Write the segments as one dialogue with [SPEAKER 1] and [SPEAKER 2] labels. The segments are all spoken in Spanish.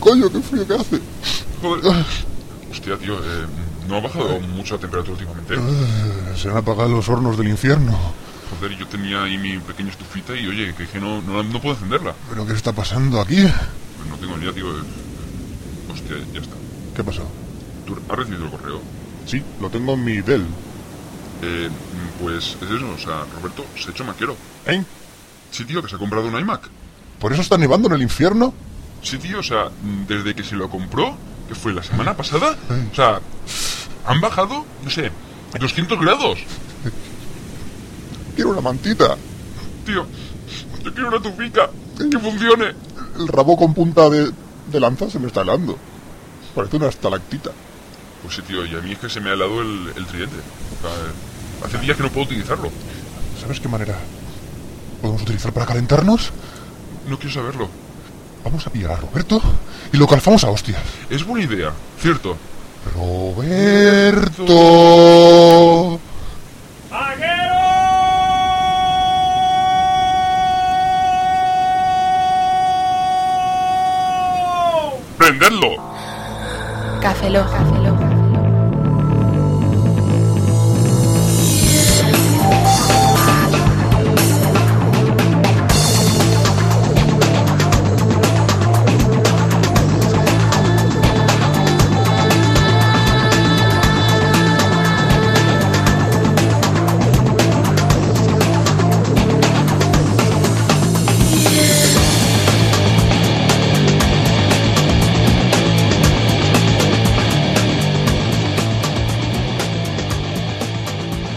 [SPEAKER 1] Coño, qué frío que hace.
[SPEAKER 2] Joder. Hostia, tío, eh, no ha bajado mucho la temperatura últimamente.
[SPEAKER 1] Se han apagado los hornos del infierno.
[SPEAKER 2] Joder, yo tenía ahí mi pequeña estufita y oye, que dije, no, no, no puedo encenderla.
[SPEAKER 1] ¿Pero qué está pasando aquí?
[SPEAKER 2] Pues no tengo ni idea, tío. eh, Hostia, ya está.
[SPEAKER 1] ¿Qué pasó?
[SPEAKER 2] ¿Tú has recibido el correo?
[SPEAKER 1] Sí, lo tengo en mi Dell.
[SPEAKER 2] Eh, pues es eso, o sea, Roberto se ha hecho maquero.
[SPEAKER 1] ¿Eh?
[SPEAKER 2] Sí, tío, que se ha comprado un iMac.
[SPEAKER 1] ¿Por eso está nevando en el infierno?
[SPEAKER 2] Sí, tío, o sea, desde que se lo compró, que fue la semana pasada, o sea, han bajado, no sé, 200 grados.
[SPEAKER 1] Quiero una mantita.
[SPEAKER 2] Tío, yo quiero una tufica que funcione.
[SPEAKER 1] El rabo con punta de, de lanza se me está helando. Parece una estalactita.
[SPEAKER 2] Pues sí, tío, y a mí es que se me ha helado el, el tridente. O sea, eh, hace días que no puedo utilizarlo.
[SPEAKER 1] ¿Sabes qué manera podemos utilizar para calentarnos?
[SPEAKER 2] No quiero saberlo.
[SPEAKER 1] Vamos a pillar a Roberto y lo calzamos a hostias.
[SPEAKER 2] Es buena idea, cierto.
[SPEAKER 1] Roberto.
[SPEAKER 2] ¡Prendedlo!
[SPEAKER 3] Café Lock. Café Lock.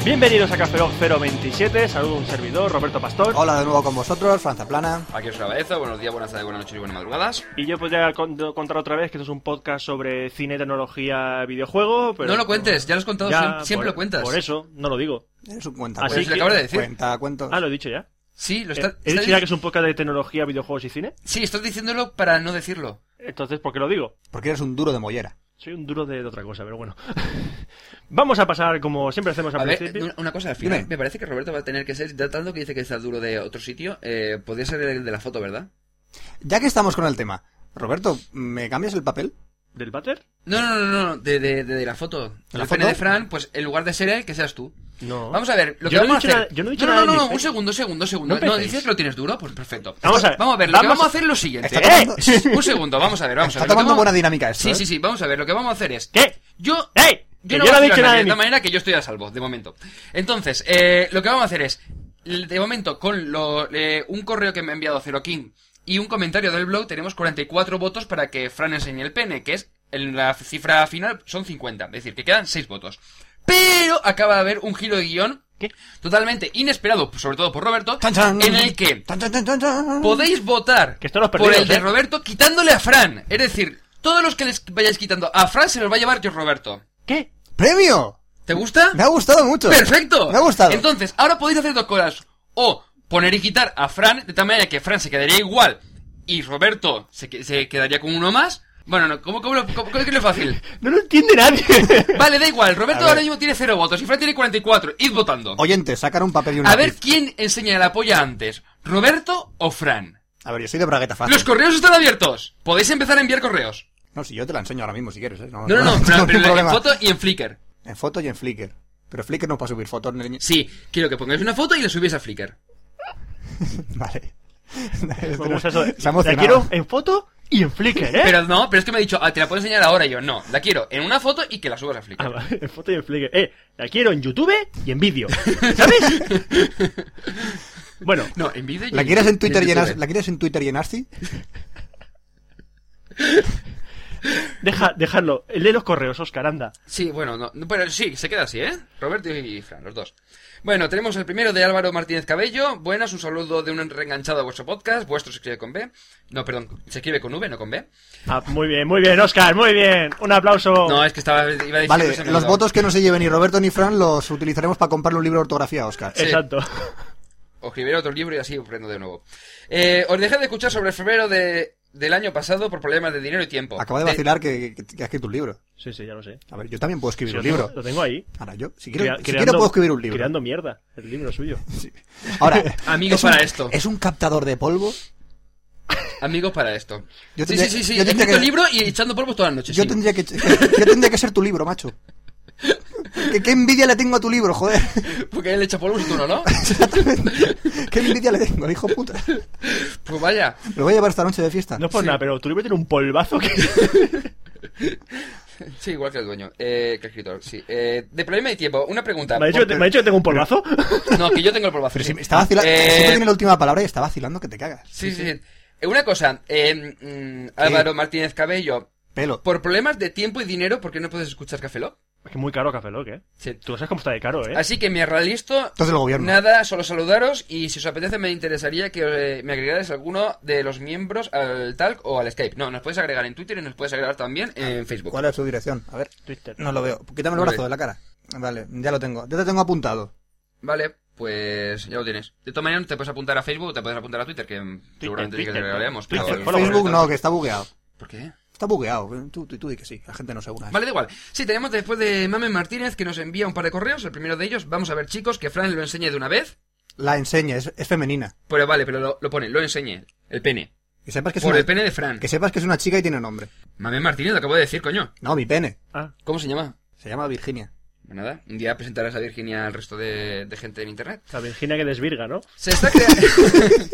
[SPEAKER 4] Bienvenidos a Café Lock 027, saludo a un servidor, Roberto Pastor.
[SPEAKER 5] Hola de nuevo con vosotros, Franza Plana.
[SPEAKER 6] Aquí os Baeza, buenos días, buenas tardes, buenas noches y buenas madrugadas.
[SPEAKER 4] Y yo podría con- contar otra vez que esto es un podcast sobre cine, tecnología, videojuego, pero...
[SPEAKER 6] no lo cuentes, ya lo has contado,
[SPEAKER 4] Ya,
[SPEAKER 6] siem- siempre
[SPEAKER 4] por-
[SPEAKER 6] lo cuentas.
[SPEAKER 4] Por eso, no lo digo.
[SPEAKER 5] Eres un cuenta
[SPEAKER 4] Así
[SPEAKER 6] Pues lo
[SPEAKER 4] que-
[SPEAKER 6] acabas de decir.
[SPEAKER 5] cuenta cuentos.
[SPEAKER 4] Ah, lo he dicho ya.
[SPEAKER 6] Sí, lo está,
[SPEAKER 4] Eh, ¿He
[SPEAKER 6] está
[SPEAKER 4] dicho ya
[SPEAKER 6] dic-
[SPEAKER 4] que es un podcast de tecnología, videojuegos y cine?
[SPEAKER 6] Sí, estás diciéndolo para no decirlo.
[SPEAKER 4] Entonces, ¿por qué lo digo?
[SPEAKER 5] Porque eres un duro de mollera.
[SPEAKER 4] Soy un duro de, de otra cosa, pero bueno. Vamos a pasar, como siempre hacemos al
[SPEAKER 6] A ver,
[SPEAKER 4] principio...
[SPEAKER 6] una- una cosa, al final,
[SPEAKER 5] Dime.
[SPEAKER 6] me parece que Roberto va a tener que ser, tanto que dice que está duro de otro sitio, eh, podría ser el de la foto, ¿verdad?
[SPEAKER 5] Ya que estamos con el tema, Roberto, ¿me cambias el papel?
[SPEAKER 4] ¿Del váter?
[SPEAKER 6] No, no, no, no, de, de, de- de la foto.
[SPEAKER 5] ¿De
[SPEAKER 6] El
[SPEAKER 5] la
[SPEAKER 6] pene
[SPEAKER 5] foto?
[SPEAKER 6] de Fran, pues en lugar de ser él, que seas tú.
[SPEAKER 4] No.
[SPEAKER 6] Vamos a ver, lo que
[SPEAKER 4] Yo no he
[SPEAKER 6] vamos a
[SPEAKER 4] dicho
[SPEAKER 6] hacer...
[SPEAKER 4] nada- yo no he dicho
[SPEAKER 6] no,
[SPEAKER 4] nada
[SPEAKER 6] no,
[SPEAKER 4] de
[SPEAKER 6] no,
[SPEAKER 4] mi
[SPEAKER 6] un
[SPEAKER 4] fe-
[SPEAKER 6] segundo, un segundo, un segundo.
[SPEAKER 4] No
[SPEAKER 6] No,
[SPEAKER 4] empecéis.
[SPEAKER 6] dices que lo tienes duro, pues perfecto.
[SPEAKER 4] Vamos a ver,
[SPEAKER 6] Vamos a ver, lo que
[SPEAKER 4] vamos
[SPEAKER 6] vamos
[SPEAKER 4] a-
[SPEAKER 6] a hacer es lo siguiente.
[SPEAKER 5] Está tomando-
[SPEAKER 6] Un segundo, vamos a ver, vamos a
[SPEAKER 5] Está
[SPEAKER 6] ver. lo que
[SPEAKER 5] tomando
[SPEAKER 6] vamos-
[SPEAKER 5] buena dinámica esto,
[SPEAKER 6] Sí,
[SPEAKER 5] ¿eh?
[SPEAKER 6] sí, sí, vamos a ver, lo que vamos a hacer es...
[SPEAKER 4] ¿Qué?
[SPEAKER 6] Yo...
[SPEAKER 4] ¡Ey!
[SPEAKER 6] Yo
[SPEAKER 4] Que
[SPEAKER 6] no
[SPEAKER 4] yo
[SPEAKER 6] voy
[SPEAKER 4] no
[SPEAKER 6] a
[SPEAKER 4] he dicho nada
[SPEAKER 6] decir a nadie,
[SPEAKER 4] de
[SPEAKER 6] de
[SPEAKER 4] mí.
[SPEAKER 6] esta manera que yo estoy a salvo, de momento. Entonces, eh, lo que vamos a hacer es, l- de momento, con lo- eh, un correo que me ha enviado Zero King y un comentario del blog, tenemos 44 votos para que Fran enseñe el pene, que es, en la f- cifra final, son 50. Es decir, que quedan 6 votos. Pero acaba de haber un giro de guión
[SPEAKER 4] ¿Qué?
[SPEAKER 6] totalmente inesperado, sobre todo por Roberto,
[SPEAKER 5] Chan, chan.
[SPEAKER 6] en el que
[SPEAKER 5] Chan, chan, chan, chan, chan.
[SPEAKER 6] podéis votar
[SPEAKER 4] Que esto lo has
[SPEAKER 6] por
[SPEAKER 4] perdido,
[SPEAKER 6] el de
[SPEAKER 4] ¿eh?
[SPEAKER 6] Roberto quitándole a Fran. Es decir, todos los que les vayáis quitando a Fran se los va a llevar yo Roberto.
[SPEAKER 4] ¿Qué?
[SPEAKER 5] ¡Premio!
[SPEAKER 6] ¿Te gusta?
[SPEAKER 5] Me ha gustado mucho.
[SPEAKER 6] ¡Perfecto!
[SPEAKER 5] Me ha gustado.
[SPEAKER 6] Entonces, ahora podéis hacer dos cosas. O poner y quitar a Fran, de tal manera que Fran se quedaría igual y Roberto se, que- se quedaría con uno más. Bueno, no, ¿cómo, cómo, lo- cómo- cómo- qué es lo fácil?
[SPEAKER 4] No lo entiende nadie.
[SPEAKER 6] Vale, da igual. Roberto
[SPEAKER 5] ver.
[SPEAKER 6] ahora mismo tiene cero votos y Fran tiene 44. Id votando.
[SPEAKER 5] Oyente, sacar un papel y un
[SPEAKER 6] A
[SPEAKER 5] lápiz.
[SPEAKER 6] ver quién enseña la polla antes, Roberto o Fran.
[SPEAKER 5] A ver, yo soy de bragueta fácil.
[SPEAKER 6] Los correos están abiertos. Podéis empezar a enviar correos.
[SPEAKER 5] No, si yo te la enseño ahora mismo si quieres, ¿eh?
[SPEAKER 6] No, no, no,
[SPEAKER 5] tengo
[SPEAKER 6] Fran,
[SPEAKER 5] ningún
[SPEAKER 6] pero en
[SPEAKER 5] problema.
[SPEAKER 6] foto y en Flickr.
[SPEAKER 5] En foto y en Flickr. Pero Flickr no es para subir fotos. ni-
[SPEAKER 6] Sí, quiero que pongáis una foto y la subís a Flickr.
[SPEAKER 5] Vale.
[SPEAKER 6] Pues
[SPEAKER 4] Me
[SPEAKER 5] Este no-
[SPEAKER 4] gusta eso.
[SPEAKER 5] se ha
[SPEAKER 4] La
[SPEAKER 5] emocionado.
[SPEAKER 4] quiero en foto y en Flickr, ¿eh?
[SPEAKER 6] Pero no, pero es que me ha dicho, "Ah, te la puedo enseñar ahora. Y yo, no, la quiero en una foto y que la subas a Flickr.
[SPEAKER 4] Ah, va, en foto y en Flickr. Eh, la quiero en YouTube y en vídeo. ¿Sabes? bueno,
[SPEAKER 6] No, en vídeo. y
[SPEAKER 5] ¿La quieres en Twitter y en, As-
[SPEAKER 6] YouTube.
[SPEAKER 5] ¿La quieres en Twitter y en Asti?
[SPEAKER 4] deja, dejadlo. Lee los correos, Oscar, anda.
[SPEAKER 6] Sí, bueno, no, no, pero sí, se queda así, ¿eh? Roberto y Fran, los dos. Bueno, tenemos el primero de Álvaro Martínez Cabello. Buenas, un saludo de un reenganchado a vuestro podcast. Vuestro se escribe con B. No, perdón, se escribe con V, no con B.
[SPEAKER 4] Ah, muy bien, muy bien, Oscar, muy bien. Un aplauso.
[SPEAKER 6] No, es que estaba, iba a decir... que
[SPEAKER 5] Oh. Vale,
[SPEAKER 6] se me
[SPEAKER 5] los
[SPEAKER 6] olvidó.
[SPEAKER 5] votos que no se lleven ni Roberto ni Fran los utilizaremos para comprarle un libro de ortografía a Oscar.
[SPEAKER 6] sí.
[SPEAKER 4] Exacto.
[SPEAKER 6] O escribiré otro libro y así aprendo de nuevo. Eh, os dejé de escuchar sobre el febrero de, del año pasado por problemas de dinero y tiempo.
[SPEAKER 5] Acaba de vacilar que, que, que ha escrito un libro.
[SPEAKER 4] Sí, sí, ya lo sé.
[SPEAKER 5] A ver, yo también puedo
[SPEAKER 4] Sí,
[SPEAKER 5] escribir
[SPEAKER 4] lo
[SPEAKER 5] un
[SPEAKER 4] tengo-
[SPEAKER 5] libro.
[SPEAKER 4] Lo tengo ahí.
[SPEAKER 5] Ahora, yo, si quiero,
[SPEAKER 4] Crea-
[SPEAKER 5] si
[SPEAKER 4] creando-
[SPEAKER 5] quiero puedo escribir un libro.
[SPEAKER 4] Creando mierda, el libro suyo.
[SPEAKER 5] Ahora,
[SPEAKER 6] Amigos
[SPEAKER 5] es un-
[SPEAKER 6] para esto.
[SPEAKER 5] ¿Es un captador de polvo?
[SPEAKER 6] amigos para esto.
[SPEAKER 5] Yo
[SPEAKER 6] sí,
[SPEAKER 5] tendría-
[SPEAKER 6] sí, sí, sí.
[SPEAKER 5] yo tendría
[SPEAKER 6] escrito
[SPEAKER 5] que-
[SPEAKER 6] libro y echando polvos todas las noches.
[SPEAKER 5] Yo
[SPEAKER 6] sí.
[SPEAKER 5] tendría que, yo tendría que ser tu libro, macho. ¿Qué, qué envidia le tengo a tu libro, joder?
[SPEAKER 6] Porque él echa polvos y tú no, ¿no?
[SPEAKER 5] ¿Qué envidia le tengo, hijo puta?
[SPEAKER 6] Pues vaya.
[SPEAKER 5] Lo voy a llevar esta noche de fiesta.
[SPEAKER 4] No es por nada, pero tu libro tiene un polvazo que.
[SPEAKER 6] Sí, igual que el dueño. Eh, que el escritor, sí. Eh, de problema de tiempo, una pregunta.
[SPEAKER 4] ¿Me ha, dicho, me ha dicho que tengo un polvazo?
[SPEAKER 6] No, que yo tengo el polvazo.
[SPEAKER 5] Pero
[SPEAKER 6] sí.
[SPEAKER 5] si está vacilando,
[SPEAKER 6] Eh,
[SPEAKER 5] si tú tienes la última palabra y está vacilando que te cagas.
[SPEAKER 6] Sí, sí, sí. Eh, Una cosa, eh, mm, Álvaro Martínez Cabello,
[SPEAKER 5] Pelo.
[SPEAKER 6] por problemas de tiempo y dinero, ¿por qué no puedes escuchar Café Lock?
[SPEAKER 4] Es que muy caro Café Lock, ¿eh?
[SPEAKER 6] Sí.
[SPEAKER 4] Tú sabes cómo está de caro, ¿eh?
[SPEAKER 6] Así que me realisto.
[SPEAKER 5] Entonces el gobierno.
[SPEAKER 6] Nada, solo saludaros y si os apetece me interesaría que eh, me agregarais alguno de los miembros al Talk o al Skype. No, nos puedes agregar en Twitter y nos puedes agregar también en Facebook.
[SPEAKER 5] Ah, ¿Cuál es su dirección? A ver.
[SPEAKER 4] Twitter.
[SPEAKER 5] No lo veo. Quítame el
[SPEAKER 6] Vale.
[SPEAKER 5] brazo de la cara. Vale, ya lo tengo. Ya te tengo apuntado.
[SPEAKER 6] Vale, pues ya lo tienes. De todas maneras, te puedes apuntar a Facebook o te puedes apuntar a Twitter, que mm, seguramente sí que te
[SPEAKER 4] Twitter,
[SPEAKER 6] agregaremos.
[SPEAKER 4] Twitter,
[SPEAKER 6] pero-
[SPEAKER 4] Hola,
[SPEAKER 5] Facebook no, que está bugueado.
[SPEAKER 6] ¿Por qué?
[SPEAKER 5] Está bugueado. Tú, tú, tú di que sí. La gente no se una.
[SPEAKER 6] Vale, da igual. Sí, tenemos después de Mame Martínez que nos envía un par de correos. El primero de ellos, vamos a ver, chicos, que Fran lo enseñe de una vez.
[SPEAKER 5] La enseña, es, es femenina.
[SPEAKER 6] Pero vale, pero lo, lo pone, lo enseñe. El pene.
[SPEAKER 5] Que sepas que es,
[SPEAKER 6] Por
[SPEAKER 5] una,
[SPEAKER 6] el pene de Fran.
[SPEAKER 5] que sepas que es una chica y tiene nombre.
[SPEAKER 6] Mame Martínez, lo acabo de decir, coño.
[SPEAKER 5] No, mi pene.
[SPEAKER 4] Ah,
[SPEAKER 6] ¿Cómo se llama?
[SPEAKER 5] Se llama Virginia.
[SPEAKER 6] Pues Nada, un día presentarás a Virginia al resto de, de gente en internet.
[SPEAKER 4] la Virginia que desvirga, ¿no?
[SPEAKER 6] Se está creando.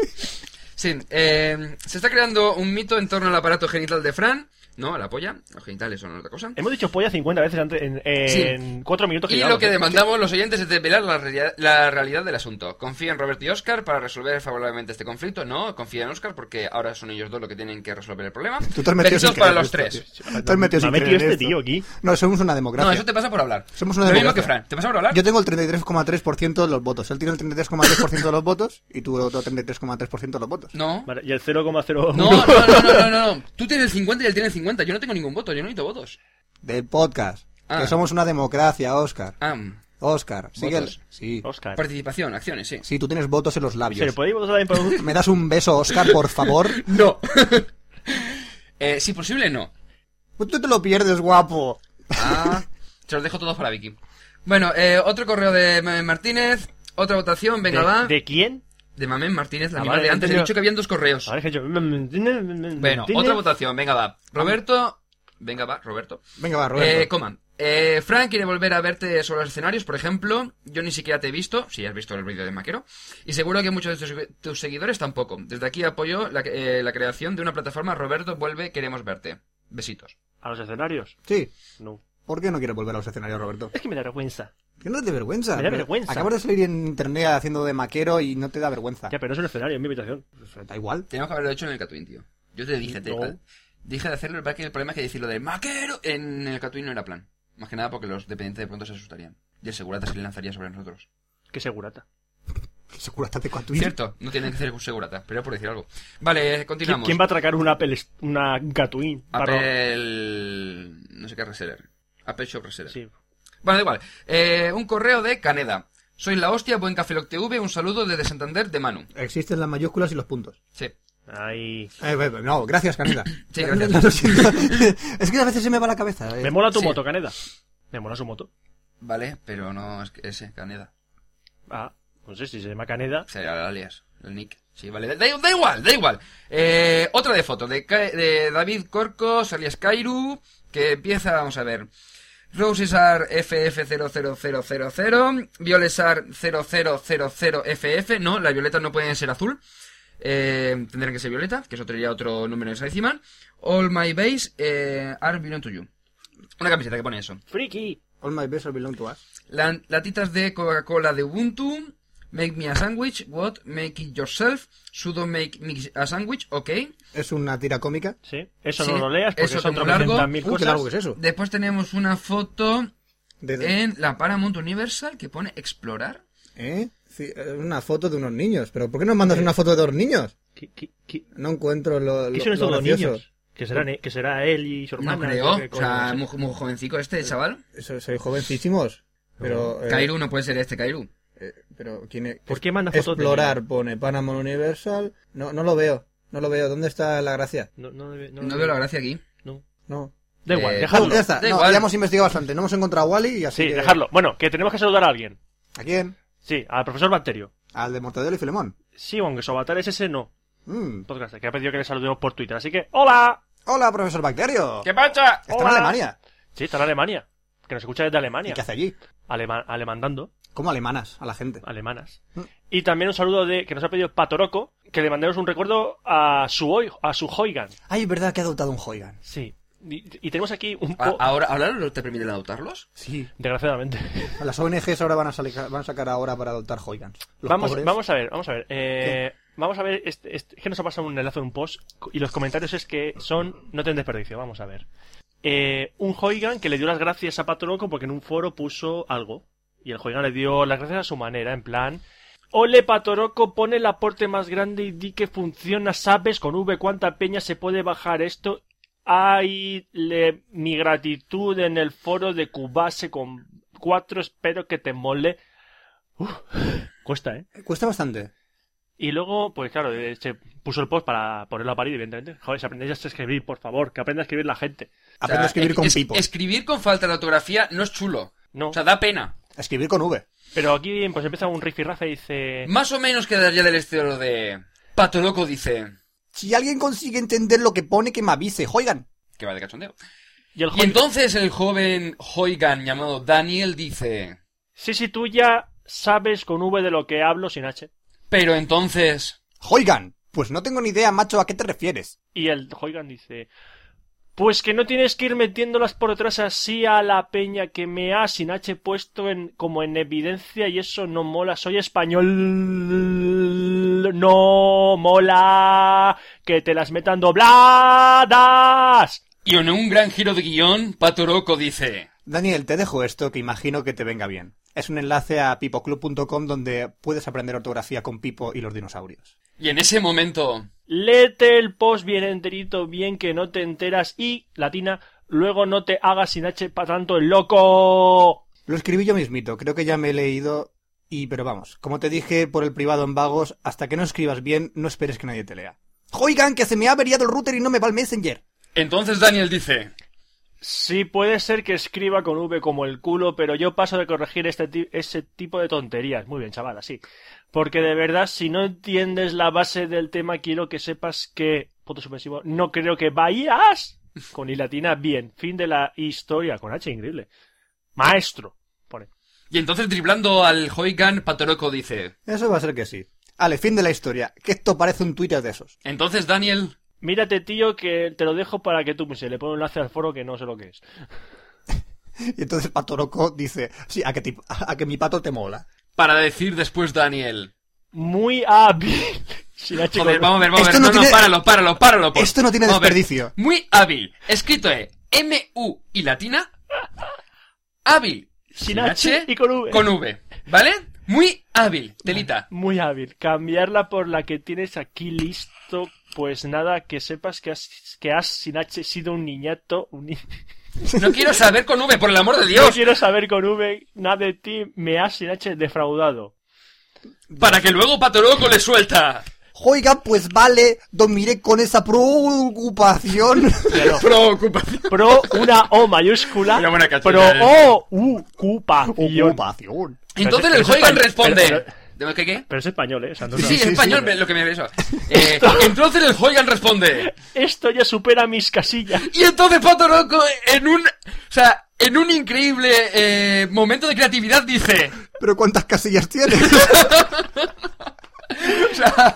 [SPEAKER 6] sí, eh, se está creando un mito en torno al aparato genital de Fran. No, a la polla. Los genitales son otra cosa.
[SPEAKER 4] Hemos dicho polla 50 veces antes en,
[SPEAKER 6] Sí.
[SPEAKER 4] en 4 minutos que
[SPEAKER 6] Y lo
[SPEAKER 4] llevamos,
[SPEAKER 6] que
[SPEAKER 4] ¿eh?
[SPEAKER 6] demandamos los oyentes es desvelar la, realidad- la realidad del asunto. Confía en Roberto y Oscar para resolver favorablemente este conflicto. No, confía en Oscar porque ahora son ellos dos los que tienen que resolver el problema.
[SPEAKER 5] Tú te has metido sin
[SPEAKER 6] Besitos para
[SPEAKER 5] querer,
[SPEAKER 6] los
[SPEAKER 5] tío.
[SPEAKER 6] tres.
[SPEAKER 5] Te has metido
[SPEAKER 4] Me ha metido
[SPEAKER 5] sin querer en
[SPEAKER 4] este
[SPEAKER 5] esto.
[SPEAKER 4] tío aquí.
[SPEAKER 5] No, somos una
[SPEAKER 6] No,
[SPEAKER 5] democracia.
[SPEAKER 6] eso te pasa por hablar.
[SPEAKER 5] Somos una
[SPEAKER 6] Lo mismo que
[SPEAKER 5] democracia.
[SPEAKER 6] Fran. ¿Te pasa por hablar?
[SPEAKER 5] Yo tengo el 33,3% de los votos. Él tiene el 33,3% de los votos y tú el otro 33,3% de los votos.
[SPEAKER 6] No.
[SPEAKER 4] Vale, y el 0,01.
[SPEAKER 6] No, no, no, no, no, no, no. Tú tienes el 50 y él tiene el 50. Yo no tengo ningún voto. Yo no necesito votos.
[SPEAKER 5] Del podcast.
[SPEAKER 6] Ah.
[SPEAKER 5] Que somos una democracia, Oscar.
[SPEAKER 6] Ah,
[SPEAKER 5] Oscar, sigue el...
[SPEAKER 6] Votos.
[SPEAKER 5] Sí.
[SPEAKER 4] Oscar.
[SPEAKER 6] participación, acciones, sí.
[SPEAKER 5] Sí, tú tienes votos en los
[SPEAKER 4] ¿Se le
[SPEAKER 5] labios.
[SPEAKER 4] puede ir votar también por un-
[SPEAKER 5] ¿Me das un beso, Oscar, por favor?
[SPEAKER 6] No. eh, si posible, no.
[SPEAKER 5] Pues tú te lo pierdes, guapo.
[SPEAKER 6] Ah, se los dejo todos para Vicky. Bueno, eh, otro correo de Mamen Martínez. Otra votación, venga, va.
[SPEAKER 4] ¿De, de quién?
[SPEAKER 6] De Mamen Martínez, la
[SPEAKER 4] Ah,
[SPEAKER 6] misma
[SPEAKER 4] vale,
[SPEAKER 6] de antes. He
[SPEAKER 4] entendido.
[SPEAKER 6] dicho que habían dos correos.
[SPEAKER 4] Ahora es que yo...
[SPEAKER 6] Bueno,
[SPEAKER 4] Bueno,
[SPEAKER 6] otra votación, venga, va. Roberto. Venga, va, Roberto.
[SPEAKER 5] Venga, va, Roberto.
[SPEAKER 6] Eh, coman. Eh, Frank quiere volver a verte sobre los escenarios, por ejemplo. Yo ni siquiera te he visto, si has visto el vídeo de Maquero. Y seguro que muchos de tus, tus seguidores tampoco. Desde aquí apoyo la, eh, la creación de una plataforma. Roberto, vuelve, queremos verte. Besitos.
[SPEAKER 4] ¿A los escenarios?
[SPEAKER 5] Sí.
[SPEAKER 4] No.
[SPEAKER 5] ¿Por qué no quieres volver a los escenarios, Roberto?
[SPEAKER 4] Es que me da vergüenza.
[SPEAKER 5] Que no te dé vergüenza.
[SPEAKER 4] Me da
[SPEAKER 5] Pero
[SPEAKER 4] vergüenza.
[SPEAKER 5] Acabas de salir en internet haciendo de maquero y no te da vergüenza.
[SPEAKER 4] Ya, pero no es un escenario, es mi habitación.
[SPEAKER 5] Da igual.
[SPEAKER 6] Tenemos que haberlo hecho en el Catwin, tío. Yo te dije, te,
[SPEAKER 4] No.
[SPEAKER 6] dije de hacerlo, pero que el problema es que decirlo de Maquero en el Catwin no era plan. Más que nada porque los dependientes de pronto se asustarían. Y el segurata se le lanzaría sobre nosotros.
[SPEAKER 4] Qué segurata.
[SPEAKER 5] Seguro estás de Catwin.
[SPEAKER 6] Cierto, no tienen que ser un segurata, pero por decir algo. Vale, eh,
[SPEAKER 4] ¿Qui-
[SPEAKER 6] continuamos.
[SPEAKER 4] ¿Quién va a atracar un Apple, est- una Gatwin?
[SPEAKER 6] Apple... No sé qué reseller. Apple Shop Reseller.
[SPEAKER 4] Sí.
[SPEAKER 6] Bueno, da igual. Eh, un correo de Caneda. Soy la hostia, buen Café Lock TV, un saludo desde Santander de Manu.
[SPEAKER 5] Existen las mayúsculas y los puntos.
[SPEAKER 6] Sí.
[SPEAKER 4] Ay.
[SPEAKER 5] Eh, eh, no, gracias, Canela.
[SPEAKER 6] Sí, gracias.
[SPEAKER 5] Lo siento. es que a veces se me va la cabeza. eh.
[SPEAKER 4] Me mola tu
[SPEAKER 6] sí.
[SPEAKER 4] moto, Caneda. Me mola su moto.
[SPEAKER 6] Vale, pero no es que ese, Caneda.
[SPEAKER 4] Ah, no sé si se llama Caneda.
[SPEAKER 6] Sería el alias, el nick. Sí, vale, da, da igual, da igual. Eh, otra de foto, de, Ca- de David Corcos, alias Kairu, que empieza, vamos a ver. Rosesar FF00000, Violesar 0000FF, no, las violetas no pueden ser azul. Eh, tendrán que ser violeta, que eso traería otro número en esa encima. All my base eh, are belong to you. Una camiseta que pone eso.
[SPEAKER 4] ¡Friki!
[SPEAKER 5] All my best belong to us.
[SPEAKER 6] Lan- latitas de Coca-Cola de Ubuntu. Make me a sandwich. What? Make it yourself. Sudo make me a sandwich. Ok.
[SPEAKER 5] Es una tira cómica.
[SPEAKER 4] Sí. Eso
[SPEAKER 6] Sí,
[SPEAKER 4] no lo leas porque
[SPEAKER 6] eso
[SPEAKER 4] son
[SPEAKER 6] como largo.
[SPEAKER 4] 300.000
[SPEAKER 5] Uy, qué largo que
[SPEAKER 4] cosas.
[SPEAKER 5] es eso.
[SPEAKER 6] Después tenemos una foto
[SPEAKER 5] De-
[SPEAKER 4] Eh.
[SPEAKER 5] de-
[SPEAKER 6] en la Paramount Universal que pone explorar.
[SPEAKER 5] ¿Eh? Sí, eh, una foto de unos niños. ¿Pero por qué nos
[SPEAKER 4] Eh.
[SPEAKER 5] mandas una foto de dos niños?
[SPEAKER 4] ¿Qué, qué, qué-
[SPEAKER 5] No encuentro lo,
[SPEAKER 4] qué
[SPEAKER 5] lo,
[SPEAKER 4] son estos
[SPEAKER 5] lo
[SPEAKER 4] dos
[SPEAKER 5] gracioso.
[SPEAKER 4] niños? Que, serán, e- que será él y su hermana.
[SPEAKER 6] No creo. O sea, muy, muy jovencito este chaval.
[SPEAKER 5] Soy, soy jovencísimos. Pero, eh,
[SPEAKER 6] Kairu no puede ser este Kairu.
[SPEAKER 5] eh, pero ¿quién es?
[SPEAKER 4] ¿Por qué manda fotos de
[SPEAKER 5] Explorar pone Panamon Universal. No, no lo veo. No lo veo. ¿Dónde está la gracia?
[SPEAKER 4] No, no, debe- no,
[SPEAKER 6] No veo la gracia aquí.
[SPEAKER 4] No.
[SPEAKER 5] No.
[SPEAKER 4] Da igual,
[SPEAKER 6] Eh,
[SPEAKER 5] No,
[SPEAKER 4] dejadlo.
[SPEAKER 5] ya está.
[SPEAKER 6] Da
[SPEAKER 5] No,
[SPEAKER 6] igual.
[SPEAKER 5] ya hemos investigado bastante. No hemos encontrado a Wally y así.
[SPEAKER 4] Sí,
[SPEAKER 5] que-
[SPEAKER 4] dejadlo. Bueno, que tenemos que saludar a alguien.
[SPEAKER 5] ¿A quién?
[SPEAKER 4] Sí, al profesor Bacterio.
[SPEAKER 5] Al de Mortadelo y Filemón.
[SPEAKER 4] Sí, aunque su avatar es ese, no.
[SPEAKER 5] Mm.
[SPEAKER 4] podcaster, que ha pedido que le saludemos por Twitter. Así que, ¡hola!
[SPEAKER 5] Hola, profesor Bacterio.
[SPEAKER 6] ¿Qué pasa?
[SPEAKER 5] Está
[SPEAKER 4] Hola.
[SPEAKER 5] en Alemania.
[SPEAKER 4] Sí, está en Alemania. Que nos escucha desde
[SPEAKER 5] ¿Y
[SPEAKER 4] Alemania.
[SPEAKER 5] qué hace allí?
[SPEAKER 4] Alema- alemandando,
[SPEAKER 5] Como alemanas a la gente.
[SPEAKER 4] alemanas.
[SPEAKER 5] Mm.
[SPEAKER 4] Y también un saludo de que nos ha pedido Patoroco, que le mandemos un recuerdo a su, hoi- a su Hoigan.
[SPEAKER 5] Ay, es verdad que ha adoptado un Hoigan.
[SPEAKER 4] Sí. Y, y tenemos aquí un
[SPEAKER 6] A-
[SPEAKER 4] poco...
[SPEAKER 6] ¿Ahora, ¿Ahora no te permiten adoptarlos?
[SPEAKER 5] Sí.
[SPEAKER 4] Desgraciadamente.
[SPEAKER 5] Las ONGs ahora van a, sali- van a sacar ahora para adoptar Hoigans. Los
[SPEAKER 4] Vamos,
[SPEAKER 5] pobres.
[SPEAKER 4] vamos a ver, vamos a ver. eh, vamos a ver, este, este- es que nos ha pasado un enlace de un post y los comentarios es que son... No tienen desperdicio, vamos a ver. Eh, un Hoigan que le dio las gracias a Patoroco porque en un foro puso algo. Y el Hoigan le dio las gracias a su manera, en plan... Ole Patoroco, pone el aporte más grande y di que funciona, sabes con V cuánta peña se puede bajar esto. Ay, le, mi gratitud en el foro de Cubase con cuatro, espero que te mole. Uf, cuesta, ¿eh?
[SPEAKER 5] Cuesta bastante.
[SPEAKER 4] Y luego, pues claro, eh, se puso el post para ponerlo a parir, evidentemente. Joder, si aprendéis a escribir, por favor, que aprenda a escribir la gente.
[SPEAKER 6] O sea,
[SPEAKER 5] Aprende a escribir
[SPEAKER 6] es-
[SPEAKER 5] con
[SPEAKER 6] es-
[SPEAKER 5] pipo.
[SPEAKER 6] Escribir con falta de ortografía no es chulo.
[SPEAKER 4] No,
[SPEAKER 6] O sea, da pena.
[SPEAKER 5] Escribir con V.
[SPEAKER 4] pero aquí bien, pues empieza un rifirrafe y dice...
[SPEAKER 6] Más o menos quedaría del estilo de... Pato Loco dice...
[SPEAKER 5] Si alguien consigue entender lo que pone, que me avise. Hoigan.
[SPEAKER 6] Que va de cachondeo.
[SPEAKER 4] Y el
[SPEAKER 6] Y
[SPEAKER 4] joven...
[SPEAKER 6] entonces el joven Hoigan llamado Daniel dice...
[SPEAKER 4] Sí, sí, tú ya sabes con V de lo que hablo sin H.
[SPEAKER 6] Pero entonces...
[SPEAKER 5] Hoigan. Pues no tengo ni idea, macho, a qué te refieres.
[SPEAKER 4] Y el Hoigan dice... Pues que no tienes que ir metiéndolas por detrás así a la peña que me ha sin H puesto en, como en evidencia y eso no mola. Soy español. No mola. Que te las metan dobladas.
[SPEAKER 6] Y en un gran giro de guión, Pato Loco dice...
[SPEAKER 5] Daniel, te dejo esto que imagino que te venga bien. Es un enlace a pipoclub.com donde puedes aprender ortografía con Pipo y los dinosaurios.
[SPEAKER 6] Y en ese momento...
[SPEAKER 4] Léete el post bien enterito, bien que no te enteras y, latina, luego no te hagas sin H para tanto el loco.
[SPEAKER 5] Lo escribí yo mismito, creo que ya me he leído y pero vamos, como te dije por el privado en vagos, hasta que no escribas bien, no esperes que nadie te lea. Hoigan, que se me ha averiado el router y no me va el Messenger.
[SPEAKER 6] Entonces Daniel dice...
[SPEAKER 4] Sí, puede ser que escriba con V como el culo, pero yo paso de corregir este ti- ese tipo de tonterías. Muy bien, chaval, así. Porque de verdad, si no entiendes la base del tema, quiero que sepas que... Punto subversivo, no creo que vayas con I latina bien. Fin de la historia, con H increíble. Maestro, pone.
[SPEAKER 6] Y entonces driblando al Hoigan, Patoroco dice...
[SPEAKER 5] Eso va a ser que sí. Ale, fin de la historia, que esto parece un Twitter de esos.
[SPEAKER 6] Entonces Daniel...
[SPEAKER 4] Mírate, tío, que te lo dejo para que tú pues, se le pone un enlace al foro que no sé lo que es.
[SPEAKER 5] Y entonces Patoroco dice, sí, a que, ti- a que mi pato te mola.
[SPEAKER 6] Para decir después Daniel...
[SPEAKER 4] Muy hábil. Sin H
[SPEAKER 6] Joder,
[SPEAKER 4] con-
[SPEAKER 6] vamos a ver, vamos a
[SPEAKER 5] Esto
[SPEAKER 6] ver.
[SPEAKER 5] no
[SPEAKER 6] No, no,
[SPEAKER 5] tiene-
[SPEAKER 6] páralo, páralo, páralo. por-
[SPEAKER 5] Esto no tiene
[SPEAKER 6] vamos a ver.
[SPEAKER 5] desperdicio.
[SPEAKER 6] Muy hábil. Escrito es M-U y latina. Hábil.
[SPEAKER 4] Sin H y con V.
[SPEAKER 6] Con V. ¿Vale? Muy hábil. Telita.
[SPEAKER 4] Muy hábil. Cambiarla por la que tienes aquí listo. Pues nada, que sepas que has, que has sin H sido un niñato. un ni-
[SPEAKER 6] No quiero saber con V, por el amor de
[SPEAKER 4] No
[SPEAKER 6] Dios.
[SPEAKER 4] quiero saber con V nada de ti. Me has sin H defraudado.
[SPEAKER 6] Para que luego Patoroco le suelta.
[SPEAKER 5] Oiga, pues vale, dormiré con esa preocupación.
[SPEAKER 6] Preocupación.
[SPEAKER 4] Pro una O mayúscula.
[SPEAKER 6] Mira, buena cachorra,
[SPEAKER 4] Pro
[SPEAKER 6] eh.
[SPEAKER 4] O U cupación.
[SPEAKER 5] Ocupación.
[SPEAKER 6] Entonces el
[SPEAKER 4] pero es
[SPEAKER 6] Hoigan
[SPEAKER 4] español,
[SPEAKER 6] responde.
[SPEAKER 4] pero-
[SPEAKER 6] ¿De qué qué?
[SPEAKER 4] Pero es español, ¿eh? O sea, no-
[SPEAKER 6] Sí, sí,
[SPEAKER 5] sí,
[SPEAKER 6] en español
[SPEAKER 5] sí.
[SPEAKER 6] me- lo que me avisa. Eh, entonces el Hoigan responde.
[SPEAKER 4] Esto ya supera mis casillas.
[SPEAKER 6] Y entonces Pato Loco, en un. O sea, en un increíble eh, momento de creatividad, dice.
[SPEAKER 5] Pero ¿cuántas casillas tiene?
[SPEAKER 6] O sea,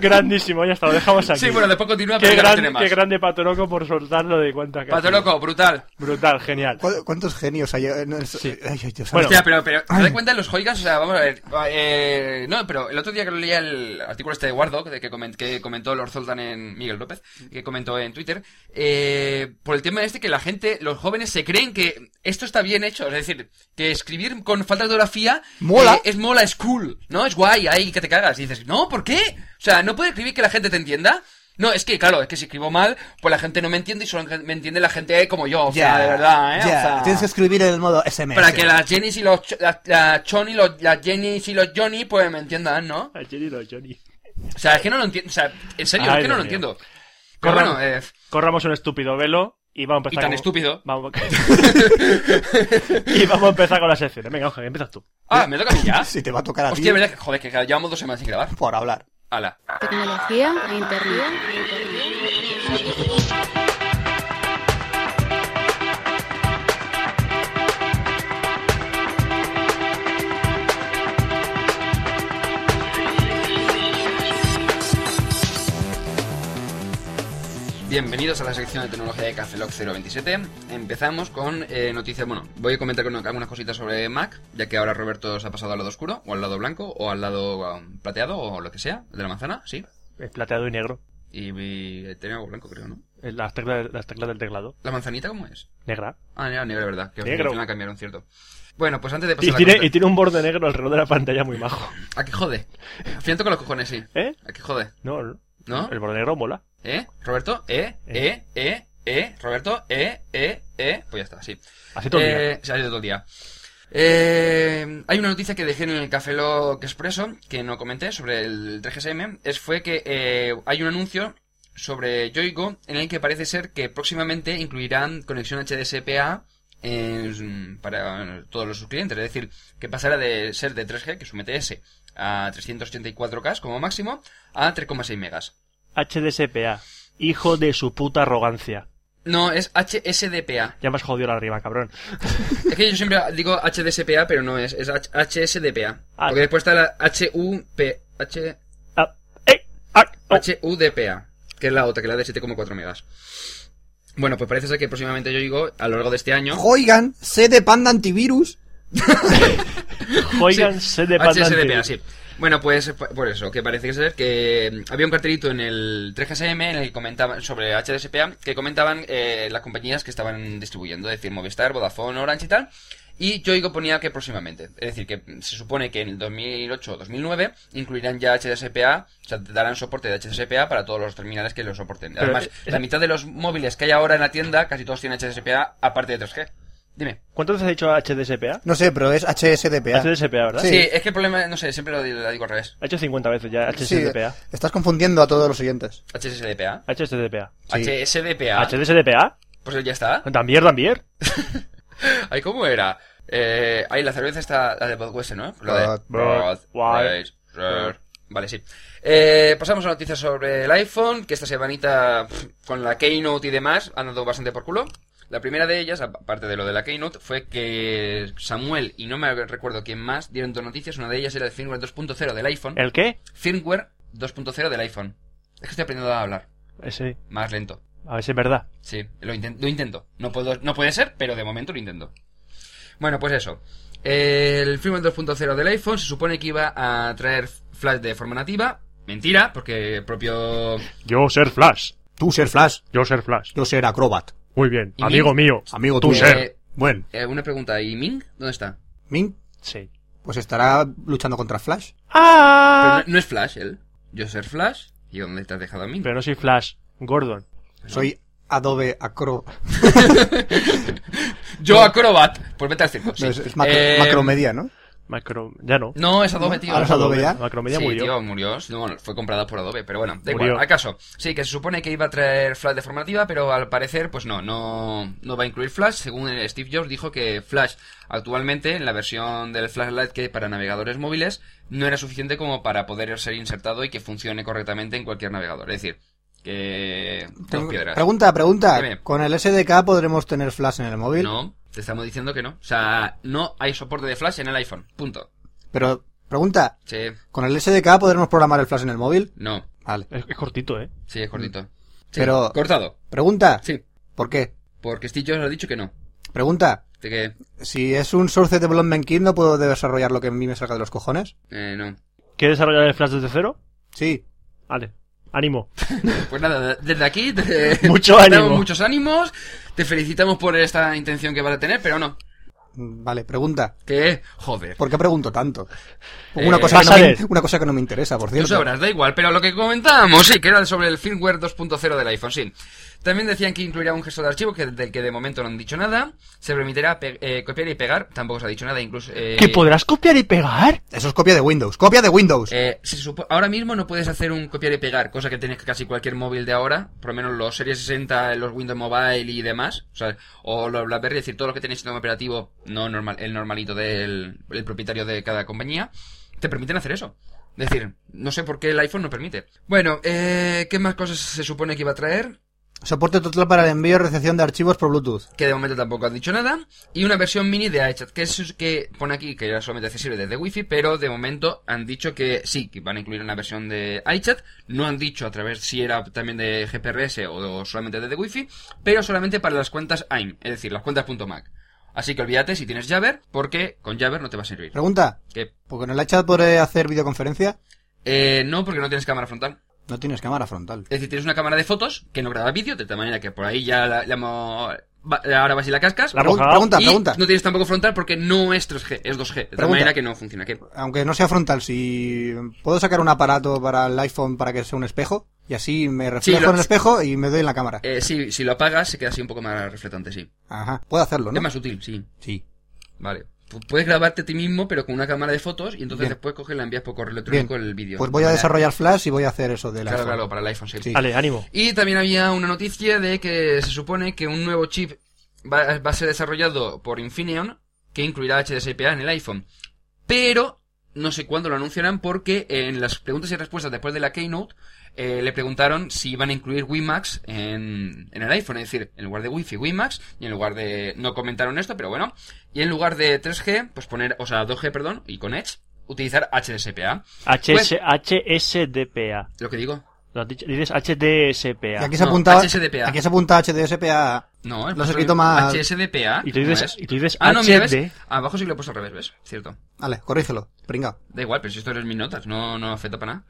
[SPEAKER 4] Grandísimo, ya está, lo dejamos aquí.
[SPEAKER 6] sí, bueno, después continúa, pero
[SPEAKER 4] Qué,
[SPEAKER 6] ya no
[SPEAKER 4] gran-
[SPEAKER 6] tiene más.
[SPEAKER 4] qué grande Patoroco por soltarlo de cuánta casa.
[SPEAKER 6] Pato Loco, brutal.
[SPEAKER 4] Brutal, genial.
[SPEAKER 5] ¿Cu- ¿Cuántos genios hay? en el- Ay, ay, Dios,
[SPEAKER 4] Bueno.
[SPEAKER 6] Hostia, pero, pero, ¿te das cuenta de los Hoigans? O sea, vamos a ver. Eh, no, pero el otro día que lo leía el artículo este de Wardo, que, que comen- que comentó Lord Zoltan en Miguel López, que comentó en Twitter, eh, por el tema este que la gente, los jóvenes se creen que esto está bien hecho. Es decir, que escribir con falta de ortografía
[SPEAKER 5] Mola.
[SPEAKER 6] eh, es mola, es cool, ¿no? Es guay, ahí que te cagas. Y dices, no, ¿por qué? O sea, ¿no puede escribir que la gente te entienda? No, es que, claro, es que si escribo mal, pues la gente no me entiende y solo me entiende la gente como yo, o sea, de verdad, ¿eh? O
[SPEAKER 5] ya.
[SPEAKER 6] sea-
[SPEAKER 5] Tienes que escribir en el modo SMS.
[SPEAKER 6] para que las Jennys y los... Ch- Las la Choni, los, las Jennys y los Johnny, pues me entiendan, ¿no?
[SPEAKER 4] Ay, Jenny, no, Johnny.
[SPEAKER 6] O sea, es que no lo entiendo. O sea, en serio,
[SPEAKER 4] Ay,
[SPEAKER 6] es que no
[SPEAKER 4] Dios
[SPEAKER 6] lo
[SPEAKER 4] mío.
[SPEAKER 6] entiendo. Pero
[SPEAKER 4] Corran-
[SPEAKER 6] bueno, eh,
[SPEAKER 4] Corramos un estúpido velo y vamos a
[SPEAKER 6] y
[SPEAKER 4] empezar.
[SPEAKER 6] tan
[SPEAKER 4] con-
[SPEAKER 6] estúpido.
[SPEAKER 4] Vamos... y vamos a empezar con las secciones. Venga, Ángel, empiezas tú.
[SPEAKER 6] Ah, me toca a mí ya.
[SPEAKER 5] Si te va a tocar a ti
[SPEAKER 6] Hostia, verdad que, joder, que llevamos dos semanas sin grabar.
[SPEAKER 5] por hablar.
[SPEAKER 6] Ala.
[SPEAKER 3] Tecnología e internet.
[SPEAKER 6] Bienvenidos a la sección de tecnología de Cafeloc 027. Empezamos con eh, noticias. Bueno, voy a comentar con algunas cositas sobre Mac, ya que ahora Roberto se ha pasado al lado oscuro, o al lado blanco, o al lado um, plateado, o lo que sea, de la manzana, sí.
[SPEAKER 4] Es plateado y negro.
[SPEAKER 6] Y, y tenía algo blanco, creo, ¿no?
[SPEAKER 4] Es Las teclas, las teclas del teclado.
[SPEAKER 6] ¿La manzanita cómo es?
[SPEAKER 4] Negra.
[SPEAKER 6] Ah, negra, negra, verdad. Que
[SPEAKER 4] Negro.
[SPEAKER 6] al final cambiaron, cierto. Bueno, pues antes de pasar
[SPEAKER 4] Y
[SPEAKER 6] a la
[SPEAKER 4] tiene,
[SPEAKER 6] cuenta-
[SPEAKER 4] y tiene un borde negro alrededor de la pantalla muy majo.
[SPEAKER 6] ¿A qué jode? Fiento con los cojones, sí.
[SPEAKER 4] ¿Eh?
[SPEAKER 6] ¿A qué jode?
[SPEAKER 4] No, no.
[SPEAKER 6] ¿No?
[SPEAKER 4] El borde negro mola.
[SPEAKER 6] ¿Eh? ¿Roberto? ¿Eh? ¿Eh? ¿Eh? ¿Eh? ¿Roberto? ¿Eh? ¿Eh? ¿Eh? Pues ya está, sí.
[SPEAKER 4] Así todo el día.
[SPEAKER 6] Eh, se ha ido todo el día. Eh, hay una noticia que dejé en el Café Lock Expreso, que no comenté, sobre el 3GSM, es fue que eh, hay un anuncio sobre Yoigo en el que parece ser que próximamente incluirán conexión HDSPA en- para todos los sus clientes, es decir, que pasará de ser de 3G, que es un MTS, a 384K como máximo, a 3,6 megas.
[SPEAKER 4] HDSPA. Hijo de su puta arrogancia.
[SPEAKER 6] No, es HSDPA,
[SPEAKER 4] Ya me has jodido la rima, cabrón.
[SPEAKER 6] Es que yo siempre digo HDSPA, pero no es, es H- HSDPA.
[SPEAKER 4] Ah.
[SPEAKER 6] Porque después está la HUP, H,
[SPEAKER 4] Ah, ¡eh! Ah, oh.
[SPEAKER 6] HUDPA, que es la otra, que es la de 7,4 megas. Bueno, pues parece ser que próximamente yo digo, a lo largo de este año,
[SPEAKER 5] Hoigan, C de panda antivirus.
[SPEAKER 4] Joigan se de panda
[SPEAKER 6] HSDPA,
[SPEAKER 4] anterior.
[SPEAKER 6] sí. Bueno, pues pa- por eso, que parece ser que mm, había un cartelito en el 3GSM en el que comentaban sobre HDSPA, que comentaban eh, las compañías que estaban distribuyendo, es decir, Movistar, Vodafone, Orange y tal. Y Yoigo ponía que próximamente, es decir, que mm, se supone que en el 2008 o 2009 incluirán ya HDSPA, o sea, darán soporte de HDSPA para todos los terminales que lo soporten.
[SPEAKER 4] Pero,
[SPEAKER 6] Además,
[SPEAKER 4] eh,
[SPEAKER 6] la mitad de los móviles que hay ahora en la tienda, casi todos tienen HDSPA aparte de 3G. Dime.
[SPEAKER 4] ¿Cuántas veces has dicho HDSPA?
[SPEAKER 5] No sé, pero es HSDPA.
[SPEAKER 4] HDSPA, ¿verdad?
[SPEAKER 5] Sí.
[SPEAKER 6] Sí. es que el problema, no sé, siempre lo digo, lo digo al revés.
[SPEAKER 4] Ha hecho 50 veces ya
[SPEAKER 5] Sí,
[SPEAKER 4] HSDPA.
[SPEAKER 5] estás confundiendo a todos los oyentes.
[SPEAKER 6] HSDPA.
[SPEAKER 4] HSDPA.
[SPEAKER 5] Sí.
[SPEAKER 6] HSDPA.
[SPEAKER 4] ¿HDSDPA?
[SPEAKER 6] Pues ya está.
[SPEAKER 4] También, también.
[SPEAKER 6] Ay, ¿cómo era? Eh, ay, la cerveza está la de Budweiser, ¿no? La de
[SPEAKER 5] Bud-
[SPEAKER 6] Budweiser. Vale, sí. Eh, pasamos a noticias sobre el iPhone, que esta semanita pf, con la Keynote y demás han dado bastante por culo. La primera de ellas, aparte de lo de la Keynote, fue que Samuel y no me recuerdo quién más dieron dos noticias. Una de ellas era el firmware 2.0 del iPhone.
[SPEAKER 4] ¿El qué?
[SPEAKER 6] Firmware 2.0 del iPhone. Es que estoy aprendiendo a hablar.
[SPEAKER 4] Eh, Sí.
[SPEAKER 6] Más lento.
[SPEAKER 4] A ver si es verdad.
[SPEAKER 6] Sí, lo, inten- lo intento. No, puedo, no puede ser, pero de momento lo intento. Bueno, pues eso. El firmware 2.0 del iPhone se supone que iba a traer flash de forma nativa. Mentira, porque el propio...
[SPEAKER 4] Yo ser Flash.
[SPEAKER 5] Tú ser Flash,
[SPEAKER 4] Yo ser Flash.
[SPEAKER 5] yo ser Acrobat.
[SPEAKER 4] Muy bien.
[SPEAKER 6] ¿Y Amigo mí?
[SPEAKER 4] mío.
[SPEAKER 5] Amigo
[SPEAKER 4] Tú
[SPEAKER 5] tuyo.
[SPEAKER 4] ser.
[SPEAKER 6] Eh,
[SPEAKER 5] Bueno,
[SPEAKER 6] eh, una pregunta, ¿y Ming? ¿Dónde está?
[SPEAKER 5] Ming,
[SPEAKER 4] Sí.
[SPEAKER 5] pues estará luchando contra Flash.
[SPEAKER 6] Pero
[SPEAKER 4] ¡Ah!
[SPEAKER 6] no, no es Flash él. Yo ser Flash. ¿Y dónde te has dejado a Ming?
[SPEAKER 4] Pero no soy Flash. Gordon.
[SPEAKER 5] Soy Adobe Acro.
[SPEAKER 6] Yo Acrobat. Pues vete al circo. sí.
[SPEAKER 5] No, es es macro-
[SPEAKER 6] Eh,
[SPEAKER 5] macromedia, ¿no?
[SPEAKER 4] Macro... Ya no.
[SPEAKER 6] No, es Adobe, tío.
[SPEAKER 5] Ahora es Adobe ya.
[SPEAKER 4] Macromedia
[SPEAKER 6] sí,
[SPEAKER 4] murió.
[SPEAKER 6] tío, murió. Sí, no, bueno, fue comprada por Adobe, pero bueno, da
[SPEAKER 4] Murió.
[SPEAKER 6] igual. ¿Acaso? Sí, que se supone que iba a traer Flash de formativa, pero al parecer, pues no, no, no va a incluir Flash. Según el Steve Jobs dijo que Flash actualmente, en la versión del Flash Lite que hay para navegadores móviles, no era suficiente como para poder ser insertado y que funcione correctamente en cualquier navegador. Es decir, que... Dos
[SPEAKER 5] Tengo-
[SPEAKER 6] piedras.
[SPEAKER 5] Pregunta, pregunta.
[SPEAKER 6] Dime.
[SPEAKER 5] ¿Con el SDK podremos tener Flash en el móvil?
[SPEAKER 6] No, te estamos diciendo que no. O sea, no hay soporte de Flash en el iPhone. Punto.
[SPEAKER 5] Pero, pregunta,
[SPEAKER 6] Sí,
[SPEAKER 5] ¿con el SDK podremos programar el Flash en el móvil?
[SPEAKER 6] no.
[SPEAKER 5] Vale.
[SPEAKER 4] Es, es cortito, ¿eh?
[SPEAKER 6] Sí, es cortito. Sí,
[SPEAKER 5] Pero-
[SPEAKER 6] Cortado.
[SPEAKER 5] Pregunta,
[SPEAKER 6] Sí.
[SPEAKER 5] ¿por qué?
[SPEAKER 6] Porque Steve Jobs ha dicho que no.
[SPEAKER 5] Pregunta,
[SPEAKER 6] De que,
[SPEAKER 5] si es un source development kit, ¿no puedo desarrollar lo que a mí me salga de los cojones?
[SPEAKER 6] eh, no.
[SPEAKER 4] ¿Quieres desarrollar el Flash desde cero?
[SPEAKER 5] Sí.
[SPEAKER 4] Vale. Ánimo.
[SPEAKER 6] Pues nada, desde aquí te,
[SPEAKER 4] Mucho
[SPEAKER 6] te
[SPEAKER 4] ánimo.
[SPEAKER 6] damos muchos ánimos, te felicitamos por esta intención que vas a tener, pero no.
[SPEAKER 5] Mm, Vale, pregunta.
[SPEAKER 6] Que, joder.
[SPEAKER 5] ¿Por qué pregunto tanto?
[SPEAKER 6] Eh,
[SPEAKER 5] Una, cosa que no
[SPEAKER 4] vas a
[SPEAKER 5] me,
[SPEAKER 4] ver.
[SPEAKER 5] una cosa que no me interesa, por
[SPEAKER 6] Tú
[SPEAKER 5] cierto.
[SPEAKER 6] sabrás, da igual, pero lo que comentábamos, sí, que era sobre el firmware 2.0 del iPhone, sí. También decían que incluirá un gestor de archivo que, del que de momento no han dicho nada. Se permitirá pe- eh, copiar y pegar, tampoco se ha dicho nada, incluso. eh,
[SPEAKER 4] ¿Que podrás copiar y pegar?
[SPEAKER 5] Eso es copia de Windows. ¡Copia de Windows!
[SPEAKER 6] Eh, se supo- ahora mismo no puedes hacer un copiar y pegar, cosa que tienes que casi cualquier móvil de ahora, por lo menos los Series 60, los Windows Mobile y demás, o, sea, o los BlackBerry, es decir, todo lo que tiene sistema operativo, no normal, el normalito del el propietario de cada compañía, te permiten hacer eso. Es decir, no sé por qué el iPhone no permite. Bueno, eh, ¿qué más cosas se supone que iba a traer?
[SPEAKER 5] Soporte total para el envío y recepción de archivos por Bluetooth.
[SPEAKER 6] que de momento tampoco ha dicho nada, y una versión mini de iChat, que es que pone aquí que era solamente accesible desde Wi-Fi, pero de momento han dicho que sí, que van a incluir una versión de iChat, no han dicho a través si era también de GPRS o, o solamente desde Wi-Fi, pero solamente para las cuentas AIM, es decir, las cuentas .mac. Así que olvídate si tienes Jabber, porque con Jabber no te va a servir.
[SPEAKER 5] Pregunta,
[SPEAKER 6] Que,
[SPEAKER 5] ¿porque en el iChat podré eh, hacer videoconferencia?
[SPEAKER 6] eh, no, porque no tienes cámara frontal.
[SPEAKER 5] No tienes cámara frontal.
[SPEAKER 6] Es decir, tienes una cámara de fotos que no graba vídeo, de tal manera que por ahí ya la, la mo- va- ahora vas y la cascas.
[SPEAKER 4] La
[SPEAKER 5] Pregun-
[SPEAKER 4] mojada.
[SPEAKER 5] pregunta,
[SPEAKER 6] Y
[SPEAKER 5] pregunta.
[SPEAKER 6] No tienes tampoco frontal porque no es 3G, es 2G. De tal
[SPEAKER 5] Pregunta.
[SPEAKER 6] manera que no funciona. ¿Qué?
[SPEAKER 5] Aunque no sea frontal, si puedo sacar un aparato para el iPhone para que sea un espejo y así me reflejo
[SPEAKER 6] Sí, lo-
[SPEAKER 5] en el espejo y me doy en la cámara.
[SPEAKER 6] Eh, sí, si lo apagas se queda así un poco más reflectante, sí.
[SPEAKER 5] Ajá, puedo hacerlo, ¿no?
[SPEAKER 6] Es más útil, sí.
[SPEAKER 5] Sí.
[SPEAKER 6] Vale. Pu- Puedes grabarte a ti mismo, pero con una cámara de fotos y entonces
[SPEAKER 5] Bien.
[SPEAKER 6] después coges y la envías por correo electrónico
[SPEAKER 5] Bien.
[SPEAKER 6] el vídeo.
[SPEAKER 5] Pues voy a
[SPEAKER 6] Para-
[SPEAKER 5] desarrollar Flash y voy a hacer eso del
[SPEAKER 6] Claro,
[SPEAKER 5] iPhone.
[SPEAKER 6] claro, para el iPhone, sí.
[SPEAKER 5] Sí.
[SPEAKER 4] Vale, ánimo.
[SPEAKER 6] Y también había una noticia de que se supone que un nuevo chip va, va a ser desarrollado por Infineon que incluirá HDSPA en el iPhone. Pero no sé cuándo lo anunciarán porque en las preguntas y respuestas después de la Keynote eh, le preguntaron si iban a incluir WiMAX en, en el iPhone, es decir, en lugar de Wi-Fi, WiMAX, y en lugar de... no comentaron esto, pero bueno, y en lugar de 3G, pues poner, o sea, 2G, perdón, y con Edge, utilizar HDSPA.
[SPEAKER 4] HS, HSDPA.
[SPEAKER 6] Pues, ¿Lo que digo?
[SPEAKER 4] Lo has dicho- dices HDSPA.
[SPEAKER 5] Y aquí se
[SPEAKER 6] No,
[SPEAKER 5] apuntaba
[SPEAKER 6] HSDPA.
[SPEAKER 5] Aquí se apunta HDSPA.
[SPEAKER 6] No,
[SPEAKER 5] Lo has
[SPEAKER 6] puesto
[SPEAKER 5] escrito mal.
[SPEAKER 6] HSDPA.
[SPEAKER 4] Y tú
[SPEAKER 6] ¿no
[SPEAKER 4] dices,
[SPEAKER 6] es?
[SPEAKER 4] y tú dices
[SPEAKER 6] Ah, no, mira, ¿ves?
[SPEAKER 4] HD.
[SPEAKER 6] Abajo sí que lo he puesto al revés, ¿ves? Cierto.
[SPEAKER 5] Vale, corrígelo, pringao.
[SPEAKER 6] Da igual, pero si esto eres mis notas, no, no afecta para nada.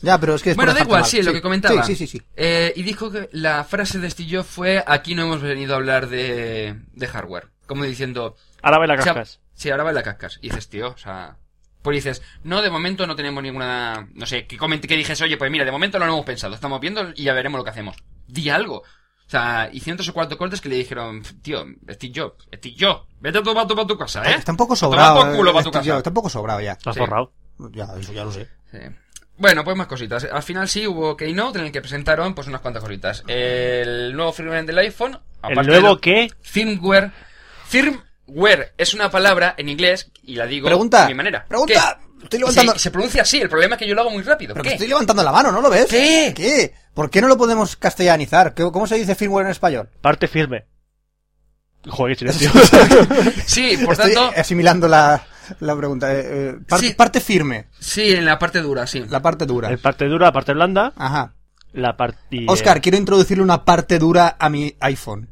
[SPEAKER 5] Ya, pero es que es por
[SPEAKER 6] bueno, da
[SPEAKER 5] dejarte
[SPEAKER 6] igual,
[SPEAKER 5] mal.
[SPEAKER 6] sí, lo que comentaba.
[SPEAKER 5] Sí, sí, sí. sí.
[SPEAKER 6] Eh, y dijo que la frase de Stillov fue, aquí no hemos venido a hablar de, de hardware. Como diciendo,
[SPEAKER 4] Ahora ve la
[SPEAKER 6] o sea,
[SPEAKER 4] cascas.
[SPEAKER 6] sí, ahora va en la cascas. Y dices, tío, o sea... Pues dices, no, de momento no tenemos ninguna... No sé, que, comente, que dijes, oye, pues mira, de momento no lo hemos pensado, estamos viendo y ya veremos lo que hacemos. Di algo. O sea, hicieron tres o cuatro cortes que le dijeron, tío, Steve Jobs, Steve Jobs, vete a tu, a tu- a tu casa, ¿eh?
[SPEAKER 5] Está un poco
[SPEAKER 6] Toma
[SPEAKER 5] sobrado.
[SPEAKER 6] por culo,
[SPEAKER 5] eh,
[SPEAKER 6] va a tu
[SPEAKER 5] este-
[SPEAKER 6] casa.
[SPEAKER 5] Está un poco sobrado ya.
[SPEAKER 4] Lo has
[SPEAKER 6] sí.
[SPEAKER 4] borrado.
[SPEAKER 5] Ya, eso ya lo sé.
[SPEAKER 6] Sí. Bueno, pues más cositas. Al final sí hubo Keynote en el que presentaron pues unas cuantas cositas. El nuevo firmware del iPhone.
[SPEAKER 4] El
[SPEAKER 6] aparte
[SPEAKER 4] nuevo
[SPEAKER 6] de-
[SPEAKER 4] que...
[SPEAKER 6] Firmware. Firmware es una palabra en inglés y la digo
[SPEAKER 5] Pregunta.
[SPEAKER 6] de mi manera.
[SPEAKER 5] Pregunta. Estoy
[SPEAKER 6] ¿Qué?
[SPEAKER 5] levantando.
[SPEAKER 6] Sí, se pronuncia así, el problema es que yo lo hago muy rápido.
[SPEAKER 5] Pero
[SPEAKER 6] ¿Qué?
[SPEAKER 5] que estoy levantando la mano, ¿no lo ves?
[SPEAKER 6] ¿Qué?
[SPEAKER 5] ¿Qué? ¿Por qué no lo podemos castellanizar? ¿Qué- ¿Cómo se dice firmware en español?
[SPEAKER 4] Parte firme. Joder, qué silencio.
[SPEAKER 6] Sí, por
[SPEAKER 5] Estoy eh,
[SPEAKER 6] tanto,
[SPEAKER 5] asimilando la, la pregunta. eh, eh, parte,
[SPEAKER 6] Sí.
[SPEAKER 5] parte firme,
[SPEAKER 6] sí, en la parte dura, sí.
[SPEAKER 5] la parte dura.
[SPEAKER 4] El Eh, parte dura, la parte blanda,
[SPEAKER 5] Ajá.
[SPEAKER 4] la eh, parte...
[SPEAKER 5] Oscar, quiero introducirle una parte dura a mi iPhone.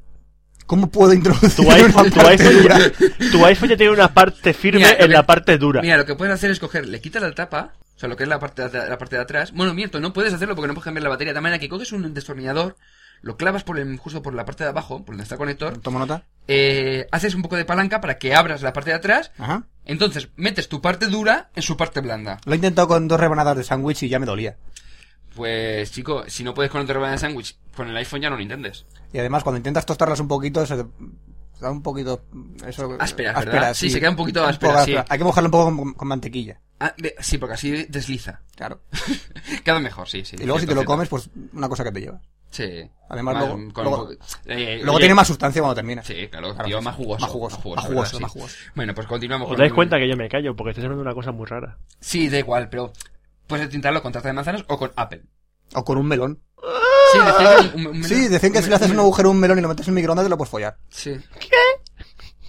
[SPEAKER 5] ¿Cómo puedo introducir
[SPEAKER 4] Tu
[SPEAKER 5] una
[SPEAKER 4] iPhone, tu,
[SPEAKER 5] parte
[SPEAKER 4] iPhone
[SPEAKER 5] dura?
[SPEAKER 4] ya, tu iPhone ya tiene una parte firme
[SPEAKER 6] Mira, lo
[SPEAKER 4] en
[SPEAKER 6] que-
[SPEAKER 4] la parte dura.
[SPEAKER 6] Mira, lo que puedes hacer es coger, le quitas la tapa, o sea, lo que es la parte de, la parte de atrás. Bueno, miento, no puedes hacerlo porque no puedes cambiar la batería. De tal manera que coges un destornillador, lo clavas por el, justo por la parte de abajo, por donde está el conector,
[SPEAKER 5] Tomo nota.
[SPEAKER 6] eh, haces un poco de palanca para que abras la parte de atrás.
[SPEAKER 5] Ajá.
[SPEAKER 6] Entonces, metes tu parte dura en su parte blanda.
[SPEAKER 5] Lo he intentado con dos rebanadas de sándwich y ya me dolía.
[SPEAKER 6] Pues, chico, si no puedes con otra rueda de sándwich, con el iPhone ya no lo intentes.
[SPEAKER 5] Y además, cuando intentas tostarlas un poquito, se se da un poquito. Eso,
[SPEAKER 6] Ásperas, ¿verdad? Sí, se queda un poquito áspera, sí.
[SPEAKER 5] Hay que mojarlo un poco con, con mantequilla.
[SPEAKER 6] Ah, ve- sí, porque así desliza.
[SPEAKER 5] Claro.
[SPEAKER 6] Queda mejor, sí, sí.
[SPEAKER 5] Y luego, si te
[SPEAKER 6] cierto,
[SPEAKER 5] lo
[SPEAKER 6] cierto.
[SPEAKER 5] comes, pues una cosa que te llevas.
[SPEAKER 6] Sí.
[SPEAKER 5] Además,
[SPEAKER 6] Más-
[SPEAKER 5] luego-
[SPEAKER 6] con
[SPEAKER 5] luego-
[SPEAKER 6] un po- eh,
[SPEAKER 5] Luego
[SPEAKER 6] oye,
[SPEAKER 5] tiene más sustancia cuando termina.
[SPEAKER 6] Sí, claro,
[SPEAKER 5] Claro,
[SPEAKER 6] tío,
[SPEAKER 5] sí,
[SPEAKER 6] más
[SPEAKER 5] sí.
[SPEAKER 6] jugoso.
[SPEAKER 5] Más jugoso, más
[SPEAKER 6] ¿verdad?
[SPEAKER 5] jugoso,
[SPEAKER 6] Sí.
[SPEAKER 5] más jugoso.
[SPEAKER 6] Bueno, pues continuamos
[SPEAKER 4] Os
[SPEAKER 6] con-
[SPEAKER 4] dais cuenta que yo me callo, porque estáis hablando de una cosa muy rara.
[SPEAKER 6] Sí, da igual, pero puedes intentarlo con tarta de manzanas o con Apple.
[SPEAKER 5] O con un melón.
[SPEAKER 6] Sí, decían que, un- un- un-
[SPEAKER 5] ¡Ah! Sí, decían que
[SPEAKER 6] un-
[SPEAKER 5] si le haces un
[SPEAKER 6] un-
[SPEAKER 5] agujero a un melón y lo metes en el microondas, te lo puedes follar.
[SPEAKER 6] Sí. ¿Qué?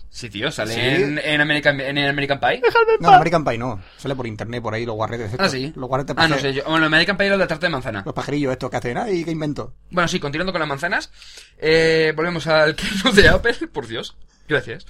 [SPEAKER 6] Sí, tío, sale
[SPEAKER 5] Sí.
[SPEAKER 6] En, en American, en el American Pie.
[SPEAKER 5] No, en American Pie no. Sale por internet, por ahí, los guarretes. estos.
[SPEAKER 6] Ah, sí.
[SPEAKER 5] Los guarretes
[SPEAKER 6] Ah, no
[SPEAKER 5] paje-
[SPEAKER 6] sé, yo. Bueno, American Pie era la tarta de manzana.
[SPEAKER 5] Los pajerillos estos que hacen. Ay, qué invento.
[SPEAKER 6] Bueno, sí, continuando con las manzanas. Eh, volvemos al keynote de Apple, por Dios. Gracias.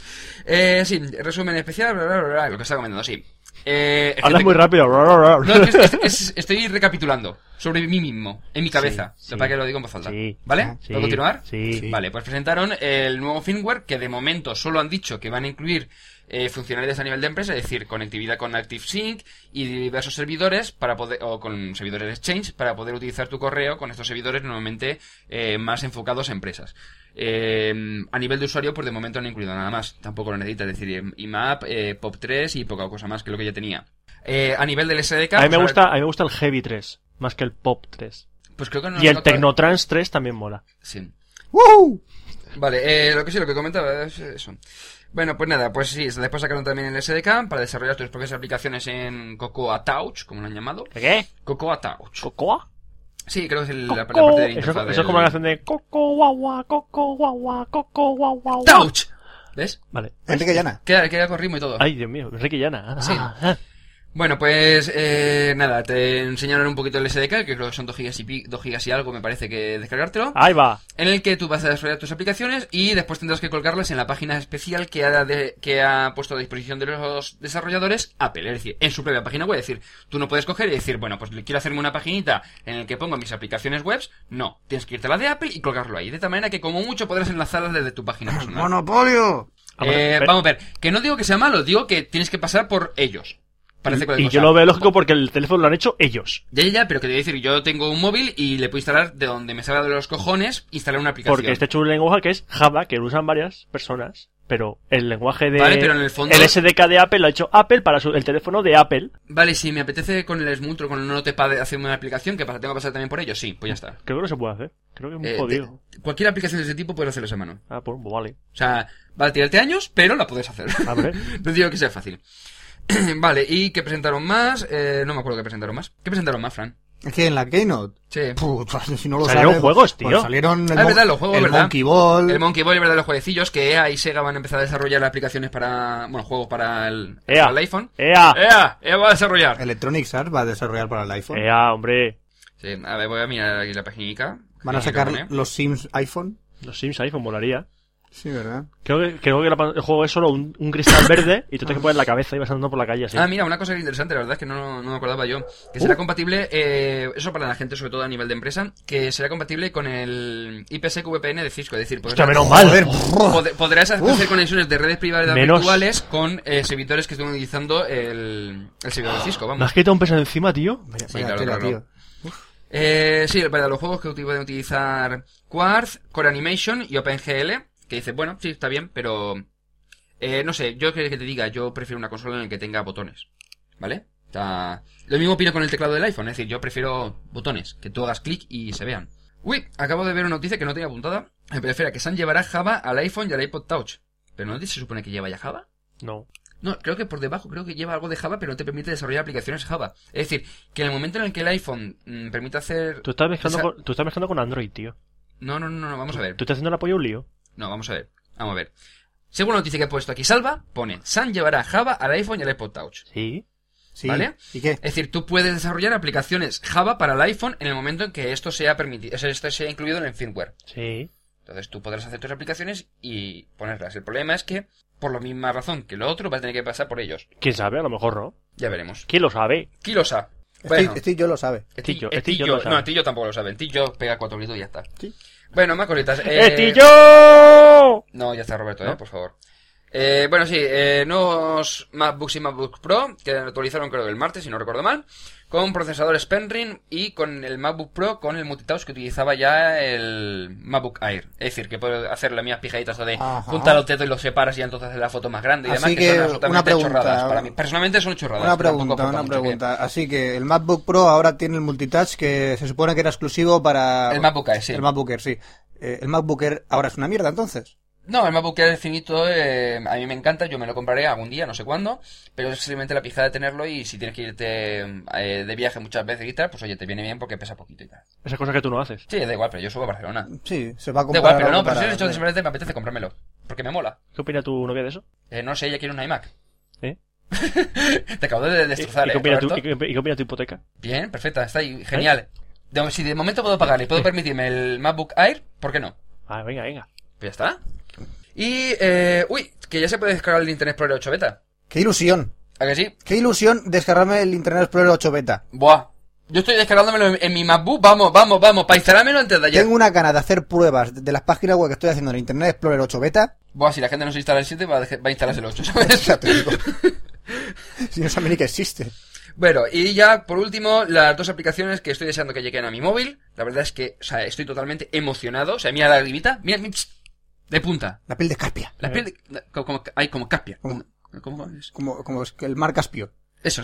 [SPEAKER 6] Eh, sí, resumen especial, bla, bla, bla, bla, lo que está comentando, sí. Eh, es que
[SPEAKER 4] Hablas
[SPEAKER 6] te-
[SPEAKER 4] muy rápido.
[SPEAKER 6] No, es que es- es- estoy recapitulando sobre mí mismo, en mi cabeza.
[SPEAKER 4] sí.
[SPEAKER 6] Lo para que lo digo en voz alta.
[SPEAKER 4] Sí. Ah,
[SPEAKER 6] ¿Vale?
[SPEAKER 4] Sí,
[SPEAKER 6] ¿Puedo continuar?
[SPEAKER 4] sí. Sí.
[SPEAKER 6] Vale, pues presentaron el nuevo firmware que de momento solo han dicho que van a incluir eh, funcionalidades a nivel de empresa, es decir, conectividad con ActiveSync y diversos servidores para poder, o con servidores de Exchange para poder utilizar tu correo con estos servidores normalmente eh, más enfocados a empresas. Eh, a nivel de usuario, pues de momento no han incluido nada más, tampoco lo necesita, es decir, em, IMAP, eh, POP3 y poca cosa más que lo que ya tenía. Eh, a nivel del SDK,
[SPEAKER 4] A mí me
[SPEAKER 6] pues ahora-
[SPEAKER 4] gusta, a mí me gusta el Heavy 3, más que el Pop 3.
[SPEAKER 6] pues creo que no
[SPEAKER 4] Y
[SPEAKER 6] no-
[SPEAKER 4] el Tecnotrans 3 también mola.
[SPEAKER 6] Sí.
[SPEAKER 5] ¡Woo!
[SPEAKER 6] Vale, eh, lo que sí, lo que comentaba es eso. Bueno, pues nada, pues sí, después sacaron también el SDK para desarrollar tus propias aplicaciones en Cocoa Touch, como lo han llamado.
[SPEAKER 4] ¿Qué?
[SPEAKER 6] Cocoa Touch.
[SPEAKER 4] ¿Cocoa?
[SPEAKER 6] Sí, creo que es el- la, la
[SPEAKER 4] Coco.
[SPEAKER 6] parte de la
[SPEAKER 4] Eso,
[SPEAKER 6] interfaz
[SPEAKER 4] eso es como la
[SPEAKER 6] del-
[SPEAKER 4] canción de Coco guagua, Coco guagua, Coco guagua. guau.
[SPEAKER 6] ¡Touch! ¿Ves?
[SPEAKER 4] Vale.
[SPEAKER 5] Enrique Llana.
[SPEAKER 6] Queda, queda con ritmo y todo.
[SPEAKER 4] Ay, Dios mío, Enrique Llana. Ah,
[SPEAKER 6] Sí.
[SPEAKER 4] ah.
[SPEAKER 6] Bueno, pues eh, nada, te enseñaron un poquito el SDK, que creo que son 2 gigas y, pi- 2 gigas y algo, me parece que descargártelo.
[SPEAKER 4] Ahí va. Ah,
[SPEAKER 6] En el que tú vas a desarrollar tus aplicaciones y después tendrás que colgarlas en la página especial que ha, de- que ha puesto a disposición de los desarrolladores Apple, es decir, en su propia página web. Es decir, tú no puedes coger y decir, bueno, pues quiero hacerme una paginita en la que pongo mis aplicaciones webs. No, tienes que irte a la de Apple y colgarlo ahí. De tal manera que como mucho podrás enlazarlas desde tu página personal.
[SPEAKER 5] ¡Monopolio!
[SPEAKER 4] Vamos a
[SPEAKER 6] Eh,
[SPEAKER 4] ver.
[SPEAKER 6] vamos a ver, que no digo que sea malo, digo que tienes que pasar por ellos. Parece
[SPEAKER 4] y
[SPEAKER 6] cualquier
[SPEAKER 4] yo
[SPEAKER 6] cosa.
[SPEAKER 4] lo veo lógico porque el teléfono lo han hecho ellos.
[SPEAKER 6] Ya, ya, ya, pero que te voy a decir, yo tengo un móvil y le puedo instalar de donde me salga de los cojones, instalar una aplicación.
[SPEAKER 4] Porque este hecho un lenguaje que es Java, que lo usan varias personas, pero el lenguaje de...
[SPEAKER 6] Vale, pero en el fondo-
[SPEAKER 4] SDK de Apple lo ha hecho Apple para su- el teléfono de Apple.
[SPEAKER 6] Vale, si me apetece con el Smultro, con el Notepad hacerme una aplicación, que pasa? ¿Tengo que pasar también por ellos? Sí, pues ya está.
[SPEAKER 4] Creo que no se puede hacer. Creo que es muy
[SPEAKER 6] Eh,
[SPEAKER 4] jodido.
[SPEAKER 6] te- cualquier aplicación de ese tipo puedes hacerlo a mano.
[SPEAKER 4] Ah, pues vale.
[SPEAKER 6] O sea, va a tirarte años, pero la puedes hacer.
[SPEAKER 4] A ver.
[SPEAKER 6] no digo que sea fácil. vale, ¿y qué presentaron más? Eh, no me acuerdo qué presentaron más. ¿Qué presentaron más, Fran?
[SPEAKER 5] Es que en la Keynote.
[SPEAKER 6] Sí.
[SPEAKER 5] Puta, si no lo
[SPEAKER 4] Salieron
[SPEAKER 5] sabes,
[SPEAKER 4] juegos, tío.
[SPEAKER 5] pues salieron el,
[SPEAKER 6] Ah,
[SPEAKER 5] Mon-
[SPEAKER 6] verdad, los juegos,
[SPEAKER 5] el
[SPEAKER 6] verdad.
[SPEAKER 5] Monkey Ball.
[SPEAKER 6] El Monkey Ball, ¿verdad? Los jueguecillos que EA y Sega van a empezar a desarrollar aplicaciones para... Bueno, juegos para el,
[SPEAKER 4] ¡Ea!
[SPEAKER 6] para el iPhone.
[SPEAKER 4] ¡Ea!
[SPEAKER 6] ¡Ea! ¡Ea va a
[SPEAKER 4] E
[SPEAKER 6] desarrollar!
[SPEAKER 5] Electronic Arts va a desarrollar para el iPhone.
[SPEAKER 4] ¡Ea, hombre!
[SPEAKER 6] Sí, a ver, voy a mirar aquí la paginica.
[SPEAKER 5] Van a
[SPEAKER 6] Sí,
[SPEAKER 5] sacar
[SPEAKER 6] perdón, ¿eh?
[SPEAKER 5] los Sims iPhone.
[SPEAKER 4] Los Sims iPhone molaría.
[SPEAKER 5] Sí, ¿verdad?
[SPEAKER 4] Creo que, creo que la pan- el juego es solo un, un cristal verde y tú te que poner en la cabeza y vas andando por la calle así.
[SPEAKER 6] Ah, mira, una cosa interesante, la verdad es que no, no me acordaba yo. Que
[SPEAKER 5] Uh.
[SPEAKER 6] será compatible, eh, eso para la gente, sobre todo a nivel de empresa, que será compatible con el IPsec VPN de Cisco. Es decir, podrás,
[SPEAKER 4] Hostia, menos mal.
[SPEAKER 5] Joder,
[SPEAKER 6] pod- podrás hacer conexiones de redes privadas
[SPEAKER 4] Menos.
[SPEAKER 6] virtuales con eh, servidores que estén utilizando el, el servidor de Cisco,
[SPEAKER 4] ¿Me
[SPEAKER 6] vamos.
[SPEAKER 4] has quitado un peso encima, tío?
[SPEAKER 5] Vaya,
[SPEAKER 6] Sí,
[SPEAKER 5] vaya
[SPEAKER 6] claro,
[SPEAKER 5] tela,
[SPEAKER 6] claro.
[SPEAKER 5] tío.
[SPEAKER 6] Eh, sí, para los juegos que uti- pueden utilizar Quartz, Core Animation y OpenGL, que dice, bueno, sí, está bien, pero... eh, no sé, yo creo que te diga, yo prefiero una consola en la que tenga botones, ¿vale? O sea, lo mismo opino con el teclado del iPhone, es decir, yo prefiero botones, que tú hagas clic y se vean. Uy, acabo de ver una noticia que no tenía apuntada. Me prefiera que Sam llevará Java al iPhone y al iPod Touch. ¿Pero no se supone que lleva ya Java?
[SPEAKER 4] No.
[SPEAKER 6] No, creo que por debajo creo que lleva algo de Java, pero no te permite desarrollar aplicaciones Java. Es decir, que en el momento en el que el iPhone mm, permite hacer...
[SPEAKER 4] Tú estás, mezclando
[SPEAKER 6] Esa-
[SPEAKER 4] con, tú estás mezclando con Android, tío.
[SPEAKER 6] No, no, no, no, vamos a ver.
[SPEAKER 4] Tú estás haciendo el apoyo un lío.
[SPEAKER 6] No, vamos a ver. Vamos a ver. Según la noticia que he puesto aquí, Salva, pone, San llevará Java al iPhone y al iPod Touch.
[SPEAKER 4] Sí.
[SPEAKER 5] Sí.
[SPEAKER 6] ¿Vale?
[SPEAKER 5] ¿Y qué?
[SPEAKER 6] Es decir, tú puedes desarrollar aplicaciones Java para el iPhone en el momento en que esto sea permitido, o sea, esto sea incluido en el firmware.
[SPEAKER 4] Sí.
[SPEAKER 6] Entonces tú podrás hacer tus aplicaciones y ponerlas. El problema es que, por la misma razón que lo otro, va a tener que pasar por ellos.
[SPEAKER 4] ¿Quién sabe? A lo mejor no.
[SPEAKER 6] Ya veremos.
[SPEAKER 4] ¿Quién lo
[SPEAKER 6] Eh.
[SPEAKER 4] sabe?
[SPEAKER 6] Kilosa.
[SPEAKER 5] Steve,
[SPEAKER 6] Bueno,
[SPEAKER 5] Steve yo lo sabe.
[SPEAKER 4] Tillo,
[SPEAKER 6] Esti-
[SPEAKER 4] Tillo
[SPEAKER 6] Tillo-
[SPEAKER 4] lo sabe.
[SPEAKER 6] no, Tillo tampoco lo sabe. Tillo pega cuatro gritos y ya está.
[SPEAKER 5] Sí.
[SPEAKER 6] Bueno, más cositas. Eh,
[SPEAKER 4] ¡Estillo!
[SPEAKER 6] No, ya está Roberto, eh,
[SPEAKER 4] ¿No?
[SPEAKER 6] por favor. Eh, bueno, sí, eh, nuevos MacBooks y MacBook Pro que actualizaron creo que el martes, si no recuerdo mal, con procesadores Penryn y con el MacBook Pro con el multitouch que utilizaba ya el MacBook Air. Es decir, que puedo hacer las mías pijaditas de
[SPEAKER 5] Ajá.
[SPEAKER 6] junta los dedos y los separas y entonces haces la foto más grande y
[SPEAKER 5] Así
[SPEAKER 6] demás, que,
[SPEAKER 5] que,
[SPEAKER 6] son
[SPEAKER 5] una
[SPEAKER 6] absolutamente
[SPEAKER 5] pregunta.
[SPEAKER 6] chorradas. Para mí, personalmente son chorradas.
[SPEAKER 5] Una
[SPEAKER 6] pero tampoco
[SPEAKER 5] pregunta,
[SPEAKER 6] aporta
[SPEAKER 5] una
[SPEAKER 6] mucho que-
[SPEAKER 5] pregunta. Así que el MacBook Pro ahora tiene el multitouch que se supone que era exclusivo para...
[SPEAKER 6] El MacBook Air, sí.
[SPEAKER 5] El MacBook Air, sí. Eh, el MacBook Air ahora es una mierda, entonces.
[SPEAKER 6] No, el MacBook Air finito eh, a mí me encanta, yo me lo compraré algún día, no sé cuándo, pero es simplemente la pijada de tenerlo y si tienes que irte eh, de viaje muchas veces y tal, pues oye, te viene bien porque pesa poquito y tal.
[SPEAKER 4] Esas cosas que tú no haces.
[SPEAKER 6] Sí, da igual, pero yo subo a Barcelona. Da
[SPEAKER 5] Sí, se va a comprar...
[SPEAKER 6] igual, pero
[SPEAKER 5] algo
[SPEAKER 6] no, pero si
[SPEAKER 5] para-
[SPEAKER 6] el hecho de simplemente me apetece comprármelo, porque me mola.
[SPEAKER 4] ¿Qué opina tu novia de eso?
[SPEAKER 6] Eh, no sé, ella quiere un iMac.
[SPEAKER 4] ¿Eh?
[SPEAKER 6] Te acabo de destrozar,
[SPEAKER 4] ¿Y, y qué
[SPEAKER 6] eh,
[SPEAKER 4] opina tu,
[SPEAKER 6] Roberto.
[SPEAKER 4] y qué- ¿Eh? y qué opina tu hipoteca?
[SPEAKER 6] Bien, perfecta, está ahí, genial. De- si de momento puedo pagarle, puedo permitirme el MacBook Air, ¿por qué no?
[SPEAKER 4] Ah, venga, venga.
[SPEAKER 6] Pues ya está. Y, eh, uy, que ya se puede descargar el Internet Explorer 8 Beta.
[SPEAKER 5] ¡Qué ilusión!
[SPEAKER 6] ¿A que sí?
[SPEAKER 5] ¡Qué ilusión descargarme el Internet Explorer 8 beta!
[SPEAKER 6] Buah. Yo estoy descargándomelo en, en mi MacBook. Vamos, vamos, vamos. Para instalármelo antes de ayer.
[SPEAKER 5] Tengo una gana de hacer pruebas de- de las páginas web que estoy haciendo en el Internet Explorer 8 beta.
[SPEAKER 6] Buah, si la gente no se instala el 7, va a, deje- va a instalarse el 8, ¿sabes?
[SPEAKER 5] Ya te digo. si no sabe ni que existe.
[SPEAKER 6] bueno, y ya por último, las dos aplicaciones que estoy deseando que lleguen a mi móvil. La verdad es que, o sea, estoy totalmente emocionado. O sea, mira la grivita. Mira, mi- pss, de punta.
[SPEAKER 5] La piel de Caspia.
[SPEAKER 6] La piel de- como, como, ay, como caspia.
[SPEAKER 5] Como-
[SPEAKER 6] ¿Cómo es?
[SPEAKER 5] Como, como es que el mar Caspio.
[SPEAKER 6] Eso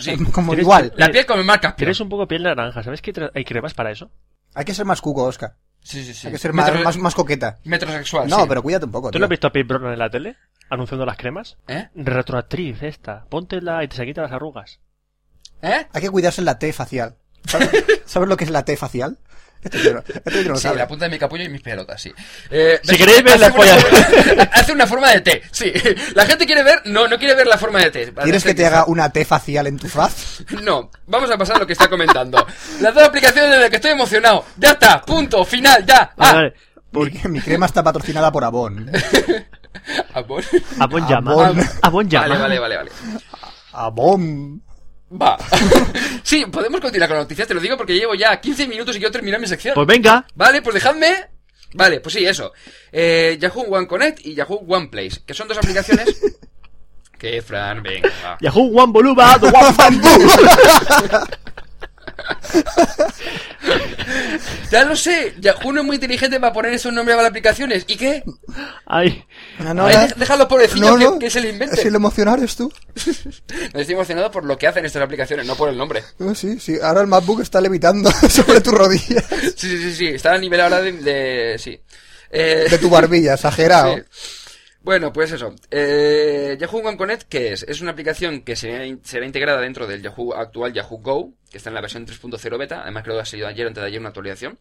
[SPEAKER 6] sí.
[SPEAKER 5] Como
[SPEAKER 4] Tienes-
[SPEAKER 5] igual.
[SPEAKER 6] La piel como el mar caspio.
[SPEAKER 4] Tienes un poco piel naranja. ¿Sabes que hay cremas para eso?
[SPEAKER 5] Hay que ser más cuco, Oscar.
[SPEAKER 6] Sí, sí, sí.
[SPEAKER 5] Hay que ser más,
[SPEAKER 6] Metro-
[SPEAKER 5] más, más coqueta.
[SPEAKER 6] Metrosexual.
[SPEAKER 5] No,
[SPEAKER 6] sí.
[SPEAKER 5] pero cuídate un poco.
[SPEAKER 4] ¿Tú
[SPEAKER 5] tío.
[SPEAKER 4] no has visto a Pete Brown en la tele? Anunciando las cremas.
[SPEAKER 6] ¿Eh?
[SPEAKER 4] Retroactriz esta. Póntela y te se quitan las arrugas.
[SPEAKER 6] ¿Eh?
[SPEAKER 5] Hay que cuidarse la T facial. ¿Sabes, ¿Sabes lo que es la T facial? Esto yo no, esto yo no lo
[SPEAKER 6] Sí,
[SPEAKER 5] sabía.
[SPEAKER 6] la punta de mi capullo y mis pelotas, sí. Eh,
[SPEAKER 4] Si queréis ver
[SPEAKER 6] hace
[SPEAKER 4] la
[SPEAKER 6] una
[SPEAKER 4] polla-
[SPEAKER 6] forma- Hace una forma de T, sí. La gente quiere ver, no, no quiere ver la forma de T.
[SPEAKER 5] ¿Quieres que te haga una T facial en tu faz?
[SPEAKER 6] No, vamos a pasar a lo que está comentando. Las dos aplicaciones de las que estoy emocionado. Ya está, punto, final, ya.
[SPEAKER 4] Vale,
[SPEAKER 6] Ah,
[SPEAKER 4] vale.
[SPEAKER 5] Porque mi crema está patrocinada por Avon.
[SPEAKER 6] amor.
[SPEAKER 4] Avon llama.
[SPEAKER 5] Avon.
[SPEAKER 4] Avon llama.
[SPEAKER 6] ah, Vale, vale, vale, vale.
[SPEAKER 5] Avon.
[SPEAKER 6] Va. Sí, podemos continuar con las noticias, te lo digo porque llevo ya 15 minutos y quiero terminar mi sección.
[SPEAKER 4] Pues venga.
[SPEAKER 6] Vale, pues dejadme. Vale, pues sí, eso. Eh, Yahoo One Connect y Yahoo One Place, que son dos aplicaciones. que Fran, venga. va.
[SPEAKER 4] Yahoo One Boluba, the One
[SPEAKER 6] Ya lo sé, Yahoo no es muy inteligente para poner esos nombres a las aplicaciones. ¿Y qué?
[SPEAKER 4] Ay.
[SPEAKER 5] No, no,
[SPEAKER 6] Ay,
[SPEAKER 5] la-
[SPEAKER 6] deja- deja a los pobrecillos que- que se le inventen.
[SPEAKER 5] Es el emocionar, ¿es tú?
[SPEAKER 6] Me estoy emocionado por lo que hacen estas aplicaciones, no por el nombre.
[SPEAKER 5] No, Oh, sí, sí. Ahora el MacBook está levitando sobre tu rodilla.
[SPEAKER 6] Sí, sí, sí, sí, está a nivel ahora de. de- sí. Eh,
[SPEAKER 5] De tu barbilla, exagerado.
[SPEAKER 6] Sí. Bueno, pues eso. Eh, Yahoo One Connect, ¿qué es? Es una aplicación que será, in- será integrada dentro del Yahoo actual Yahoo Go, que está en la versión 3.0 beta. Además, creo que ha salido ayer, antes de ayer, una actualización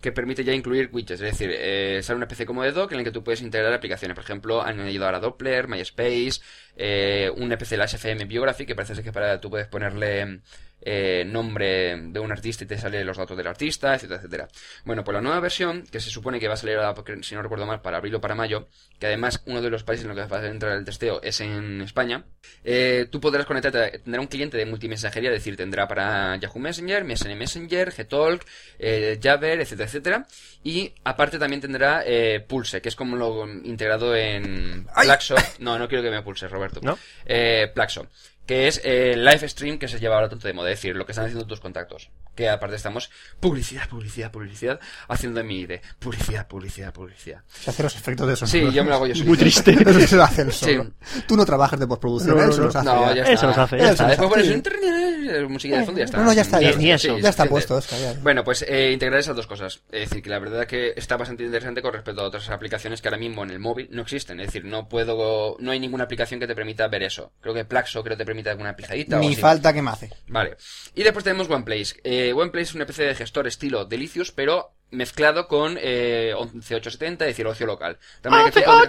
[SPEAKER 6] que permite ya incluir widgets. Es decir, eh, sale una especie como de dock en el que tú puedes integrar aplicaciones. Por ejemplo, han añadido ahora Doppler, MySpace, eh, una especie de la SFM Biography, que parece ser que para tú puedes ponerle eh, nombre de un artista y te sale los datos del artista, etcétera, etcétera. Bueno, pues la nueva versión, que se supone que va a salir, ahora, porque, si no recuerdo mal, para abril o para mayo, que además uno de los países en los que va a entrar el testeo es en España, eh, tú podrás conectarte, tendrá un cliente de multimensajería, es decir, tendrá para Yahoo Messenger, MSN Messenger, Gtalk, eh, Jabber, etcétera, etcétera. Y aparte también tendrá eh, Pulse, que es como lo integrado en
[SPEAKER 5] ¡Ay!
[SPEAKER 6] Plaxo. No, no quiero que me pulses, Roberto.
[SPEAKER 4] ¿No?
[SPEAKER 6] Eh, Plaxo, que es eh, live stream que se lleva ahora tanto de moda, es decir, lo que están haciendo tus contactos. Que aparte estamos publicidad, publicidad, publicidad, haciendo en mi ID. Publicidad, publicidad, publicidad.
[SPEAKER 5] Se hace los efectos de eso.
[SPEAKER 6] Sí, yo me lo hago yo
[SPEAKER 4] Muy
[SPEAKER 6] solito.
[SPEAKER 4] triste.
[SPEAKER 5] Eso se lo hace él solo. Tú no trabajas de
[SPEAKER 4] No,
[SPEAKER 5] postproducción,
[SPEAKER 4] no,
[SPEAKER 5] él se
[SPEAKER 4] no.
[SPEAKER 5] los hace. ya.
[SPEAKER 6] No, ya
[SPEAKER 4] Eso
[SPEAKER 6] está.
[SPEAKER 4] los hace,
[SPEAKER 6] Ya
[SPEAKER 5] eso
[SPEAKER 6] está.
[SPEAKER 5] los
[SPEAKER 6] Después
[SPEAKER 5] hace. Eh,
[SPEAKER 6] pones un musiquilla de fondo y ya está.
[SPEAKER 5] No, no, ya está, ya,
[SPEAKER 4] Ni eso.
[SPEAKER 5] ya está puesto. es que ya-
[SPEAKER 6] Bueno, pues eh, integrar esas dos cosas. Es decir, que la verdad que está bastante interesante con respecto a otras aplicaciones que ahora mismo en el móvil no existen. Es decir, no puedo, no hay ninguna aplicación que te permita ver eso. Creo que Plaxo creo que te permite alguna pijadita o
[SPEAKER 5] Ni
[SPEAKER 6] así.
[SPEAKER 5] falta que me hace.
[SPEAKER 6] Vale. Y después tenemos OnePlace. Eh, OnePlace es una especie de gestor estilo Delicious, pero mezclado con eh, 11870, es decir, ocio local. También hay que tú podrás-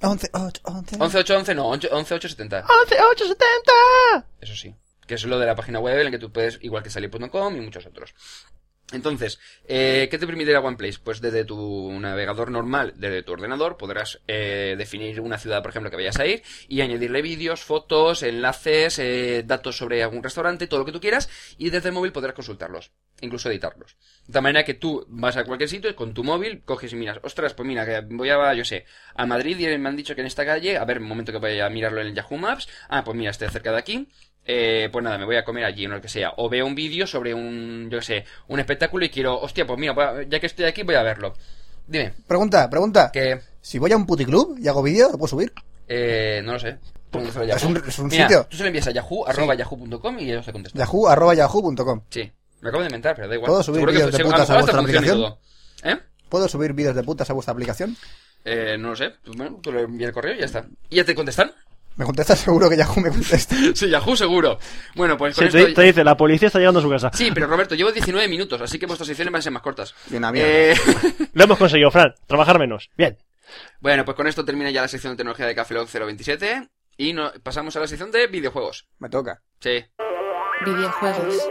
[SPEAKER 5] 11, 8, 11.
[SPEAKER 6] 11811 no, 11- 11870.
[SPEAKER 4] 11870.
[SPEAKER 6] Eso sí. Que es lo de la página web en la que tú puedes, igual que salir.com y muchos otros. Entonces, eh, ¿qué te permitirá OnePlace? Pues desde tu navegador normal, desde tu ordenador, podrás eh, definir una ciudad, por ejemplo, que vayas a ir y añadirle vídeos, fotos, enlaces, eh, datos sobre algún restaurante, todo lo que tú quieras, y desde el móvil podrás consultarlos, incluso editarlos. De tal manera que tú vas a cualquier sitio y con tu móvil coges y miras, ostras, pues mira, que voy a, yo sé, a Madrid y me han dicho que en esta calle, a ver, un momento que vaya a mirarlo en el Yahoo Maps, ah, pues mira, estoy cerca de aquí, eh, pues nada, me voy a comer allí, o lo que sea. O veo un vídeo sobre un, yo qué sé, un espectáculo y quiero, hostia, pues mira, va- ya que estoy aquí voy a verlo. Dime,
[SPEAKER 5] Pregunta, pregunta.
[SPEAKER 6] que,
[SPEAKER 5] Si voy a un puticlub y hago vídeo, ¿lo puedo subir?
[SPEAKER 6] eh, no lo sé. Pregunta sobre
[SPEAKER 5] Pues, Es
[SPEAKER 6] Yahoo.
[SPEAKER 5] un- es un
[SPEAKER 6] Mira,
[SPEAKER 5] sitio.
[SPEAKER 6] Tú se lo envías a yahoo, arroba yahoo.com y ellos te contestan.
[SPEAKER 5] Yahoo, arroba yahoo.com.
[SPEAKER 6] Sí, me acabo de inventar, pero da igual.
[SPEAKER 5] ¿Puedo subir
[SPEAKER 6] Seguro que
[SPEAKER 5] vídeos de
[SPEAKER 6] seguro-
[SPEAKER 5] putas
[SPEAKER 6] lo
[SPEAKER 5] a
[SPEAKER 6] mejor hasta
[SPEAKER 5] vuestra
[SPEAKER 6] funciona y todo. ¿Eh?
[SPEAKER 5] ¿Puedo subir vídeos de putas a vuestra aplicación?
[SPEAKER 6] Eh, no lo sé. Tú- Bueno, tú le envías el correo y ya está. ¿Y ya te contestan?
[SPEAKER 5] Me contesta seguro que Yahoo me contesta.
[SPEAKER 6] sí, Yahoo seguro. Bueno, pues con
[SPEAKER 4] Se te,
[SPEAKER 6] esto-
[SPEAKER 4] te dice, la policía está llegando a su casa.
[SPEAKER 6] Sí, pero Roberto, llevo 19 minutos, así que vuestras secciones van a ser más cortas.
[SPEAKER 5] Y una mierda.
[SPEAKER 6] eh...
[SPEAKER 4] Lo hemos conseguido, Fran. Trabajar menos. Bien.
[SPEAKER 6] Bueno, pues con esto termina ya la sección de tecnología de Café Lock 027 y no- pasamos a la sección de videojuegos.
[SPEAKER 5] Me toca.
[SPEAKER 6] Sí.
[SPEAKER 3] Videojuegos.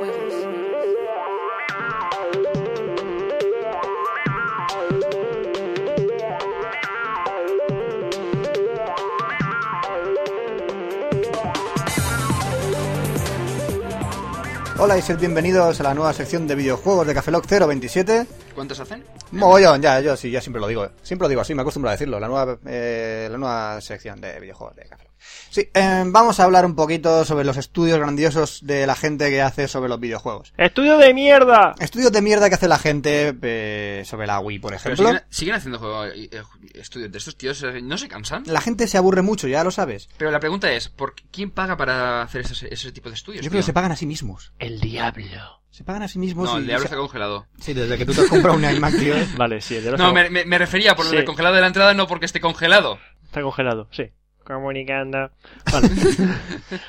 [SPEAKER 5] Hola y sed bienvenidos a la nueva sección de videojuegos de Cafeloc 027.
[SPEAKER 6] ¿Cuántos hacen?
[SPEAKER 5] Mogollón, ya, yo sí, ya siempre lo digo. Siempre lo digo así, me acostumbro a decirlo. La nueva, eh, la nueva eh, sección de videojuegos de Cafeloc. Sí, eh, vamos a hablar un poquito sobre los estudios grandiosos de la gente que hace sobre los videojuegos.
[SPEAKER 4] ¡Estudio de mierda!
[SPEAKER 5] Estudios de mierda que hace la gente eh, sobre la Wii, por
[SPEAKER 6] Pero
[SPEAKER 5] ejemplo.
[SPEAKER 6] siguen, siguen haciendo juego- eh, estudios de estos tíos, eh, no se cansan.
[SPEAKER 5] La gente se aburre mucho, ya lo sabes.
[SPEAKER 6] Pero la pregunta es, ¿por qué- ¿quién paga para hacer esos- ese, tipo de estudios?
[SPEAKER 5] Yo creo que
[SPEAKER 6] tío?
[SPEAKER 5] se pagan a sí mismos.
[SPEAKER 4] El diablo.
[SPEAKER 5] Se pagan a sí mismos
[SPEAKER 6] No,
[SPEAKER 5] y...
[SPEAKER 6] el diablo
[SPEAKER 5] se-
[SPEAKER 6] está congelado.
[SPEAKER 5] Sí, desde que tú te has comprado un iMac, tío.
[SPEAKER 4] Vale, sí, el diablo
[SPEAKER 6] No,
[SPEAKER 4] está,
[SPEAKER 6] me, me- me refería por lo
[SPEAKER 4] Sí.
[SPEAKER 6] del congelado de la entrada, no porque esté congelado.
[SPEAKER 4] está congelado, sí. Comunicando. Vale.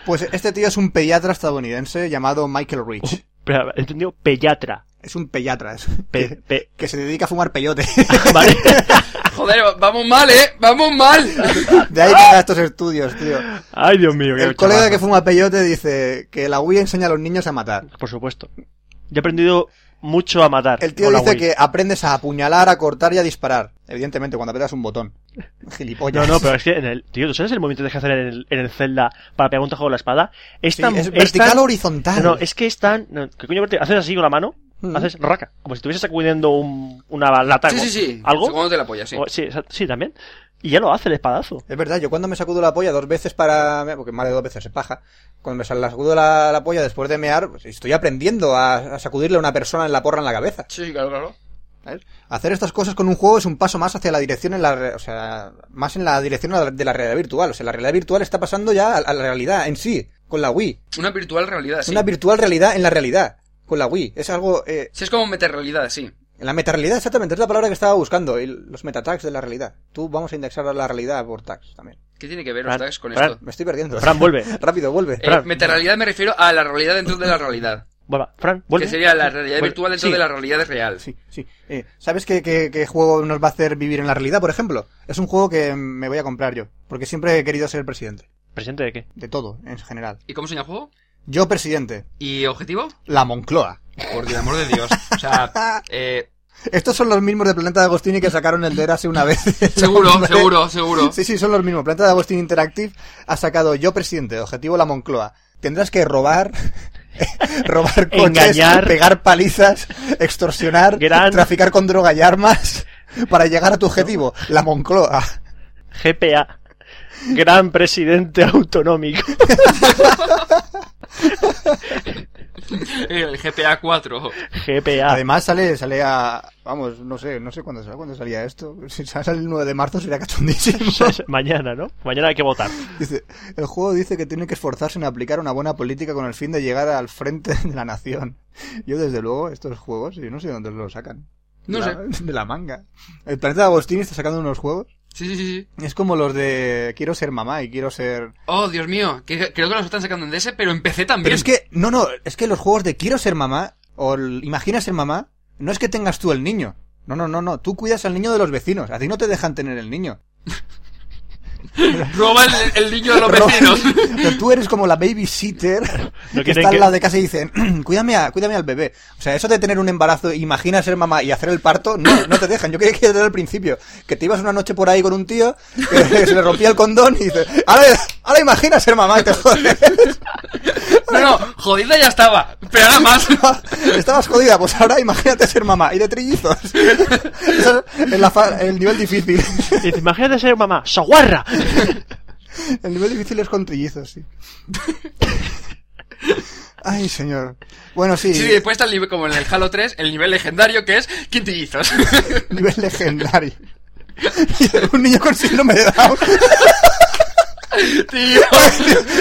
[SPEAKER 5] Pues este tío es un pediatra estadounidense llamado Michael Rich.
[SPEAKER 4] Pero, he entendido pediatra.
[SPEAKER 5] Es un pediatra, es-
[SPEAKER 4] Oh. Pe-
[SPEAKER 5] que,
[SPEAKER 4] pe-
[SPEAKER 5] que se dedica a fumar peyote.
[SPEAKER 4] vale.
[SPEAKER 6] Joder, va- vamos mal, ¿eh? ¡Vamos mal!
[SPEAKER 5] De ahí que haga estos estudios, tío.
[SPEAKER 4] Ay, Dios mío, qué
[SPEAKER 5] El colega
[SPEAKER 4] chaval.
[SPEAKER 5] que fuma peyote dice que la Wii enseña a los niños a matar.
[SPEAKER 4] Por supuesto. Yo he aprendido mucho a matar.
[SPEAKER 5] El tío
[SPEAKER 4] con la
[SPEAKER 5] dice
[SPEAKER 4] Wii.
[SPEAKER 5] que aprendes a apuñalar, a cortar y a disparar. Evidentemente, cuando apretas un botón.
[SPEAKER 4] No,
[SPEAKER 5] Gilipollas.
[SPEAKER 4] no, pero es que en el. Tío, ¿tú sabes el movimiento que tienes que hacer en el, en el Zelda para pegar un tajo con la espada? Es
[SPEAKER 5] Sí,
[SPEAKER 4] tan.
[SPEAKER 5] es vertical
[SPEAKER 4] tan-
[SPEAKER 5] o
[SPEAKER 4] No,
[SPEAKER 5] horizontal.
[SPEAKER 4] no, es que es tan. no, ¿Qué coño vertical? Haces así con la mano,
[SPEAKER 5] Mm.
[SPEAKER 4] haces raca, como si estuviese sacudiendo un, una lata.
[SPEAKER 6] Sí,
[SPEAKER 4] o-
[SPEAKER 6] sí, sí.
[SPEAKER 4] ¿Algo?
[SPEAKER 6] Segundo te la polla, sí.
[SPEAKER 4] O- sí, esa- sí, también. Y ya lo hace el espadazo.
[SPEAKER 5] Es verdad, yo cuando me sacudo la polla dos veces para... Porque más de dos veces es paja. Cuando me sal- la sacudo la, la polla después de mear, pues estoy aprendiendo a, a sacudirle a una persona en la porra en la cabeza.
[SPEAKER 6] Sí, sí, claro, claro.
[SPEAKER 5] ¿sabes? Hacer estas cosas con un juego es un paso más hacia la dirección en la... re- O sea, más en la dirección a la- de la realidad virtual. O sea, la realidad virtual está pasando ya a, a la realidad en sí, con la Wii.
[SPEAKER 6] Una virtual realidad, sí.
[SPEAKER 5] Una virtual realidad en la realidad, con la Wii. Es algo... eh,
[SPEAKER 6] Sí, es como metarealidad, sí.
[SPEAKER 5] La metarealidad, exactamente, es la palabra que estaba buscando. y los metatags de la realidad. Tú vamos a indexar la realidad por tags también.
[SPEAKER 6] ¿Qué tiene que ver
[SPEAKER 4] Fran,
[SPEAKER 6] los tags con
[SPEAKER 4] Fran.
[SPEAKER 6] esto?
[SPEAKER 5] Me estoy perdiendo.
[SPEAKER 4] Fran, vuelve.
[SPEAKER 5] Rápido, vuelve.
[SPEAKER 6] Eh, metarealidad me refiero a la realidad dentro de la realidad.
[SPEAKER 4] Vuelva, Fran, vuelve.
[SPEAKER 6] Que sería la realidad
[SPEAKER 4] Vuelve.
[SPEAKER 6] virtual dentro
[SPEAKER 4] Sí.
[SPEAKER 6] de la realidad real.
[SPEAKER 5] Sí, sí. Eh, ¿Sabes qué, qué- qué juego nos va a hacer vivir en la realidad, por ejemplo? Es un juego que me voy a comprar yo, porque siempre he querido ser presidente.
[SPEAKER 4] ¿Presidente de qué?
[SPEAKER 5] De todo, en general.
[SPEAKER 6] ¿Y cómo se llama el juego?
[SPEAKER 5] Yo presidente.
[SPEAKER 6] ¿Y objetivo?
[SPEAKER 5] La Moncloa.
[SPEAKER 6] Por el amor de Dios. O sea, eh,
[SPEAKER 5] Estos son los mismos de Planeta de Agostini que sacaron el de Érase una vez.
[SPEAKER 6] seguro,
[SPEAKER 5] Hombre.
[SPEAKER 6] seguro, seguro.
[SPEAKER 5] Sí, sí, son los mismos. Planeta de Agostini Interactive ha sacado Yo presidente, objetivo La Moncloa. Tendrás que robar... robar coches,
[SPEAKER 4] Engañar.
[SPEAKER 5] pegar palizas, extorsionar,
[SPEAKER 4] Gran-
[SPEAKER 5] traficar con droga y armas para llegar a tu objetivo, la Moncloa.
[SPEAKER 4] GPA. Gran presidente autonómico.
[SPEAKER 6] Eh, El GTA 4.
[SPEAKER 4] GPA.
[SPEAKER 5] Además sale, sale a... Vamos, no sé, no sé cuándo, sale- cuándo salía esto. Si sale el 9 de marzo sería cachondísimo.
[SPEAKER 4] O sea, es Mañana, ¿no? Mañana hay que votar.
[SPEAKER 5] Dice, el juego dice que tiene que esforzarse en aplicar una buena política con el fin de llegar al frente de la nación. Yo desde luego, estos juegos, yo no sé dónde los sacan.
[SPEAKER 6] No
[SPEAKER 5] De
[SPEAKER 6] sé.
[SPEAKER 5] la- De la manga. El planeta de Agostini está sacando unos juegos.
[SPEAKER 6] Sí, sí, sí. sí.
[SPEAKER 5] Es como los de quiero ser mamá y quiero ser...
[SPEAKER 6] Oh, Dios mío. que- Creo que los están sacando en DS, pero empecé también.
[SPEAKER 5] Pero es que, no, no, es que los juegos de quiero ser mamá o el imagina ser mamá, no es que tengas tú el niño. No, no, no, no, tú cuidas al niño de los vecinos, a ti no te dejan tener el niño.
[SPEAKER 6] Roba el, el niño de los
[SPEAKER 5] Roba-
[SPEAKER 6] vecinos.
[SPEAKER 5] Pero tú eres como la babysitter
[SPEAKER 4] No
[SPEAKER 5] que
[SPEAKER 4] quieren
[SPEAKER 5] está al
[SPEAKER 4] que-
[SPEAKER 5] lado de casa y dicen, cuídame, a- cuídame al bebé. O sea, eso de tener un embarazo, imagina ser mamá y hacer el parto, no, no te dejan. Yo quería que desde el principio, que te ibas una noche por ahí con un tío, que se le rompía el condón y dices, ahora, ahora imagina ser mamá y te jodes.
[SPEAKER 6] No, no, jodida ya estaba. Pero ahora más.
[SPEAKER 5] Estabas jodida, pues ahora imagínate ser mamá y de trillizos. Eso es la fa- el nivel difícil.
[SPEAKER 4] Dice, Imagínate ser mamá. ¡Soguarra!
[SPEAKER 5] El nivel difícil es con trillizos, sí. Ay, señor. Bueno, sí.
[SPEAKER 6] Sí, después está el nivel como en el Halo 3, el nivel legendario que es quintillizos.
[SPEAKER 5] Nivel legendario. Y Un niño con síndrome de Down.
[SPEAKER 6] Tío.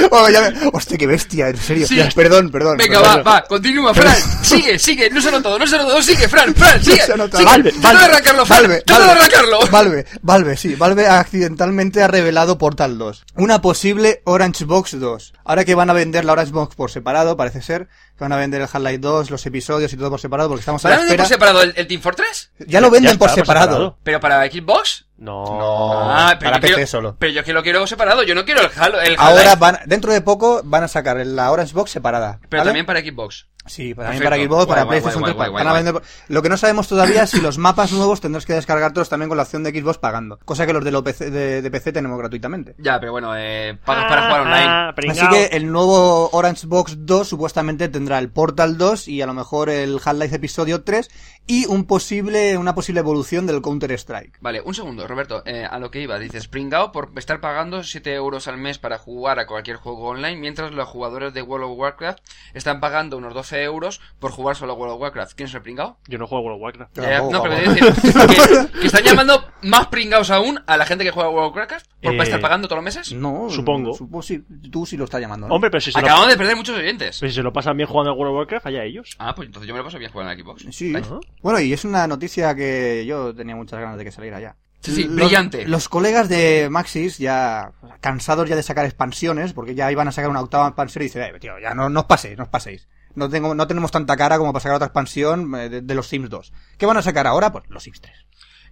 [SPEAKER 5] Oh, ya me- Hostia, qué bestia, en serio.
[SPEAKER 6] Sí.
[SPEAKER 5] Perdón, perdón.
[SPEAKER 6] Venga, va,
[SPEAKER 5] perdón.
[SPEAKER 6] va, continúa, Fran. Sigue, sigue, no se ha notado, no se ha notado, sigue, Fran, Fran, sigue.
[SPEAKER 5] se ha notado.
[SPEAKER 6] sigue.
[SPEAKER 4] Valve,
[SPEAKER 6] Trata
[SPEAKER 4] Valve,
[SPEAKER 6] de arrancarlo, Fran.
[SPEAKER 5] Valve,
[SPEAKER 6] Trata de
[SPEAKER 5] Valve,
[SPEAKER 6] arrancarlo.
[SPEAKER 5] Valve, Valve, sí, Valve accidentalmente ha revelado Portal 2. Una posible Orange Box 2. Ahora que van a vender la Orange Box por separado, parece ser, que van a vender el Half-Life 2, los episodios y todo por separado, porque estamos a
[SPEAKER 6] ¿Para
[SPEAKER 5] la
[SPEAKER 6] dónde
[SPEAKER 5] espera.
[SPEAKER 6] por separado el, el Team Fortress?
[SPEAKER 5] Ya lo venden
[SPEAKER 4] Ya
[SPEAKER 5] por
[SPEAKER 4] está,
[SPEAKER 5] separado. Ah,
[SPEAKER 6] ¿Pero para Xbox?
[SPEAKER 4] No.
[SPEAKER 5] para
[SPEAKER 6] yo
[SPEAKER 5] PC
[SPEAKER 6] quiero-
[SPEAKER 5] solo.
[SPEAKER 6] Ah, Pero yo que lo quiero separado, yo no quiero el Halo. El
[SPEAKER 5] Ahora
[SPEAKER 6] Half-Life,
[SPEAKER 5] van, dentro de poco van a sacar la Orange Box separada.
[SPEAKER 6] Pero
[SPEAKER 5] ¿vale?
[SPEAKER 6] también para Xbox.
[SPEAKER 5] Sí, para, también
[SPEAKER 6] Perfecto.
[SPEAKER 5] para Xbox, para
[SPEAKER 6] Guay, guay,
[SPEAKER 5] PlayStation
[SPEAKER 6] guay,
[SPEAKER 5] 3,
[SPEAKER 6] guay,
[SPEAKER 5] para-
[SPEAKER 6] guay,
[SPEAKER 5] para vender- Lo que no sabemos todavía es si los mapas nuevos tendrás que descargártelos también con la opción de Xbox pagando. Cosa que los de, lo PC, de, de PC tenemos gratuitamente.
[SPEAKER 6] Ya, pero bueno, eh, pagas para jugar online.
[SPEAKER 4] Ah, pringao.
[SPEAKER 5] Así que el nuevo Orange Box 2 supuestamente tendrá el Portal 2 y a lo mejor el Half-Life Episodio 3 y un posible, una posible evolución del Counter-Strike.
[SPEAKER 6] Vale, un segundo, Roberto, eh, a lo que iba, dices, pringao por estar pagando 7 euros al mes para jugar a cualquier juego online, mientras los jugadores de World of Warcraft están pagando unos 12 euros por jugar solo a World of Warcraft. ¿Quién es el pringao?
[SPEAKER 4] Yo no juego a World of Warcraft.
[SPEAKER 6] Ya, ya,
[SPEAKER 5] Tampoco,
[SPEAKER 6] no, pero
[SPEAKER 5] vamos.
[SPEAKER 6] quiero decir, que, que están llamando más pringaos aún a la gente que juega a World of Warcraft por
[SPEAKER 4] Eh,
[SPEAKER 6] estar pagando todos los meses.
[SPEAKER 5] No,
[SPEAKER 4] Supongo.
[SPEAKER 5] supo- sí, tú sí lo estás llamando. ¿no?
[SPEAKER 4] Hombre, pero si se, lo,
[SPEAKER 6] Acabamos de perder muchos oyentes.
[SPEAKER 4] pero si se lo pasan bien jugando a World of Warcraft, allá ellos.
[SPEAKER 6] Ah, pues entonces yo me lo paso bien jugando en la Xbox.
[SPEAKER 5] Sí.
[SPEAKER 6] Vale.
[SPEAKER 5] Bueno, y es una noticia que yo tenía muchas ganas de que saliera ya.
[SPEAKER 6] Sí, sí,
[SPEAKER 5] Los-
[SPEAKER 6] brillante.
[SPEAKER 5] Los colegas de Maxis, ya cansados ya de sacar expansiones, porque ya iban a sacar una octava expansión y dicen, "Eh, tío, ya no, no os paséis, no os paséis. No, tengo, no tenemos tanta cara como para sacar otra expansión eh, de, de los Sims 2. ¿Qué van a sacar ahora? Pues los Sims 3.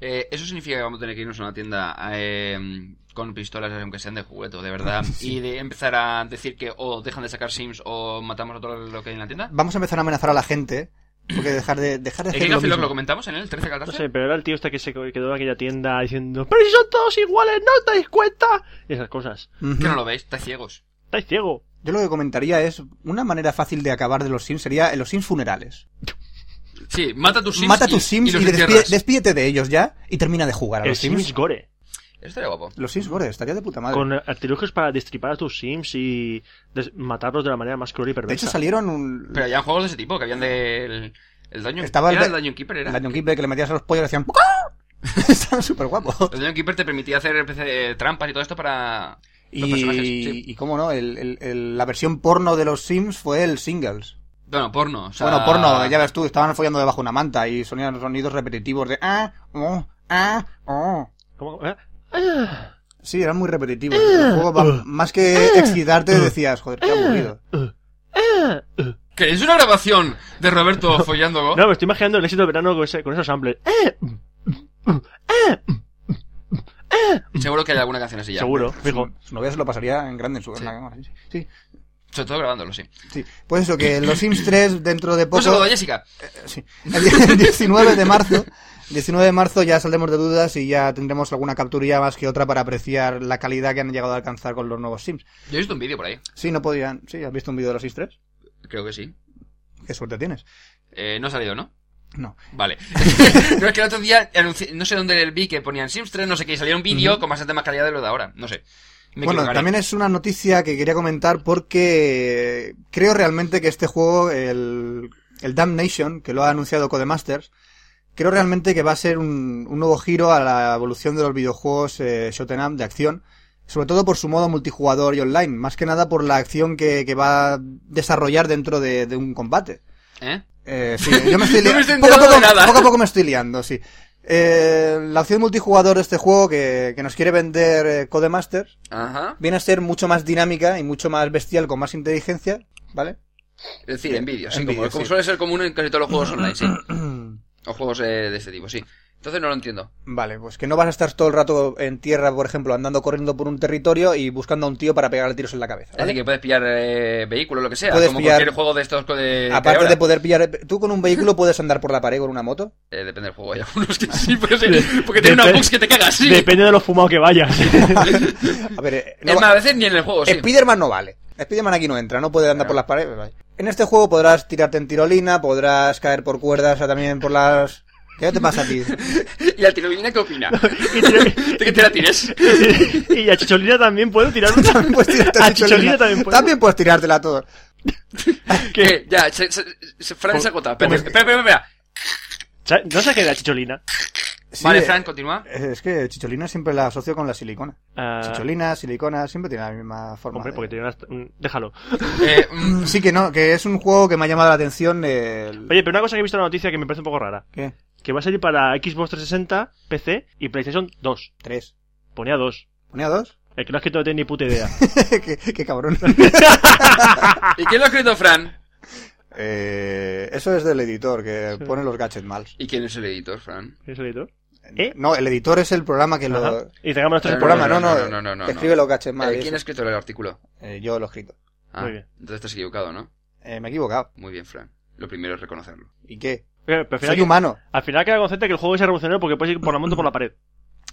[SPEAKER 6] Eh, eso significa que vamos a tener que irnos a una tienda eh, con pistolas, aunque sean de juguete, de verdad. Y de empezar a decir que o dejan de sacar Sims o matamos a todo lo que hay en la tienda.
[SPEAKER 5] Vamos a empezar a amenazar a la gente, porque dejar de, dejar de
[SPEAKER 6] ¿En
[SPEAKER 5] hacer
[SPEAKER 6] qué
[SPEAKER 5] lo
[SPEAKER 6] café Lock
[SPEAKER 5] mismo.
[SPEAKER 6] lo comentamos? ¿En el 13 14?
[SPEAKER 4] No sé, pero era el tío este que se quedó en aquella tienda diciendo ¡Pero si son todos iguales, no os dais cuenta! Y esas cosas.
[SPEAKER 5] Ujú.
[SPEAKER 6] Que no lo veis, estáis ciegos.
[SPEAKER 4] ¿Estáis ciego?
[SPEAKER 5] Yo lo que comentaría es, una manera fácil de acabar de los Sims sería en los Sims funerales.
[SPEAKER 6] Sí, mata a tus Sims.
[SPEAKER 5] Mata a
[SPEAKER 6] y-
[SPEAKER 5] tus Sims y,
[SPEAKER 6] los
[SPEAKER 5] despide-
[SPEAKER 6] entierras.
[SPEAKER 5] despídete de ellos ya y termina de jugar a
[SPEAKER 4] El
[SPEAKER 5] los Sims.
[SPEAKER 4] Sims Gore.
[SPEAKER 6] Eso estaría guapo.
[SPEAKER 5] Los Sims Gore, estaría de puta madre.
[SPEAKER 4] Con artilugios para destripar a tus Sims y des- matarlos de la manera más cruel y
[SPEAKER 5] De hecho
[SPEAKER 4] perversa.
[SPEAKER 5] salieron un...
[SPEAKER 6] Pero había juegos de ese tipo, que habían del. El Dungeon
[SPEAKER 5] Estaba el
[SPEAKER 6] era el
[SPEAKER 5] de-
[SPEAKER 6] Dungeon Keeper, era.
[SPEAKER 5] La John Keeper que le metías a los pollos y hacían... Estaba súper guapo.
[SPEAKER 6] El Dungeon Keeper te permitía hacer especie de eh, trampas y todo esto para. Los personajes, sí.
[SPEAKER 5] Y, y cómo no, el- el- el- la versión porno de los Sims fue el singles.
[SPEAKER 6] Bueno, porno. o sea-
[SPEAKER 5] Bueno, porno, ya ves tú, estaban follando debajo de una manta y sonían sonidos repetitivos de... Ah, oh, ah, oh.
[SPEAKER 4] ¿Cómo? ¿Eh? Ah,
[SPEAKER 5] Sí, eran muy repetitivos. El juego, va- más que excitarte, decías, joder, qué aburrido.
[SPEAKER 4] ah, ah.
[SPEAKER 6] Que es una grabación de Roberto follando.
[SPEAKER 4] No, me estoy imaginando el éxito de verano con, ese- con esos samples. ¡Eh!
[SPEAKER 6] Seguro que hay alguna canción así ya.
[SPEAKER 4] Seguro, fijo.
[SPEAKER 5] Su novia se lo pasaría en grande en su
[SPEAKER 6] Sí.
[SPEAKER 5] en la cámara, sí, sí.
[SPEAKER 6] Sobre todo grabándolo, sí.
[SPEAKER 5] Sí. Pues eso, que los Sims 3 dentro de
[SPEAKER 6] Un
[SPEAKER 5] poco...
[SPEAKER 6] saludo a Jessica.
[SPEAKER 5] Sí. El 19 de marzo. 19 de marzo ya saldremos de dudas y ya tendremos alguna capturilla más que otra para apreciar la calidad que han llegado a alcanzar con los nuevos Sims.
[SPEAKER 6] Yo he visto un vídeo por ahí.
[SPEAKER 5] Sí, no podían. Sí, ¿has visto un vídeo de los Sims 3?
[SPEAKER 6] Creo que sí.
[SPEAKER 5] Qué suerte tienes.
[SPEAKER 6] Eh, no ha salido, ¿no?
[SPEAKER 5] No.
[SPEAKER 6] Vale. no, es que el otro día anuncié- no sé dónde vi que ponían Sims 3, no sé qué, y salía un vídeo con bastante más calidad de lo de ahora. No sé. Me
[SPEAKER 5] bueno,
[SPEAKER 6] equivocaré.
[SPEAKER 5] también es una noticia que quería comentar porque creo realmente que este juego, el, el Damnation, que lo ha anunciado Codemasters, creo realmente que va a ser un, un nuevo giro a la evolución de los videojuegos eh, shoot'em up de acción, sobre todo por su modo multijugador y online, más que nada por la acción que, que va a desarrollar dentro de, de un combate.
[SPEAKER 6] ¿Eh?
[SPEAKER 5] Eh, sí, yo me estoy
[SPEAKER 6] No
[SPEAKER 5] liando.
[SPEAKER 6] me estoy
[SPEAKER 5] poco, a
[SPEAKER 6] enterando
[SPEAKER 5] poco,
[SPEAKER 6] de nada.
[SPEAKER 5] poco a poco me estoy liando, sí. Eh, la opción multijugador de este juego que, que nos quiere vender eh, Codemasters
[SPEAKER 6] Ajá.
[SPEAKER 5] viene a ser mucho más dinámica y mucho más bestial con más inteligencia, ¿vale?
[SPEAKER 6] Es decir, en vídeo, sí,
[SPEAKER 5] En
[SPEAKER 6] como,
[SPEAKER 5] vídeo,
[SPEAKER 6] como
[SPEAKER 5] sí.
[SPEAKER 6] suele ser común en casi todos los juegos online, sí. O juegos eh, de este tipo, sí. Entonces no lo entiendo.
[SPEAKER 5] Vale, pues que no vas a estar todo el rato en tierra, por ejemplo, andando corriendo por un territorio y buscando a un tío para pegarle tiros en la cabeza.
[SPEAKER 6] Es
[SPEAKER 5] ¿vale?
[SPEAKER 6] decir, que puedes pillar eh, vehículos, lo que sea,
[SPEAKER 5] Puedes
[SPEAKER 6] como
[SPEAKER 5] pillar-
[SPEAKER 6] cualquier juego de estos. De... que hay
[SPEAKER 5] Aparte
[SPEAKER 6] ahora.
[SPEAKER 5] de poder pillar, tú con un vehículo puedes andar por la pared con una moto.
[SPEAKER 6] Eh, depende del juego, hay algunos que sí, pero sí, porque tiene una
[SPEAKER 4] Depende-
[SPEAKER 6] bugs que te cagas, sí.
[SPEAKER 4] Depende de lo fumado que vayas.
[SPEAKER 5] A ver, eh, no
[SPEAKER 6] Es
[SPEAKER 5] va-
[SPEAKER 6] más, a veces ni en el juego, sí.
[SPEAKER 5] Spiderman no vale. Spiderman aquí no entra, no puede andar por las paredes. vale. En este juego podrás tirarte en tirolina, podrás caer por cuerdas, o sea, también por las. ¿Qué te pasa a ti?
[SPEAKER 6] ¿Y la tirolina qué opina?
[SPEAKER 4] y, tira-
[SPEAKER 6] ¿De qué te la tires?
[SPEAKER 4] y a Chicholina también puedo tirar una.
[SPEAKER 5] También puedes tirarte
[SPEAKER 4] a
[SPEAKER 5] en
[SPEAKER 4] Chicholina
[SPEAKER 5] tirolina.
[SPEAKER 4] también puedo.
[SPEAKER 5] También puedes tirártela todo.
[SPEAKER 4] Que-
[SPEAKER 6] Eh, Ya, se, se, se- Fran se agota. Espera,
[SPEAKER 4] Por-
[SPEAKER 6] espera, espera. espera.
[SPEAKER 4] Sa- No sé qué era Chicholina.
[SPEAKER 5] Sí,
[SPEAKER 6] Vale,
[SPEAKER 5] eh,
[SPEAKER 6] Fran, continúa.
[SPEAKER 5] Es que chicholina siempre la asocio con la silicona.
[SPEAKER 4] Ah,
[SPEAKER 5] Chicholina, silicona, siempre tiene la misma forma.
[SPEAKER 4] hombre,
[SPEAKER 5] de-
[SPEAKER 4] porque tenía unas- mm, Déjalo.
[SPEAKER 6] Eh, mm,
[SPEAKER 5] Sí que no, que es un juego que me ha llamado la atención. el-
[SPEAKER 4] Oye, pero una cosa que he visto en la noticia que me parece un poco rara.
[SPEAKER 5] ¿Qué?
[SPEAKER 4] Que va a salir para Xbox 360, PC y PlayStation 2.
[SPEAKER 5] Tres.
[SPEAKER 4] Ponía 2.
[SPEAKER 5] ¿Ponía dos?
[SPEAKER 4] El que lo ha escrito no tiene ni puta idea.
[SPEAKER 5] qué, qué cabrón.
[SPEAKER 6] ¿Y quién lo ha escrito, Fran?
[SPEAKER 5] Eh, eso es del editor, que pone los gadgets mal.
[SPEAKER 6] ¿Y quién es el editor, Fran?
[SPEAKER 4] ¿Es el editor? ¿Eh?
[SPEAKER 5] No, el editor es el programa que lo...
[SPEAKER 4] Ajá. Y tengamos
[SPEAKER 5] El
[SPEAKER 4] nosotros el
[SPEAKER 6] Pero
[SPEAKER 5] programa,
[SPEAKER 4] programa,
[SPEAKER 5] no, no,
[SPEAKER 6] no, no, no,
[SPEAKER 5] que
[SPEAKER 6] no.
[SPEAKER 5] escribe los gadgets mal.
[SPEAKER 6] Eh,
[SPEAKER 5] y
[SPEAKER 6] ¿Quién ha
[SPEAKER 5] eso.
[SPEAKER 6] escrito el artículo?
[SPEAKER 5] Eh, yo lo he escrito.
[SPEAKER 6] Ah,
[SPEAKER 4] Muy bien.
[SPEAKER 6] Entonces estás equivocado, ¿no?
[SPEAKER 5] Eh, me he equivocado.
[SPEAKER 6] Muy bien, Fran. Lo primero es reconocerlo.
[SPEAKER 5] ¿Y qué?
[SPEAKER 4] Pero al, final,
[SPEAKER 5] Soy humano.
[SPEAKER 4] al final queda el concepto de que el juego es revolucionario porque puedes ir por la monta o por la pared.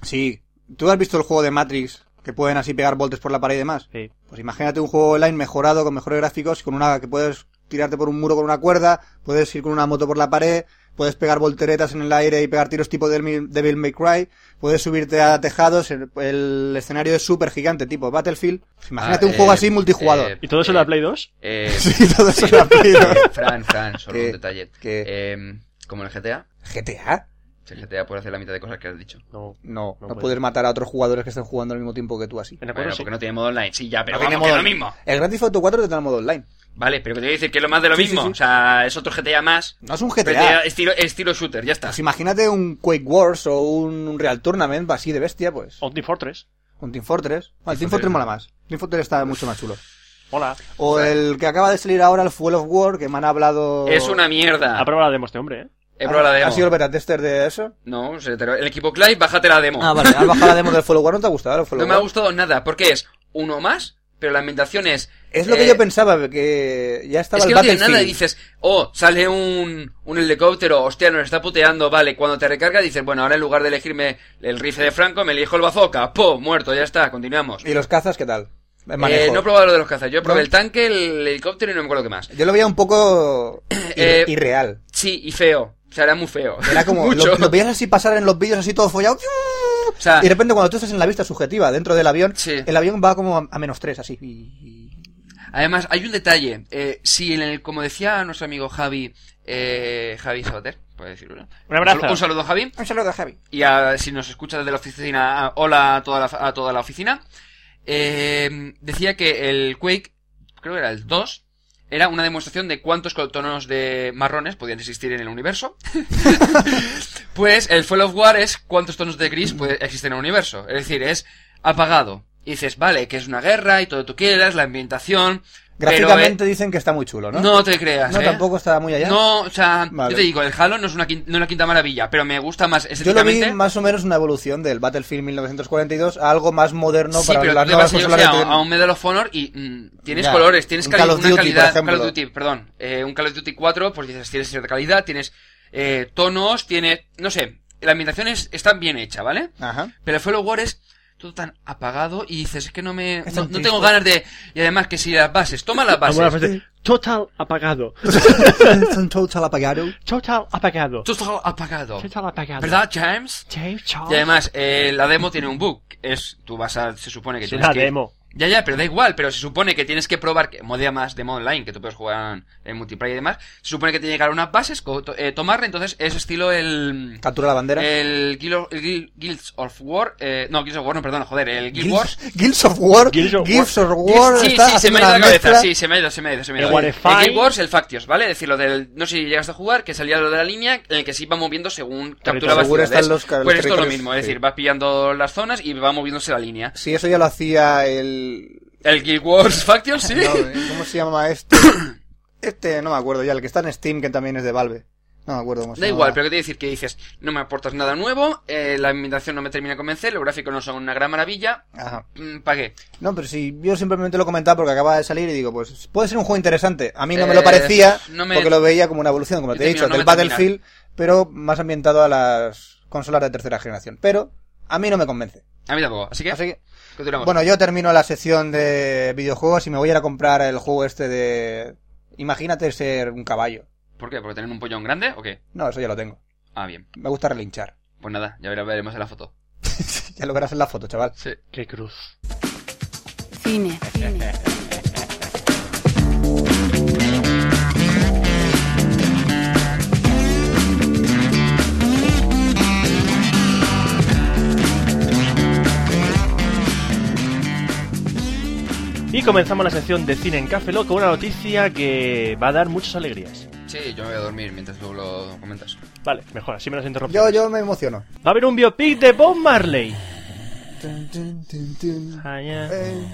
[SPEAKER 5] Sí. ¿Tú has visto el juego de Matrix? Que pueden así pegar voltes por la pared y demás.
[SPEAKER 4] Sí.
[SPEAKER 5] Pues imagínate un juego online mejorado, con mejores gráficos, con una que puedes tirarte por un muro con una cuerda, puedes ir con una moto por la pared, puedes pegar volteretas en el aire y pegar tiros tipo Devil Devil May Cry, puedes subirte a tejados, el, el escenario es súper gigante, tipo Battlefield. Pues Imagínate
[SPEAKER 6] Ah,
[SPEAKER 5] un juego
[SPEAKER 6] eh,
[SPEAKER 5] así multijugador.
[SPEAKER 6] eh,
[SPEAKER 4] ¿Y todo eso en la Play 2?
[SPEAKER 6] Eh,
[SPEAKER 5] sí, todo eso lo ha pedido.
[SPEAKER 6] eh, Fran, Fran, solo
[SPEAKER 5] ¿Qué?
[SPEAKER 6] un detalle.
[SPEAKER 5] ¿Qué?
[SPEAKER 6] Eh, como en el GTA,
[SPEAKER 5] ¿GTA?
[SPEAKER 6] el GTA puede hacer la mitad de cosas que has dicho.
[SPEAKER 4] No.
[SPEAKER 5] No,
[SPEAKER 4] No
[SPEAKER 5] no,
[SPEAKER 4] puede.
[SPEAKER 5] puedes matar a otros jugadores que estén jugando al mismo tiempo que tú así.
[SPEAKER 4] En el
[SPEAKER 6] Bueno,
[SPEAKER 4] cuatro sí.
[SPEAKER 6] porque no tiene modo online. Sí, ya, pero
[SPEAKER 5] tiene
[SPEAKER 6] vamos, que es lo
[SPEAKER 5] modo-
[SPEAKER 6] mismo.
[SPEAKER 5] El Grand Theft Auto 4 tendrá modo online.
[SPEAKER 6] Vale, pero que te voy a decir que es lo más de lo
[SPEAKER 4] Sí, sí,
[SPEAKER 6] mismo.
[SPEAKER 4] sí.
[SPEAKER 6] O sea, es otro GTA más.
[SPEAKER 5] No es un
[SPEAKER 6] pero
[SPEAKER 5] GTA.
[SPEAKER 6] te- Estilo, estilo shooter, ya está.
[SPEAKER 5] Pues imagínate un Quake Wars o un Real Tournament así de bestia, pues.
[SPEAKER 4] O Team Fortress.
[SPEAKER 5] Un Team Fortress. Bueno, el Team
[SPEAKER 6] Fortress
[SPEAKER 5] Fortress
[SPEAKER 6] no.
[SPEAKER 5] mola más. Team Fortress está mucho más chulo.
[SPEAKER 4] Hola.
[SPEAKER 5] O el que acaba de salir ahora, el Fuel of War, que me han hablado...
[SPEAKER 6] Es una mierda.
[SPEAKER 4] Ha probado la demo este hombre, ¿eh?
[SPEAKER 6] He probado la
[SPEAKER 5] ¿Ha-
[SPEAKER 6] demo.
[SPEAKER 5] ¿Ha sido el beta tester de eso?
[SPEAKER 6] No, se te lo- el equipo Clive, bájate la demo.
[SPEAKER 5] Ah, vale. ¿Has bajado la demo del Fuel of War? ¿No te ha gustado el Fuel
[SPEAKER 6] no
[SPEAKER 5] of
[SPEAKER 6] me ha
[SPEAKER 5] War?
[SPEAKER 6] gustado nada, porque es uno más, pero la ambientación es...
[SPEAKER 5] Es lo que
[SPEAKER 6] eh,
[SPEAKER 5] yo pensaba, que ya estaba
[SPEAKER 6] Es que
[SPEAKER 5] el
[SPEAKER 6] no tiene nada y
[SPEAKER 5] Battlefield.
[SPEAKER 6] dices, oh, sale un, un helicóptero, hostia, nos está puteando, vale. Cuando te recarga dices, bueno, ahora en lugar de elegirme el rifle de Franco, me elijo el bazooka, ¡pum! Muerto, ya está, continuamos.
[SPEAKER 5] ¿Y los cazas qué tal? El
[SPEAKER 6] Eh,
[SPEAKER 5] manejo.
[SPEAKER 6] no he probado lo de los cazas, yo probé
[SPEAKER 5] ¿No?
[SPEAKER 6] el tanque, el helicóptero y no me acuerdo qué más.
[SPEAKER 5] Yo lo veía un poco ir-
[SPEAKER 6] Eh,
[SPEAKER 5] irreal.
[SPEAKER 6] Sí, y feo, o sea, era muy feo.
[SPEAKER 5] Era como,
[SPEAKER 6] Mucho.
[SPEAKER 5] lo, lo veías así pasar en los vídeos así todo follado.
[SPEAKER 6] O sea,
[SPEAKER 5] Y de repente cuando tú estás en la vista subjetiva dentro del avión,
[SPEAKER 6] Sí.
[SPEAKER 5] el avión va como a, a menos tres, así. Y, y-
[SPEAKER 6] Además, hay un detalle. Eh, si en el, como decía nuestro amigo Javi, eh, Javi Sabater, puede decirlo. ¿no?
[SPEAKER 4] Un abrazo.
[SPEAKER 6] Un saludo, Javi.
[SPEAKER 5] Un saludo, Javi.
[SPEAKER 6] Y a- si nos escucha desde la oficina, a- hola a toda la, a toda la oficina. Eh, decía que el Quake, creo que era el 2, era una demostración de cuántos tonos de marrones podían existir en el universo. pues el Fall of War es cuántos tonos de gris puede, existen en el universo. Es decir, es apagado. Y dices, vale, que es una guerra y todo lo que tú quieras, la ambientación. pero, eh,
[SPEAKER 5] Gráficamente dicen que está muy chulo, ¿no?
[SPEAKER 6] ¿no? te creas,
[SPEAKER 5] No,
[SPEAKER 6] ¿eh?
[SPEAKER 5] tampoco está muy allá.
[SPEAKER 6] No, o sea,
[SPEAKER 5] Vale.
[SPEAKER 6] yo te digo, el Halo no es una quinta, no es la quinta maravilla, pero me gusta más
[SPEAKER 5] Yo lo vi
[SPEAKER 6] estéticamente.
[SPEAKER 5] más o menos una evolución del Battlefield 1942 a algo más moderno
[SPEAKER 6] sí,
[SPEAKER 5] para
[SPEAKER 6] pero
[SPEAKER 5] las
[SPEAKER 6] tú te
[SPEAKER 5] nuevas
[SPEAKER 6] vas yo que
[SPEAKER 5] consolas
[SPEAKER 6] sé,
[SPEAKER 5] de
[SPEAKER 6] a, a un Medal of Honor y mm, tienes
[SPEAKER 5] Ya,
[SPEAKER 6] colores, tienes
[SPEAKER 5] un
[SPEAKER 6] cali-
[SPEAKER 5] Call of
[SPEAKER 6] una
[SPEAKER 5] Duty, por
[SPEAKER 6] calidad, un
[SPEAKER 5] ejemplo.
[SPEAKER 6] Call of Duty, perdón, eh, un Call of Duty 4, pues dices, tienes cierta calidad, tienes eh, tonos, tienes, no sé, la ambientación es, está bien hecha, ¿vale?
[SPEAKER 5] Ajá.
[SPEAKER 6] Pero el Fall of War es todo tan apagado y dices, es que no me,
[SPEAKER 5] Es
[SPEAKER 6] no,
[SPEAKER 5] tan
[SPEAKER 6] no tengo
[SPEAKER 5] triste.
[SPEAKER 6] ganas de, y además que si las bases, toma las
[SPEAKER 4] Alguna
[SPEAKER 6] bases,
[SPEAKER 4] frase. Total apagado.
[SPEAKER 5] Son total apagado.
[SPEAKER 4] Total apagado.
[SPEAKER 6] todo apagado,
[SPEAKER 4] Total apagado.
[SPEAKER 6] ¿verdad, James?
[SPEAKER 4] James Charles.
[SPEAKER 6] Y además, eh, la demo tiene un bug. Es, tú vas a, se supone que
[SPEAKER 4] Es
[SPEAKER 6] tienes
[SPEAKER 4] una
[SPEAKER 6] que...
[SPEAKER 4] demo.
[SPEAKER 6] Ya, ya, pero da igual, pero se supone que tienes que probar, que, modo más demo online, que tú puedes jugar en, en multiplayer y demás, se supone que tiene que llegar a unas bases, co- to- eh, tomarla, entonces es estilo el...
[SPEAKER 5] Captura la bandera.
[SPEAKER 6] El Guild of, el Guild- Guilds of War, eh, no, Guilds of War, no, perdón, joder, el Guild
[SPEAKER 5] Guilds-
[SPEAKER 6] Wars.
[SPEAKER 5] Guilds of War.
[SPEAKER 4] Guilds of
[SPEAKER 5] Guilds of War.
[SPEAKER 6] Guilds- sí,
[SPEAKER 5] está
[SPEAKER 6] sí, se
[SPEAKER 5] haciendo
[SPEAKER 6] me ha ido
[SPEAKER 5] una
[SPEAKER 6] la cabeza,
[SPEAKER 5] mezcla.
[SPEAKER 6] sí, se me ha ido, se me ha ido, se me ha
[SPEAKER 4] El
[SPEAKER 6] ido.
[SPEAKER 4] War
[SPEAKER 6] El
[SPEAKER 4] Five.
[SPEAKER 6] Guild Wars, el Factios, ¿vale? Es decir, lo del, no sé si llegas a jugar, que salía lo de la línea, en el que se iba moviendo según capturabas
[SPEAKER 5] seguro
[SPEAKER 6] ciudades.
[SPEAKER 5] están los car-
[SPEAKER 6] Pues esto es lo
[SPEAKER 5] territorios,
[SPEAKER 6] mismo, es
[SPEAKER 5] sí.
[SPEAKER 6] decir, vas pillando las zonas y va moviéndose la línea.
[SPEAKER 5] Sí, eso ya lo hacía el...
[SPEAKER 6] El Guild Wars Factions, sí.
[SPEAKER 5] No, eh, ¿Cómo se llama este? Este, no me acuerdo ya, el que está en Steam, que también es de Valve. No me acuerdo cómo se
[SPEAKER 6] Da
[SPEAKER 5] llama.
[SPEAKER 6] igual, pero ¿qué te decir? Que dices, no me aportas nada nuevo, eh, la ambientación no me termina de convencer, los gráficos no son una gran maravilla, mm,
[SPEAKER 5] Ajá.
[SPEAKER 6] pagué.
[SPEAKER 5] No, pero si yo simplemente lo comentaba porque acaba de salir y digo, pues puede ser un juego interesante. A mí no me lo parecía,
[SPEAKER 6] Eh, no me-
[SPEAKER 5] porque lo veía como una evolución, como
[SPEAKER 6] Yo
[SPEAKER 5] te he
[SPEAKER 6] te digo,
[SPEAKER 5] dicho,
[SPEAKER 6] no
[SPEAKER 5] del
[SPEAKER 6] me termina.
[SPEAKER 5] Battlefield, pero más ambientado a las consolas de tercera generación. Pero a mí no me convence.
[SPEAKER 6] A mí tampoco, así que,
[SPEAKER 5] Así que,
[SPEAKER 6] continuamos.
[SPEAKER 5] bueno, yo termino la sección de videojuegos y me voy a ir a comprar el juego este de... Imagínate ser un caballo.
[SPEAKER 6] ¿Por qué? ¿Porque tienen un pollón grande o qué?
[SPEAKER 5] No, eso ya lo tengo.
[SPEAKER 6] Ah, bien.
[SPEAKER 5] Me gusta relinchar.
[SPEAKER 6] Pues nada, ya vere- veremos en la foto.
[SPEAKER 5] ya lo verás en la foto, chaval.
[SPEAKER 6] Sí.
[SPEAKER 4] Qué cruz.
[SPEAKER 3] Cine. Cine.
[SPEAKER 4] Y comenzamos la sección de cine en Café Lock con una noticia que va a dar muchas alegrías.
[SPEAKER 6] Sí, yo me voy a dormir mientras tú lo comentas.
[SPEAKER 4] Vale, mejor, así menos interrupciones.
[SPEAKER 5] Yo, yo me emociono.
[SPEAKER 4] Va a haber un biopic de Bob Marley.
[SPEAKER 5] Tun, tun, tun, tun.
[SPEAKER 4] Allá.
[SPEAKER 5] Eh,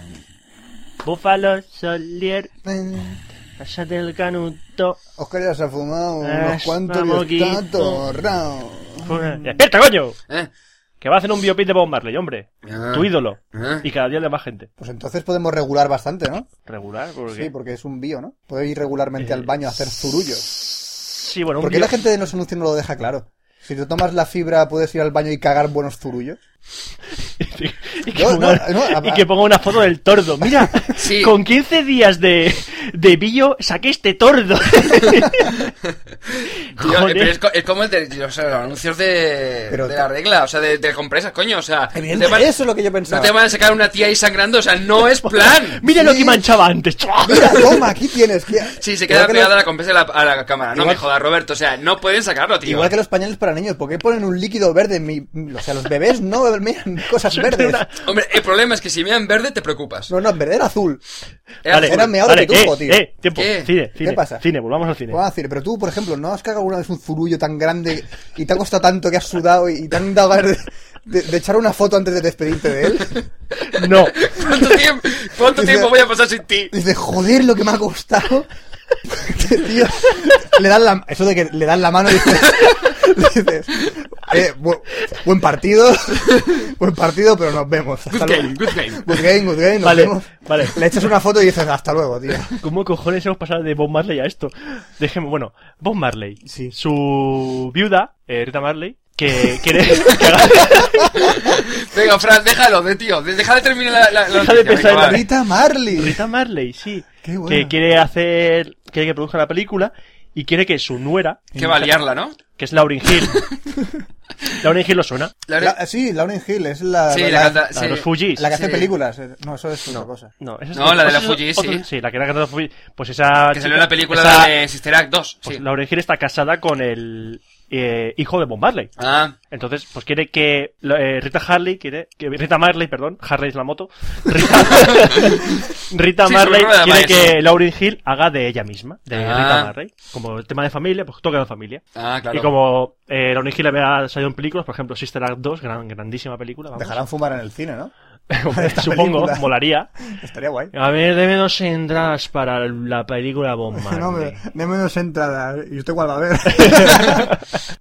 [SPEAKER 4] Búfalo, Solier,
[SPEAKER 5] eh.
[SPEAKER 4] allá del canuto.
[SPEAKER 5] Oscar ya se ha fumado
[SPEAKER 4] Ah,
[SPEAKER 5] unos cuantos
[SPEAKER 4] vamos,
[SPEAKER 5] y está
[SPEAKER 4] Guito.
[SPEAKER 5] torrao.
[SPEAKER 6] Pues,
[SPEAKER 4] ¡Despierta, coño!
[SPEAKER 6] ¿Eh?
[SPEAKER 4] Que va a hacer un biopic de Bob Marley, hombre.
[SPEAKER 6] Ah.
[SPEAKER 4] Tu ídolo.
[SPEAKER 6] Ah.
[SPEAKER 4] Y cada día le más gente.
[SPEAKER 5] Pues entonces podemos regular bastante, ¿no?
[SPEAKER 4] Regular, porque.
[SPEAKER 5] Sí, porque es un bio, ¿no? Puedo ir
[SPEAKER 6] Eh,
[SPEAKER 5] regularmente al baño a hacer zurullo.
[SPEAKER 4] Sí, bueno, un
[SPEAKER 5] ¿Por qué
[SPEAKER 4] bio-
[SPEAKER 5] la gente de los anuncios no lo deja claro? Si te tomas la fibra, puedes ir al baño y cagar buenos zurullos.
[SPEAKER 4] Y que,
[SPEAKER 5] Yo, no,
[SPEAKER 4] ponga,
[SPEAKER 5] no, a-
[SPEAKER 4] y que ponga una foto del tordo. Mira,
[SPEAKER 6] Sí.
[SPEAKER 4] con 15 días de, de billo saqué este tordo.
[SPEAKER 6] Tío, eh,
[SPEAKER 4] Joder.
[SPEAKER 6] pero es, co- es como el de o sea, los anuncios de,
[SPEAKER 5] Pero
[SPEAKER 6] de
[SPEAKER 5] ta-
[SPEAKER 6] la regla, o sea, de, de compresas, coño, o sea,
[SPEAKER 5] Evidente,
[SPEAKER 6] te van-
[SPEAKER 5] eso es lo que yo
[SPEAKER 6] no
[SPEAKER 5] pensaba.
[SPEAKER 6] te van a sacar una tía ahí sangrando, o sea, no es plan.
[SPEAKER 4] Mira lo que
[SPEAKER 5] Sí.
[SPEAKER 4] manchaba antes.
[SPEAKER 5] Mira, toma, aquí tienes. que-
[SPEAKER 6] Sí, se queda
[SPEAKER 5] igual que
[SPEAKER 6] pegada
[SPEAKER 5] los-
[SPEAKER 6] la compresa a la, a la cámara, no
[SPEAKER 5] Igual-
[SPEAKER 6] me jodas, Roberto, o sea, no pueden sacarlo, tío.
[SPEAKER 5] Igual que los pañales para niños, ¿por qué ponen un líquido verde? Mi- o sea, los bebés no miran cosas verdes.
[SPEAKER 6] Hombre, el problema es que si miran verde te preocupas.
[SPEAKER 5] No, no, verde era azul.
[SPEAKER 6] Era
[SPEAKER 5] Vale.
[SPEAKER 6] azul.
[SPEAKER 5] Era meado de
[SPEAKER 4] eh,
[SPEAKER 5] tubo, tío.
[SPEAKER 4] eh, tiempo.
[SPEAKER 6] ¿Qué?
[SPEAKER 4] Cine,
[SPEAKER 5] ¿Qué
[SPEAKER 4] cine.
[SPEAKER 5] pasa?
[SPEAKER 4] Cine, volvamos al cine.
[SPEAKER 5] Vamos a decir, pero tú, por ejemplo, ¿no has cagado alguna vez un zurullo tan grande y te ha costado tanto que has sudado y te han dado ganas de, de- de echar una foto antes de despedirte de él?
[SPEAKER 4] No.
[SPEAKER 6] ¿Cuánto tiempo, cuánto
[SPEAKER 5] Dice-
[SPEAKER 6] tiempo voy a pasar sin ti?
[SPEAKER 5] Dices, joder, lo que me ha costado. Tío, le dan la, eso de que le dan la mano y dices, dices, eh, bu- buen partido, buen partido, pero nos vemos. Hasta
[SPEAKER 6] Good
[SPEAKER 5] luego.
[SPEAKER 6] game, good game.
[SPEAKER 5] Good game, good game, nos
[SPEAKER 4] Vale,
[SPEAKER 5] vemos.
[SPEAKER 4] vale.
[SPEAKER 5] Le echas una foto y dices, hasta luego, tío.
[SPEAKER 4] ¿Cómo cojones hemos pasado de Bob Marley a esto? Déjeme, bueno, Bob Marley.
[SPEAKER 5] Sí.
[SPEAKER 4] Su viuda, eh, Rita Marley, que quiere que haga...
[SPEAKER 6] Venga, Fran, déjalo, de tío, de- deja de terminar la, la, la
[SPEAKER 4] Deja de
[SPEAKER 6] noticia,
[SPEAKER 4] pensar en
[SPEAKER 6] venga,
[SPEAKER 4] la
[SPEAKER 6] vale.
[SPEAKER 5] Rita Marley.
[SPEAKER 4] Rita Marley, sí.
[SPEAKER 5] Qué buena.
[SPEAKER 4] que quiere hacer... Quiere que produzca la película y quiere que su nuera,
[SPEAKER 6] Que va a liarla, ¿no?
[SPEAKER 4] que es Lauryn Hill... Lauren Hill lo suena.
[SPEAKER 6] La-
[SPEAKER 5] La- sí, Lauren Hill es la,
[SPEAKER 6] sí,
[SPEAKER 5] la,
[SPEAKER 6] la,
[SPEAKER 5] la-
[SPEAKER 6] canta-
[SPEAKER 4] La
[SPEAKER 6] sí.
[SPEAKER 4] de los Fugees.
[SPEAKER 5] la que hace
[SPEAKER 6] Sí.
[SPEAKER 5] películas. eh, No, eso es otra cosa.
[SPEAKER 4] No, esa es
[SPEAKER 6] No, la de
[SPEAKER 4] pues eso
[SPEAKER 6] la
[SPEAKER 4] es
[SPEAKER 6] Fugees,
[SPEAKER 4] otro-
[SPEAKER 6] sí.
[SPEAKER 4] Sí, la que era que era Fugees. Pues esa...
[SPEAKER 6] Que salió en la película
[SPEAKER 4] esa-
[SPEAKER 6] de Sister Act 2.
[SPEAKER 4] Pues
[SPEAKER 6] Sí.
[SPEAKER 4] Lauryn Hill está casada con el eh, hijo de Bob Marley.
[SPEAKER 6] Ah,
[SPEAKER 4] Entonces, pues quiere que eh, Rita Harley, quiere que Rita Marley, perdón, Harley es la moto. Rita, Rita
[SPEAKER 6] Sí,
[SPEAKER 4] Marley
[SPEAKER 6] sobre ruedas va
[SPEAKER 4] quiere
[SPEAKER 6] eso.
[SPEAKER 4] que Lauryn Hill haga de ella misma, de
[SPEAKER 6] Ah.
[SPEAKER 4] Rita Marley. Como tema de familia, pues toca la familia.
[SPEAKER 6] ah, claro.
[SPEAKER 4] Y como eh, Lauryn Hill había salido en películas, por ejemplo, Sister Act 2, gran, grandísima película, vamos.
[SPEAKER 5] Dejarán fumar en el cine, ¿no? esta
[SPEAKER 4] Supongo,
[SPEAKER 5] película.
[SPEAKER 4] molaría.
[SPEAKER 5] Estaría guay.
[SPEAKER 4] A ver, deme dos entradas para la película Bob Marley.
[SPEAKER 5] No, me, deme dos entradas. ¿Y usted cuál va a ver?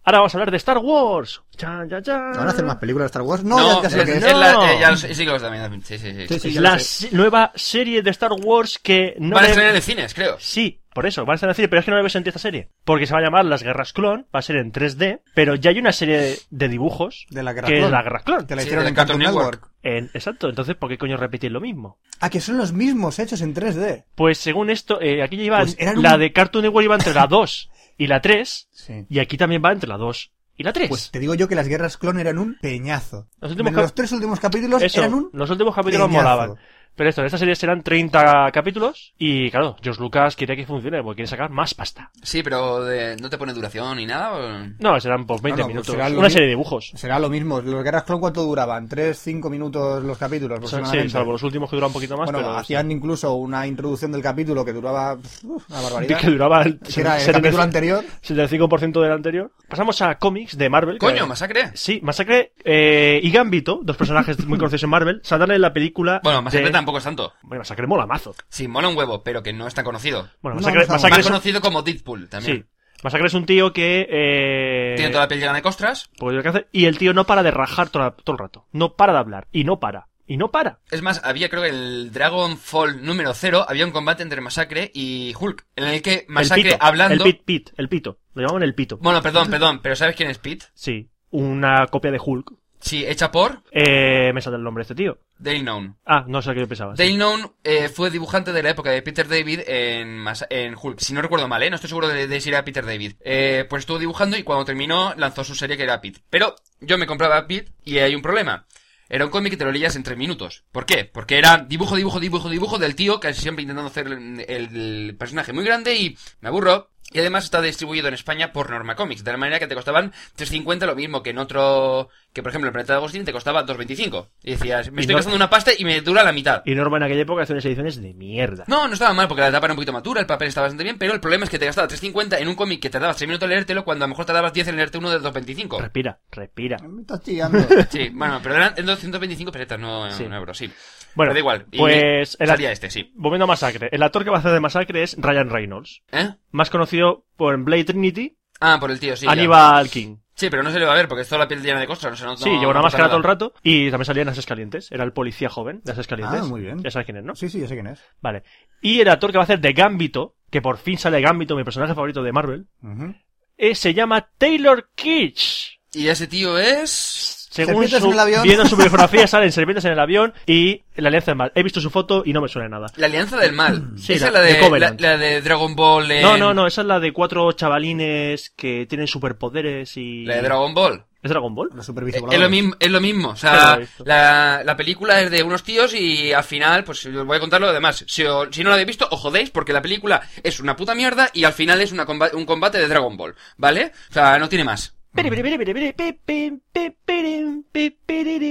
[SPEAKER 4] Ahora vamos a hablar de Star Wars. Chan, chan, chan.
[SPEAKER 5] ¿Van a hacer más películas de Star Wars? No,
[SPEAKER 6] No,
[SPEAKER 5] ya, ya sé
[SPEAKER 6] es,
[SPEAKER 5] lo que es.
[SPEAKER 6] es la,
[SPEAKER 4] No.
[SPEAKER 6] eh, ya los- sí, que los también. Sí, sí, sí.
[SPEAKER 5] Sí, sí, ya lo
[SPEAKER 4] la
[SPEAKER 5] sé.
[SPEAKER 4] se- nueva serie de Star Wars que no
[SPEAKER 6] Van a
[SPEAKER 4] le-
[SPEAKER 6] estrenar en cines, creo.
[SPEAKER 4] Sí, por eso, van a estar en serie, pero es que no debe sentir esta serie. Porque se va a llamar Las Guerras Clon, va a ser en 3D, pero ya hay una serie de, de dibujos
[SPEAKER 5] De la Guerra
[SPEAKER 4] que es
[SPEAKER 5] Clon.
[SPEAKER 4] la Guerra Clon.
[SPEAKER 5] Te la
[SPEAKER 6] Sí,
[SPEAKER 5] hicieron
[SPEAKER 6] de
[SPEAKER 5] en Cartoon
[SPEAKER 6] Cartoon
[SPEAKER 5] Network.
[SPEAKER 4] En- exacto, entonces ¿por qué coño repetir lo mismo?
[SPEAKER 5] Ah, que son los mismos hechos en 3D.
[SPEAKER 4] Pues según esto, eh, aquí ya iba,
[SPEAKER 5] Pues eran
[SPEAKER 4] la
[SPEAKER 5] un-
[SPEAKER 4] de Cartoon Network iba entre la 2 y la 3,
[SPEAKER 5] Sí.
[SPEAKER 4] y aquí también va entre la 2 y la 3.
[SPEAKER 5] Pues te digo yo que las guerras clon eran un peñazo.
[SPEAKER 4] Los
[SPEAKER 5] Los,
[SPEAKER 4] últimos cap-
[SPEAKER 5] los tres últimos capítulos
[SPEAKER 4] Eso,
[SPEAKER 5] eran un.
[SPEAKER 4] los últimos capítulos
[SPEAKER 5] peñazo.
[SPEAKER 4] molaban. Pero esto, en esta serie serán 30 capítulos, y claro, George Lucas quiere que funcione, porque quiere sacar más pasta.
[SPEAKER 6] Sí, pero de- no te pone duración ni nada. ¿o?
[SPEAKER 4] No, serán por 20
[SPEAKER 5] No, no, pues
[SPEAKER 4] minutos.
[SPEAKER 5] será lo
[SPEAKER 4] una
[SPEAKER 5] mi-
[SPEAKER 4] serie de dibujos.
[SPEAKER 5] Será lo mismo. ¿Las guerras clon cuánto duraban? ¿Tres, cinco minutos los capítulos?
[SPEAKER 4] Son-
[SPEAKER 5] aproximadamente?
[SPEAKER 4] Sí, salvo los últimos que duran un poquito más,
[SPEAKER 5] bueno,
[SPEAKER 4] pero
[SPEAKER 5] hacían incluso una introducción del capítulo que duraba pf, una
[SPEAKER 4] sí,
[SPEAKER 5] barbaridad.
[SPEAKER 4] que duraba el,
[SPEAKER 5] Que era el capítulo anterior.
[SPEAKER 4] 75% del anterior. Pasamos a cómics de Marvel. que-
[SPEAKER 6] Coño, masacre.
[SPEAKER 4] Sí, Masacre eh, y Gambito, dos personajes muy conocidos en Marvel, saldrán en la película.
[SPEAKER 6] Bueno, masacre
[SPEAKER 4] de-
[SPEAKER 6] tampoco es tanto.
[SPEAKER 4] Bueno, Masacre mola mazo.
[SPEAKER 6] Sí, mola un huevo, pero que no es tan conocido.
[SPEAKER 4] Bueno,
[SPEAKER 5] No,
[SPEAKER 4] Masacre,
[SPEAKER 5] no, no.
[SPEAKER 4] Masacre
[SPEAKER 6] Más
[SPEAKER 4] es un...
[SPEAKER 6] conocido como Deadpool también.
[SPEAKER 4] sí. Masacre es un tío que. Eh...
[SPEAKER 6] Tiene toda la piel llena de costras.
[SPEAKER 4] pues, lo que hace- Y el tío no para de rajar toda- todo el rato. No para de hablar. Y no para. Y no para.
[SPEAKER 6] Es más, había, creo que el Dragonfall número 0, había un combate entre Masacre y Hulk, en el que
[SPEAKER 4] el
[SPEAKER 6] Masacre
[SPEAKER 4] pito, El
[SPEAKER 6] hablando...
[SPEAKER 4] pit, pit, el pito. Lo llamaban el pito.
[SPEAKER 6] Bueno, perdón, perdón, pero ¿sabes quién es Pete?
[SPEAKER 4] Sí. Una copia de Hulk.
[SPEAKER 6] Sí, hecha por
[SPEAKER 4] Eh, me sale el nombre de este tío.
[SPEAKER 6] Dale Known.
[SPEAKER 4] Ah, no sé lo que yo pensaba.
[SPEAKER 6] Dale Known eh, fue dibujante de la época de Peter David en, Masa- en Hulk. Si no recuerdo mal, ¿eh? No estoy seguro de, de si era Peter David. Eh, pues estuvo dibujando y cuando terminó lanzó su serie que era Pete. Pero yo me compraba Pete y hay un problema. Era un cómic que te lo leías en tres minutos. ¿Por qué? Porque era dibujo, dibujo, dibujo, dibujo del tío que siempre intentando hacer el, el personaje muy grande y me aburro. Y además está distribuido en España por Norma Comics, de la manera que te costaban 3.50 lo mismo que en otro... Que por ejemplo en Planeta de Agustín te costaba 2.25. Y decías, me
[SPEAKER 4] Y
[SPEAKER 6] estoy
[SPEAKER 4] no-
[SPEAKER 6] gastando una pasta y me dura la mitad.
[SPEAKER 4] Y Norma en aquella época hacía unas ediciones de mierda.
[SPEAKER 6] No, no estaba mal porque la tapa era un poquito matura, el papel estaba bastante bien, pero el problema es que te gastaba 3.50 en un cómic que tardabas 3 minutos en leértelo cuando a lo mejor tardabas 10 en leerte uno de 2.25.
[SPEAKER 4] Respira, respira.
[SPEAKER 5] Me estás chillando.
[SPEAKER 6] Sí, bueno, pero eran en 225 pesetas, no
[SPEAKER 4] Sí.
[SPEAKER 6] en euros, sí.
[SPEAKER 4] Bueno,
[SPEAKER 6] Pero da igual. y
[SPEAKER 4] pues el-
[SPEAKER 6] salía este, sí.
[SPEAKER 4] Volviendo a Masacre. El actor que va a hacer de Masacre es Ryan Reynolds.
[SPEAKER 6] ¿Eh?
[SPEAKER 4] Más conocido por Blade Trinity,
[SPEAKER 6] Ah, por el tío, sí. ya.
[SPEAKER 4] Aníbal King.
[SPEAKER 6] Sí, pero no se le va a ver porque es toda la piel llena de costras. O sea, no,
[SPEAKER 4] Sí,
[SPEAKER 6] no-
[SPEAKER 4] llevaba una
[SPEAKER 6] no pasa
[SPEAKER 4] máscara todo el
[SPEAKER 6] nada.
[SPEAKER 4] rato y también salía en Las Escalientes. Era el policía joven de Las Escalientes.
[SPEAKER 5] Ah, muy bien.
[SPEAKER 4] Ya sabes quién es, ¿no?
[SPEAKER 5] Sí, sí, yo sé quién es.
[SPEAKER 4] Vale. Y el actor que va a hacer de Gambito, que por fin sale Gambito, mi personaje favorito de Marvel,
[SPEAKER 5] Ujú.
[SPEAKER 4] eh, se llama Taylor Kitsch.
[SPEAKER 6] Y ese tío es.
[SPEAKER 4] Según
[SPEAKER 5] Serpientes
[SPEAKER 4] su,
[SPEAKER 5] en el avión.
[SPEAKER 4] viendo su biografía salen serpientes en el avión y la alianza del mal. He visto su foto y no me suena nada.
[SPEAKER 6] La Alianza del Mal.
[SPEAKER 4] Sí,
[SPEAKER 6] Esa es la
[SPEAKER 4] la- de
[SPEAKER 6] de, la,
[SPEAKER 4] Covenant.
[SPEAKER 6] la de Dragon Ball. en-
[SPEAKER 4] No, no, no, esa es la de cuatro chavalines que tienen superpoderes y...
[SPEAKER 6] La de Dragon Ball.
[SPEAKER 4] ¿Es Dragon Ball?
[SPEAKER 5] Los
[SPEAKER 6] Eh,
[SPEAKER 5] supervisos
[SPEAKER 6] Es lo,
[SPEAKER 5] voladores.
[SPEAKER 6] mismo, es lo mismo, o
[SPEAKER 4] Ya
[SPEAKER 6] sea,
[SPEAKER 4] lo he visto.
[SPEAKER 6] la, la película es de unos tíos y al final, pues os voy a contar lo demás. Si, o- si no lo habéis visto, os jodéis porque la película es una puta mierda y al final es una comba- un combate de Dragon Ball, ¿vale? O sea, no tiene más. Pues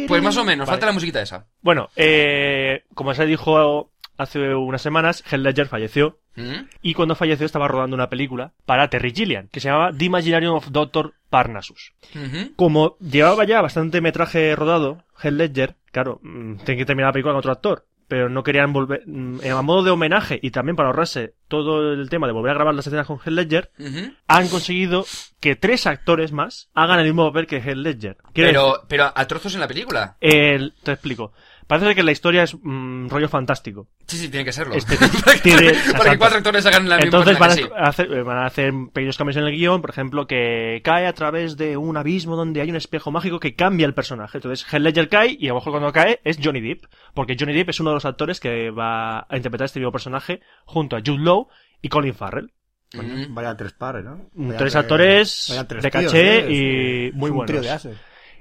[SPEAKER 4] Pues
[SPEAKER 6] más o menos, falta la musiquita esa.
[SPEAKER 4] Bueno, eh, como se dijo hace unas semanas, Heath Ledger falleció.
[SPEAKER 6] ¿Mm?
[SPEAKER 4] Y cuando falleció estaba rodando una película para Terry Gillian, que se llamaba The Imaginarium of Doctor Parnassus.
[SPEAKER 6] Ujú.
[SPEAKER 4] Como llevaba ya bastante metraje rodado, Heath Ledger, claro, mm, tiene que terminar la película con otro actor, pero no querían volver, mm, a modo de homenaje y también para ahorrarse todo el tema de volver a grabar las escenas con Heath Ledger,
[SPEAKER 6] Ujú.
[SPEAKER 4] han conseguido que tres actores más hagan el mismo papel que Heath Ledger. Quiero
[SPEAKER 6] Pero, pero a trozos en la película.
[SPEAKER 4] el- te explico. Parece que la historia es un rollo fantástico.
[SPEAKER 6] Sí, sí, tiene que serlo.
[SPEAKER 4] Este-
[SPEAKER 6] para, que,
[SPEAKER 4] tiene-
[SPEAKER 6] para que
[SPEAKER 4] exacto.
[SPEAKER 6] cuatro actores hagan la misma
[SPEAKER 4] Entonces
[SPEAKER 6] cosa
[SPEAKER 4] van
[SPEAKER 6] que
[SPEAKER 4] a,
[SPEAKER 6] sí.
[SPEAKER 4] hacer, eh, van a hacer pequeños cambios en el guión, por ejemplo, que cae a través de un abismo donde hay un espejo mágico que cambia el personaje. Entonces, Heath Ledger cae y a lo mejor cuando cae es Johnny Depp, porque Johnny Depp es uno de los actores que va a interpretar este mismo personaje junto a Jude Law y Colin Farrell.
[SPEAKER 6] Ujú.
[SPEAKER 5] Vaya tres pares, ¿no?
[SPEAKER 4] Mm,
[SPEAKER 5] Vaya
[SPEAKER 4] tres actores
[SPEAKER 5] vaya tres
[SPEAKER 4] de
[SPEAKER 5] tíos,
[SPEAKER 4] caché
[SPEAKER 5] ¿eh?
[SPEAKER 4] y
[SPEAKER 5] Es
[SPEAKER 4] muy
[SPEAKER 5] un trío
[SPEAKER 4] buenos.
[SPEAKER 5] de ases.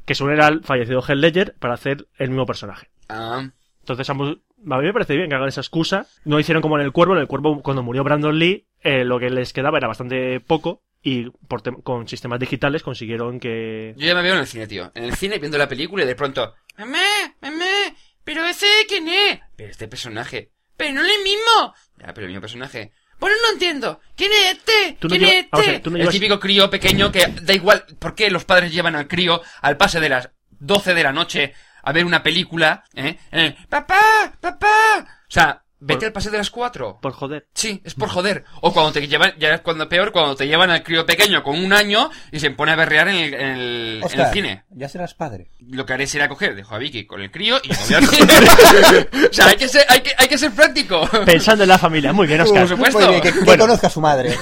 [SPEAKER 4] Que se une al fallecido Heath Ledger para hacer el mismo personaje.
[SPEAKER 6] Ah,
[SPEAKER 4] Entonces ambos, a mí me parece bien que hagan esa excusa. No hicieron como en el cuervo. En el cuervo, cuando murió Brandon Lee, eh, lo que les quedaba era bastante poco. Y por tem- con sistemas digitales consiguieron que...
[SPEAKER 6] Yo ya me veo en el cine, tío. En el cine viendo la película y de pronto, mamá, mamá, pero ese quién es? Pero este personaje. Pero no es el mismo. Ya, pero el mismo personaje. Bueno, no entiendo. ¿Quién es este?
[SPEAKER 4] Tú no
[SPEAKER 6] ¿Quién
[SPEAKER 4] lleva-
[SPEAKER 6] es
[SPEAKER 4] vamos a
[SPEAKER 6] este?
[SPEAKER 4] ver, tú no
[SPEAKER 6] el
[SPEAKER 4] llevas-
[SPEAKER 6] típico crío pequeño que da igual por qué los padres llevan al crío al pase de las 12 de la noche a ver una película, ¿eh? En el, papá, papá. O sea, vete
[SPEAKER 4] Por-
[SPEAKER 6] al pase de las 4.
[SPEAKER 4] Por joder.
[SPEAKER 6] Sí, es por joder. O cuando te llevan, ya es cuando peor, cuando te llevan al crío pequeño con un año y se pone a berrear en el- en el- en el
[SPEAKER 5] Oscar,
[SPEAKER 6] cine
[SPEAKER 5] ya serás padre.
[SPEAKER 6] lo que haré será coger, dejo a Vicky con el crío y me voy al cine. O sea, hay que ser, hay que, hay que ser práctico.
[SPEAKER 4] Pensando en la familia. Muy bien,
[SPEAKER 6] Por
[SPEAKER 4] Oscar.
[SPEAKER 6] supuesto.
[SPEAKER 5] Muy bien, pues, que, que
[SPEAKER 4] Bueno.
[SPEAKER 5] conozca a su madre.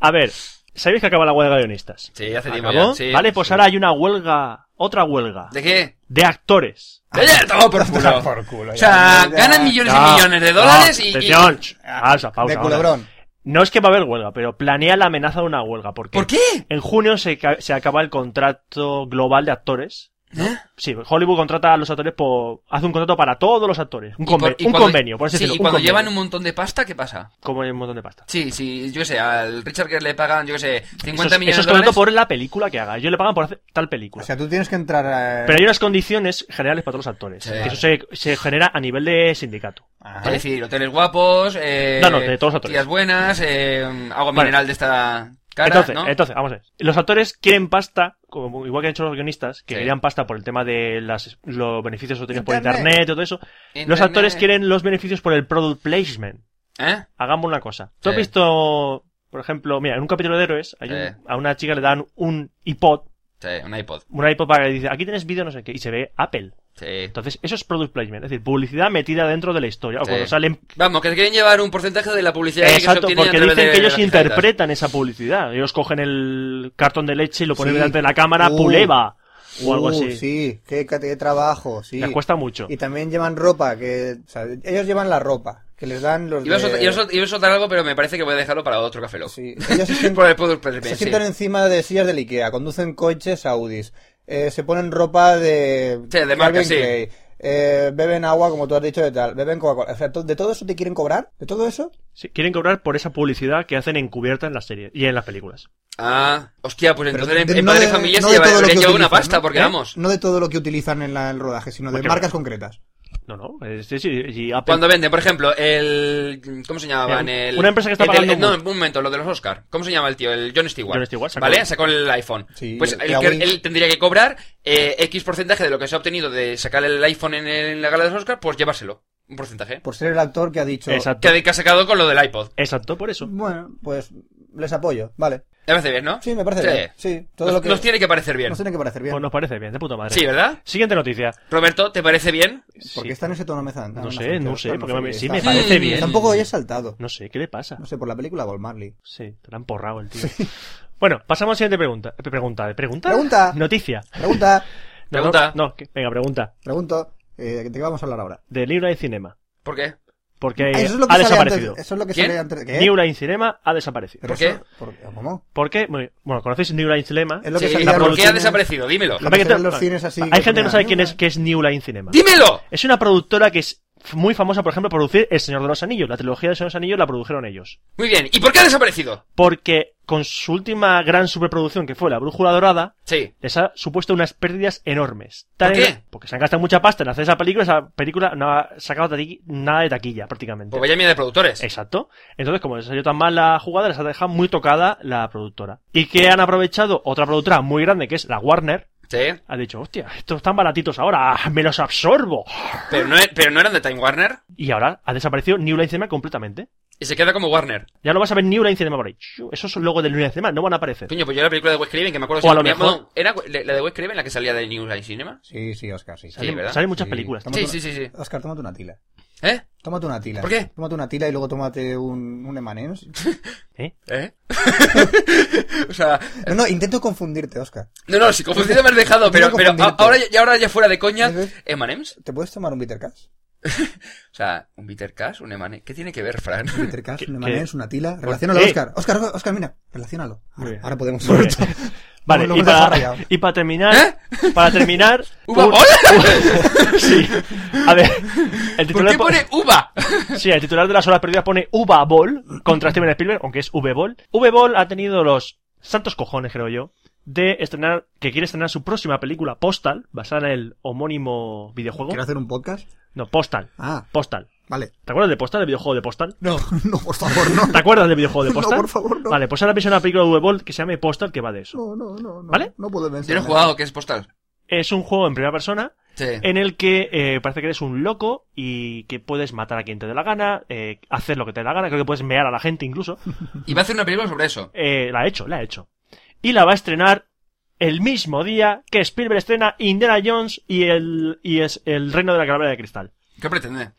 [SPEAKER 4] A ver, ¿sabéis que acaba la huelga de guionistas?
[SPEAKER 6] Sí, hace tiempo
[SPEAKER 4] ¿Acabó?
[SPEAKER 6] ya, sí.
[SPEAKER 4] vale, pues ahora hay una huelga... Otra huelga.
[SPEAKER 6] ¿De qué?
[SPEAKER 4] de actores.
[SPEAKER 6] De Ah, ya, toma por culo.
[SPEAKER 5] Por culo, ya,
[SPEAKER 6] o sea,
[SPEAKER 5] ya.
[SPEAKER 6] ganan millones
[SPEAKER 4] No,
[SPEAKER 6] y millones de
[SPEAKER 4] no,
[SPEAKER 6] dólares y- y,
[SPEAKER 4] Ah, atención, ch, pausa, pausa,
[SPEAKER 5] de
[SPEAKER 4] ahora.
[SPEAKER 5] culebrón.
[SPEAKER 4] No es que va a haber huelga, pero planea la amenaza de una huelga. Porque
[SPEAKER 6] ¿Por qué?
[SPEAKER 4] En junio se, ca- se acaba el contrato global de actores.
[SPEAKER 6] ¿Eh?
[SPEAKER 4] Sí, Hollywood contrata a los actores por... Hace un contrato para todos los actores. Un,
[SPEAKER 6] Y por-
[SPEAKER 4] conven-
[SPEAKER 6] y
[SPEAKER 4] un
[SPEAKER 6] cuando-
[SPEAKER 4] convenio, por así
[SPEAKER 6] sí,
[SPEAKER 4] decirlo.
[SPEAKER 6] Y cuando
[SPEAKER 4] convenio.
[SPEAKER 6] llevan un montón de pasta, ¿qué pasa?
[SPEAKER 4] Como un montón de pasta.
[SPEAKER 6] Sí, sí, yo qué sé, al Richard Gere le pagan, yo qué sé,
[SPEAKER 4] Eso
[SPEAKER 6] 50
[SPEAKER 4] es,
[SPEAKER 6] millones
[SPEAKER 4] eso es
[SPEAKER 6] de dólares.
[SPEAKER 4] contrato por la película que haga. Yo le pagan por hacer tal
[SPEAKER 5] O
[SPEAKER 4] película.
[SPEAKER 5] sea, tú tienes que entrar a...
[SPEAKER 4] Pero hay unas condiciones generales para todos los actores.
[SPEAKER 6] Sí.
[SPEAKER 4] Que eso se, se genera a nivel de sindicato.
[SPEAKER 5] Ajá.
[SPEAKER 6] Es decir, Ah, hoteles guapos, eh,
[SPEAKER 4] No, no, de todos los actores.
[SPEAKER 6] tías buenas, eh, agua
[SPEAKER 4] Vale.
[SPEAKER 6] mineral de esta cara,
[SPEAKER 4] entonces, eh,
[SPEAKER 6] ¿no?
[SPEAKER 4] entonces, vamos a ver. Los actores quieren pasta, como igual que han hecho los guionistas, que
[SPEAKER 6] Sí.
[SPEAKER 4] querían pasta por el tema de las, los beneficios obtenidos por
[SPEAKER 5] Internet.
[SPEAKER 4] internet y todo eso. Los
[SPEAKER 6] Internet.
[SPEAKER 4] actores quieren los beneficios por el product placement.
[SPEAKER 6] ¿Eh?
[SPEAKER 4] hagamos una cosa. ¿Tú has
[SPEAKER 6] Sí.
[SPEAKER 4] visto, por ejemplo, mira, en un capítulo de Héroes, hay un-
[SPEAKER 6] Sí.
[SPEAKER 4] a una chica le dan un iPod,
[SPEAKER 6] Sí, un iPod.
[SPEAKER 4] un iPod para que le dice, aquí tienes vídeo, no sé qué, y se ve Apple.
[SPEAKER 6] Sí.
[SPEAKER 4] Entonces, eso es product placement, es decir, publicidad metida dentro de la historia. O
[SPEAKER 6] Sí.
[SPEAKER 4] cuando salen...
[SPEAKER 6] Vamos, que quieren llevar un porcentaje de la publicidad que se
[SPEAKER 4] Exacto,
[SPEAKER 6] obtiene
[SPEAKER 4] porque
[SPEAKER 6] a través
[SPEAKER 4] dicen
[SPEAKER 6] de
[SPEAKER 4] que ellos
[SPEAKER 6] las tarjetas.
[SPEAKER 4] interpretan esa publicidad. Ellos cogen el cartón de leche y lo ponen
[SPEAKER 5] Sí.
[SPEAKER 4] delante de la cámara,
[SPEAKER 5] Uh.
[SPEAKER 4] puleva, o algo
[SPEAKER 5] Uh,
[SPEAKER 4] así.
[SPEAKER 5] Sí, qué, ca- qué trabajo, sí.
[SPEAKER 4] Les cuesta mucho.
[SPEAKER 5] Y también llevan ropa, que... O sea, ellos llevan la ropa, que les dan los
[SPEAKER 6] Iba a,
[SPEAKER 5] de-
[SPEAKER 6] soltar, iba a sol- iba a soltar algo, pero me parece que voy a dejarlo para otro café loco.
[SPEAKER 5] Sí, ellos se sienten-
[SPEAKER 6] Por el product placement,
[SPEAKER 5] Se
[SPEAKER 6] sí.
[SPEAKER 5] sientan encima de sillas del Ikea, conducen coches Audis, eh, se ponen ropa de,
[SPEAKER 6] Sí, de
[SPEAKER 5] Calvin
[SPEAKER 6] marca, sí.
[SPEAKER 5] Klein, eh, beben agua, como tú has dicho, de tal, beben Coca-Cola. O sea, to- ¿de todo eso te quieren cobrar? ¿De todo eso?
[SPEAKER 4] Sí, quieren cobrar por esa publicidad que hacen encubierta en las series y en las películas.
[SPEAKER 6] Ah, hostia, pues
[SPEAKER 5] Pero
[SPEAKER 6] entonces en-
[SPEAKER 5] de-
[SPEAKER 6] en
[SPEAKER 5] no
[SPEAKER 6] Padre
[SPEAKER 5] de-
[SPEAKER 6] Familia
[SPEAKER 5] no
[SPEAKER 6] se
[SPEAKER 5] de
[SPEAKER 6] lleva,
[SPEAKER 5] todo lo
[SPEAKER 6] habría
[SPEAKER 5] que
[SPEAKER 6] llevado una
[SPEAKER 5] utilizan,
[SPEAKER 6] pasta,
[SPEAKER 5] ¿no?
[SPEAKER 6] porque
[SPEAKER 5] ¿Eh?
[SPEAKER 6] vamos.
[SPEAKER 5] No de todo lo que utilizan en la- el rodaje, sino de
[SPEAKER 4] Porque-
[SPEAKER 5] marcas concretas.
[SPEAKER 4] No, no. es decir, si- si Apple-
[SPEAKER 6] Cuando venden, por ejemplo, el... ¿Cómo se llamaban?
[SPEAKER 4] Eh,
[SPEAKER 6] El,
[SPEAKER 4] una empresa que está
[SPEAKER 6] el del-
[SPEAKER 4] pagando
[SPEAKER 6] No,
[SPEAKER 4] mucho.
[SPEAKER 6] un momento, lo de los Oscar. ¿Cómo se llama el tío? El John Stewart.
[SPEAKER 4] John Stewart, sacó
[SPEAKER 6] ¿Vale?
[SPEAKER 4] el-
[SPEAKER 6] Sacó el iPhone.
[SPEAKER 5] Sí,
[SPEAKER 6] pues
[SPEAKER 5] el-
[SPEAKER 6] el
[SPEAKER 5] el
[SPEAKER 6] que-
[SPEAKER 5] Huawei.
[SPEAKER 6] él tendría que cobrar eh, X porcentaje de lo que se ha obtenido de sacar el iPhone en, el- en la gala de los Oscar, pues llevárselo. Un porcentaje.
[SPEAKER 5] Por ser el actor que ha dicho...
[SPEAKER 4] Exacto.
[SPEAKER 6] Que, que ha sacado con lo del iPod.
[SPEAKER 4] Exacto, por eso.
[SPEAKER 5] Bueno, pues les apoyo, vale.
[SPEAKER 6] Me parece bien, ¿no?
[SPEAKER 5] Sí, me parece bien. Sí, todo
[SPEAKER 6] nos,
[SPEAKER 5] lo que...
[SPEAKER 6] nos tiene que parecer bien.
[SPEAKER 5] nos tiene que parecer bien.
[SPEAKER 4] Pues nos parece bien, de puta madre.
[SPEAKER 6] Sí, ¿verdad?
[SPEAKER 4] Siguiente noticia.
[SPEAKER 6] Roberto, ¿te parece bien?
[SPEAKER 5] ¿Por qué
[SPEAKER 4] Sí.
[SPEAKER 5] está en ese tono mezan?
[SPEAKER 4] No sé, no sé, porque me- sí me
[SPEAKER 6] está-
[SPEAKER 4] parece
[SPEAKER 6] Mm.
[SPEAKER 4] bien.
[SPEAKER 5] Tampoco hoy he saltado.
[SPEAKER 4] No sé, ¿qué le pasa?
[SPEAKER 5] No sé, por la película Bob Marley.
[SPEAKER 4] Sí, te la han porrado el tío. Bueno, pasamos a la siguiente pregunta. Eh, Pregunta, ¿pregunta?
[SPEAKER 5] Pregunta.
[SPEAKER 4] Noticia.
[SPEAKER 5] Pregunta.
[SPEAKER 6] Pregunta.
[SPEAKER 4] No, no, que- venga, pregunta.
[SPEAKER 5] Pregunto, eh, ¿de qué vamos a hablar ahora?
[SPEAKER 4] De New Line Cinema.
[SPEAKER 6] ¿Por qué?
[SPEAKER 4] Porque
[SPEAKER 5] Ah,
[SPEAKER 4] Eh, ha
[SPEAKER 5] sale
[SPEAKER 4] desaparecido.
[SPEAKER 5] Antes, eso es lo que
[SPEAKER 6] ¿Quién?
[SPEAKER 5] sale antes. ¿Qué?
[SPEAKER 4] New Line Cinema ha desaparecido.
[SPEAKER 5] ¿Eh? ¿Pero
[SPEAKER 6] ¿Por qué?
[SPEAKER 5] eso- por- ¿Cómo?
[SPEAKER 4] ¿Por qué? Muy- Bueno, ¿conocéis New Line Cinema?
[SPEAKER 5] Es lo que
[SPEAKER 6] Sí,
[SPEAKER 5] salía en
[SPEAKER 6] ¿Por
[SPEAKER 5] los
[SPEAKER 6] qué ha
[SPEAKER 5] cines.
[SPEAKER 6] desaparecido? Dímelo.
[SPEAKER 5] Lo
[SPEAKER 4] Capaz
[SPEAKER 5] que
[SPEAKER 4] que
[SPEAKER 5] salen
[SPEAKER 4] te-
[SPEAKER 5] los cines así,
[SPEAKER 4] Hay gente que no sabe
[SPEAKER 5] mira,
[SPEAKER 4] quién es, qué es New Line Cinema.
[SPEAKER 6] ¡Dímelo!
[SPEAKER 4] Es una productora que es f- muy famosa, por ejemplo, por producir El Señor de los Anillos. La trilogía del Señor de los Anillos la produjeron ellos.
[SPEAKER 6] Muy bien. ¿Y por qué ha desaparecido?
[SPEAKER 4] Porque con su última gran superproducción, que fue La Brújula Dorada,
[SPEAKER 6] Sí.
[SPEAKER 4] les ha supuesto unas pérdidas enormes. Tan
[SPEAKER 6] ¿Por qué?
[SPEAKER 4] en- Porque se han gastado mucha pasta en hacer esa película. Esa película no ha sacado taqui- nada de taquilla, prácticamente.
[SPEAKER 6] Pues vaya mierda de productores.
[SPEAKER 4] Exacto. Entonces, como les salió tan mal la jugada, les ha dejado muy tocada la productora. Y que han aprovechado otra productora muy grande, que es la Warner.
[SPEAKER 6] Sí.
[SPEAKER 4] Ha dicho, hostia, estos están baratitos ahora, ¡Ah, me los absorbo.
[SPEAKER 6] Pero no, pero no eran de Time Warner.
[SPEAKER 4] Y ahora ha desaparecido New Line Cinema completamente.
[SPEAKER 6] Y se queda como Warner.
[SPEAKER 4] Ya no vas a ver New Line Cinema por ahí. Chu, Esos logos del New Line Cinema no van a aparecer.
[SPEAKER 6] Coño, pues yo la película de Wes Craven, que me acuerdo
[SPEAKER 4] O a lo
[SPEAKER 6] me
[SPEAKER 4] mejor-
[SPEAKER 6] llamó- ¿Era la de Wes Craven la que salía de New Line Cinema?
[SPEAKER 5] Sí, sí, Oscar, sí.
[SPEAKER 6] Sí, ¿verdad?
[SPEAKER 4] Salen muchas
[SPEAKER 5] Sí,
[SPEAKER 4] películas.
[SPEAKER 5] estamos-
[SPEAKER 6] Sí, sí, sí, sí.
[SPEAKER 5] Oscar, tómate una tila.
[SPEAKER 6] ¿Eh?
[SPEAKER 5] Tómate una tila.
[SPEAKER 6] ¿Por qué?
[SPEAKER 5] Tómate una tila y luego tómate un, un Emanens.
[SPEAKER 4] ¿eh?
[SPEAKER 6] ¿Eh? o sea,
[SPEAKER 5] No, no, intento confundirte, Oscar.
[SPEAKER 6] no, no, si confundido me has dejado, pero,
[SPEAKER 5] Tengo
[SPEAKER 6] pero a-
[SPEAKER 5] confundido. ¿Eh?
[SPEAKER 6] ahora, ya- y ahora ya fuera de coña,
[SPEAKER 5] Sí, sí.
[SPEAKER 6] ¿Emanems?
[SPEAKER 5] ¿Te puedes tomar un Bitter Cash?
[SPEAKER 6] O sea, un Bitter Cash, un Emanems. ¿Qué tiene que ver, Fran?
[SPEAKER 5] Un Bitter Cash,
[SPEAKER 4] ¿Qué-
[SPEAKER 5] un
[SPEAKER 4] qué?
[SPEAKER 5] Emanens, una tila. Relaciónalo,
[SPEAKER 4] Eh.
[SPEAKER 5] Oscar. Oscar. Oscar, Oscar, mira, relaciónalo.
[SPEAKER 4] Muy bien.
[SPEAKER 5] Ahora podemos.
[SPEAKER 4] Muy bien. Vale,
[SPEAKER 5] Lo
[SPEAKER 4] y
[SPEAKER 5] hemos
[SPEAKER 4] para,
[SPEAKER 5] desarrollado.
[SPEAKER 4] y para terminar,
[SPEAKER 6] ¿Eh?
[SPEAKER 4] para terminar,
[SPEAKER 6] ¡Uva!
[SPEAKER 4] un-
[SPEAKER 6] ¡Hola!
[SPEAKER 4] sí. A ver, el
[SPEAKER 6] ¿Por
[SPEAKER 4] titular
[SPEAKER 6] qué pone uva?
[SPEAKER 4] Sí, el titular de las horas perdidas pone Uva Ball contra Steven Spielberg, aunque es V-Ball. V-Ball ha tenido los santos cojones, creo yo, de estrenar, que quiere estrenar su próxima película, Postal, basada en el homónimo videojuego.
[SPEAKER 5] ¿Quieres hacer un podcast?
[SPEAKER 4] No, Postal.
[SPEAKER 5] Ah,
[SPEAKER 4] Postal.
[SPEAKER 5] vale.
[SPEAKER 4] ¿Te acuerdas de Postal, el videojuego de Postal?
[SPEAKER 5] No, no, por favor, no.
[SPEAKER 4] ¿Te acuerdas del videojuego de
[SPEAKER 5] No,
[SPEAKER 4] Postal?
[SPEAKER 5] por favor, no.
[SPEAKER 4] Vale, pues ahora piensa en una película de V-Ball que se llame Postal que va de eso.
[SPEAKER 5] No, no, no. no
[SPEAKER 4] ¿Vale?
[SPEAKER 5] No puedo vencer.
[SPEAKER 6] Yo no he jugado, que es postal.
[SPEAKER 4] Es un juego en primera persona
[SPEAKER 6] Sí.
[SPEAKER 4] en el que eh, parece que eres un loco y que puedes matar a quien te dé la gana, eh, hacer lo que te dé la gana, creo que puedes mear a la gente incluso.
[SPEAKER 6] Y va a hacer una película sobre eso.
[SPEAKER 4] Eh, la ha hecho, la ha hecho. Y la va a estrenar el mismo día que Spielberg estrena Indiana Jones y el, y es el Reino de la Calavera de Cristal.
[SPEAKER 6] ¿Qué pretende?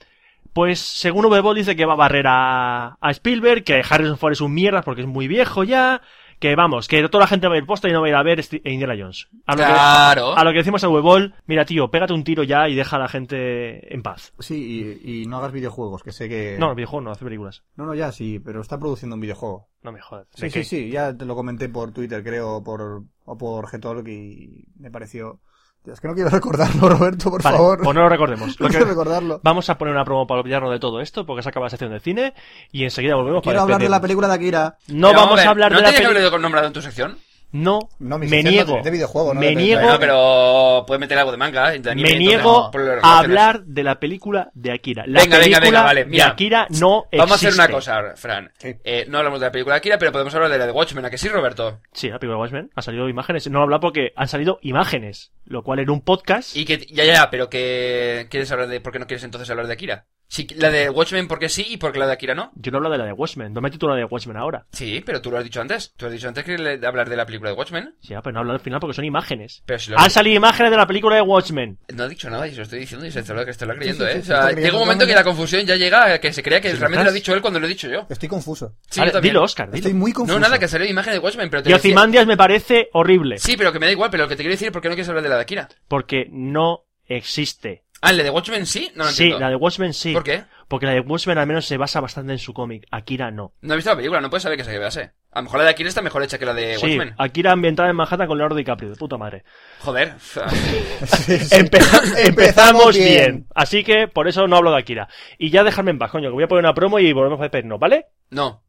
[SPEAKER 4] Pues según V-Ball dice que va a barrer a, a Spielberg, que Harrison Ford es un mierda porque es muy viejo ya, que vamos, que toda la gente va a ir posta y no va a ir a ver este- Indiana Jones. A lo,
[SPEAKER 6] Claro.
[SPEAKER 4] que, a lo que decimos a V-Ball, mira tío, pégate un tiro ya y deja a la gente en paz.
[SPEAKER 5] Sí, y, y no hagas videojuegos, que sé que.
[SPEAKER 4] No, el videojuego no hace películas.
[SPEAKER 5] no, no, ya sí, pero está produciendo un videojuego.
[SPEAKER 4] No me jodas.
[SPEAKER 5] Sí,
[SPEAKER 4] ¿De
[SPEAKER 5] sí,
[SPEAKER 4] qué?
[SPEAKER 5] sí, ya te lo comenté por Twitter, creo, o por, o por Getalk y me pareció... Tío, Es que no quiero recordarlo, Roberto, por
[SPEAKER 4] Vale,
[SPEAKER 5] favor.
[SPEAKER 4] pues no lo recordemos.
[SPEAKER 5] No
[SPEAKER 4] Lo que-
[SPEAKER 5] quiero recordarlo.
[SPEAKER 4] Vamos a poner una promo para olvidarnos de todo esto, porque se acaba la sección de cine y enseguida volvemos
[SPEAKER 5] Quiero
[SPEAKER 4] para
[SPEAKER 5] hablar de la
[SPEAKER 4] despedirnos.
[SPEAKER 5] película de Akira.
[SPEAKER 4] No
[SPEAKER 6] Pero
[SPEAKER 4] vamos
[SPEAKER 6] ver,
[SPEAKER 4] a hablar
[SPEAKER 6] ¿No
[SPEAKER 4] de la
[SPEAKER 6] tenía que
[SPEAKER 4] película.
[SPEAKER 6] haberlo nombrado en tu sección?
[SPEAKER 4] No,
[SPEAKER 5] No, mi
[SPEAKER 4] me
[SPEAKER 5] sección
[SPEAKER 4] niego.
[SPEAKER 5] no, de videojuego, no
[SPEAKER 4] me
[SPEAKER 5] de-
[SPEAKER 4] niego,
[SPEAKER 5] Bueno,
[SPEAKER 6] No, pero puede meter algo de manga. de anime,
[SPEAKER 4] me
[SPEAKER 6] entonces,
[SPEAKER 4] niego
[SPEAKER 6] no, por las
[SPEAKER 4] a
[SPEAKER 6] relaciones.
[SPEAKER 4] hablar de la película de Akira. La
[SPEAKER 6] Venga, venga,
[SPEAKER 4] película
[SPEAKER 6] venga, vale, mira.
[SPEAKER 4] de Akira no existe.
[SPEAKER 6] Vamos a hacer una cosa, ahora, Fran.
[SPEAKER 5] Sí.
[SPEAKER 6] Eh, no hablamos de la película de Akira, pero podemos hablar de la de Watchmen, ¿a que sí, Roberto?
[SPEAKER 4] Sí, la película de Watchmen. Han salido imágenes. No lo he hablado porque han salido imágenes. Lo cual en un podcast.
[SPEAKER 6] Y que, ya, ya, pero que quieres hablar de, ¿por qué no quieres entonces hablar de Akira? Sí, la de Watchmen porque sí y porque la de Akira no.
[SPEAKER 4] Yo no hablo de la de Watchmen. No me titulo la de Watchmen ahora.
[SPEAKER 6] Sí, pero tú lo has dicho antes. Tú has dicho antes que le- de hablar de la película de Watchmen.
[SPEAKER 4] Sí, ah, pero no hablo al final porque son imágenes.
[SPEAKER 6] Pero si lo
[SPEAKER 4] Han salido imágenes de la película de Watchmen.
[SPEAKER 6] No he dicho nada y se lo estoy diciendo y se te lo, se te lo creyendo,
[SPEAKER 5] Sí, sí, sí,
[SPEAKER 6] ¿eh? O
[SPEAKER 5] se
[SPEAKER 6] sea,
[SPEAKER 5] está creyendo
[SPEAKER 6] llega un momento que
[SPEAKER 5] totalmente.
[SPEAKER 6] la confusión ya llega a que se crea que
[SPEAKER 4] Si lo
[SPEAKER 6] realmente lo ha
[SPEAKER 4] estás-
[SPEAKER 6] dicho él cuando lo he dicho yo.
[SPEAKER 5] Estoy confuso.
[SPEAKER 6] Sí,
[SPEAKER 4] Vale,
[SPEAKER 6] yo también.
[SPEAKER 4] dilo, Oscar. Dilo.
[SPEAKER 5] Estoy muy
[SPEAKER 6] No,
[SPEAKER 5] confuso.
[SPEAKER 6] nada, que salió imagen de Watchmen, pero te
[SPEAKER 4] Y
[SPEAKER 6] decía-
[SPEAKER 4] Ozymandias me parece horrible.
[SPEAKER 6] Sí, pero que me da igual, pero lo que te quiero decir es por qué no quieres hablar de la de Akira.
[SPEAKER 4] Porque no existe.
[SPEAKER 6] Ah, ¿la de Watchmen sí? No lo
[SPEAKER 4] sí,
[SPEAKER 6] entiendo.
[SPEAKER 4] la de Watchmen sí.
[SPEAKER 6] ¿Por qué?
[SPEAKER 4] Porque la de Watchmen al menos se basa bastante en su cómic. Akira no.
[SPEAKER 6] No he visto la película, no puedes saber que se base. A lo mejor la de Akira está mejor hecha que la de
[SPEAKER 4] sí,
[SPEAKER 6] Eh, Watchmen.
[SPEAKER 4] Akira ambientada en Manhattan con Leonardo DiCaprio, de puta madre.
[SPEAKER 6] Joder.
[SPEAKER 5] Sí,
[SPEAKER 4] Empeza-
[SPEAKER 5] sí. Empezamos
[SPEAKER 4] empezamos
[SPEAKER 5] bien.
[SPEAKER 4] bien. Así que por eso no hablo de Akira. Y ya dejarme en paz, coño, que voy a poner una promo y volvemos a despedirnos, ¿vale?
[SPEAKER 6] No.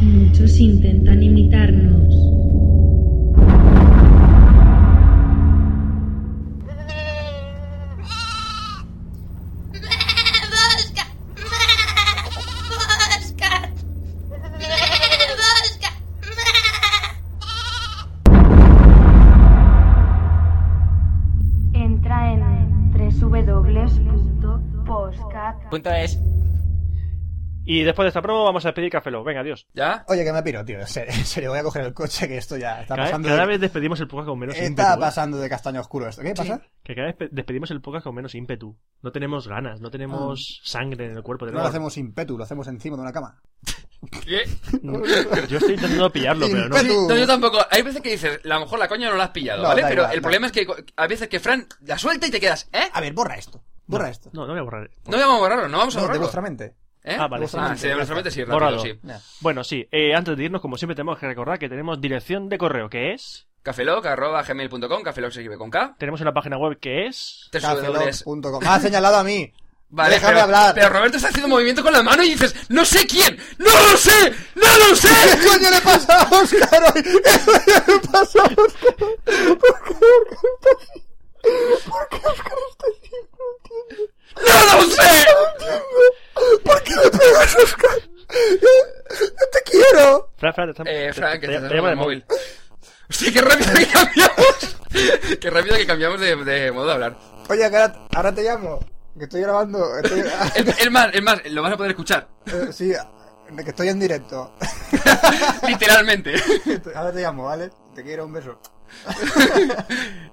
[SPEAKER 7] Muchos intentan imitarnos.
[SPEAKER 8] Busca. Busca. Busca.
[SPEAKER 9] Entra en www.postcat.
[SPEAKER 10] Punto es.
[SPEAKER 4] Y después de esta promo vamos a despedir Café Lock. Venga, adiós.
[SPEAKER 6] ¿Ya?
[SPEAKER 5] Oye, que me piro, tío. En serio, en serio, voy a coger el coche, que esto ya está
[SPEAKER 4] Cada,
[SPEAKER 5] pasando...
[SPEAKER 4] cada
[SPEAKER 5] de...
[SPEAKER 4] vez despedimos el podcast con menos
[SPEAKER 5] Está
[SPEAKER 4] ímpetu. ¿eh?
[SPEAKER 5] pasando de castaño oscuro esto. ¿Qué pasa?
[SPEAKER 4] Que cada vez pe- despedimos el podcast con menos ímpetu. No tenemos ganas, no tenemos sangre en el cuerpo.
[SPEAKER 5] Ah. No lo
[SPEAKER 4] tenemos-
[SPEAKER 5] hacemos impetu, lo hacemos encima de una cama.
[SPEAKER 6] ¿Eh?
[SPEAKER 4] Yo estoy intentando pillarlo, pero no.
[SPEAKER 5] Ímpetu.
[SPEAKER 6] No, yo tampoco. Hay veces que dices, a lo mejor la coña no la has pillado,
[SPEAKER 5] No,
[SPEAKER 6] ¿vale?
[SPEAKER 5] da
[SPEAKER 6] Pero
[SPEAKER 5] igual,
[SPEAKER 6] el
[SPEAKER 5] da
[SPEAKER 6] problema es que co- a veces que Fran la suelta y te quedas, ¿eh?
[SPEAKER 5] A ver, borra esto. Borra esto.
[SPEAKER 4] No, no voy a borrar.
[SPEAKER 6] No vamos a borrarlo, no vamos a
[SPEAKER 5] No, de
[SPEAKER 6] borrarlo.
[SPEAKER 5] vuestra mente.
[SPEAKER 6] ¿Eh?
[SPEAKER 4] Ah, vale,
[SPEAKER 6] Ah,
[SPEAKER 5] sí,
[SPEAKER 6] sí, de
[SPEAKER 5] sí,
[SPEAKER 6] vuestra mente sí, rápido,
[SPEAKER 4] Borrado.
[SPEAKER 6] sí.
[SPEAKER 5] Nah.
[SPEAKER 4] Bueno, sí. eh, antes de irnos, como siempre, tenemos que recordar que tenemos dirección de correo, que es.
[SPEAKER 6] Cafelog.gmail.com, cafelog se escribe con K.
[SPEAKER 4] Tenemos una página web que es.
[SPEAKER 6] www.es.
[SPEAKER 5] Cafelog.com. Ah, ha señalado a mí.
[SPEAKER 6] Vale,
[SPEAKER 5] Déjame
[SPEAKER 6] pero,
[SPEAKER 5] hablar.
[SPEAKER 6] pero Roberto está haciendo movimiento con la mano y dices, ¡No sé quién! ¡No lo sé! ¡No lo
[SPEAKER 5] ¿Qué
[SPEAKER 6] sé!
[SPEAKER 5] coño le pasa a Oscar hoy? ¿Qué coño le pasa a Oscar?
[SPEAKER 6] ¡No lo sé!
[SPEAKER 5] ¿Por qué le pegas, Oscar? Yo, yo te quiero.
[SPEAKER 4] Fran, Fran, te-
[SPEAKER 6] Eh,
[SPEAKER 4] te-
[SPEAKER 6] Frank,
[SPEAKER 4] te-
[SPEAKER 6] que
[SPEAKER 4] te-
[SPEAKER 6] estás
[SPEAKER 4] te
[SPEAKER 6] en
[SPEAKER 4] llama
[SPEAKER 6] el
[SPEAKER 4] de
[SPEAKER 6] móvil. Hostia, qué rápido que cambiamos. qué rápido que cambiamos de, de modo de hablar.
[SPEAKER 5] Oye, que ahora, ahora te llamo. Que estoy grabando. Estoy, ah,
[SPEAKER 6] Es, es más, es más, lo vas a poder escuchar.
[SPEAKER 5] eh, sí, que estoy en directo.
[SPEAKER 6] Literalmente.
[SPEAKER 5] Ahora te llamo, ¿vale? Te quiero, un beso.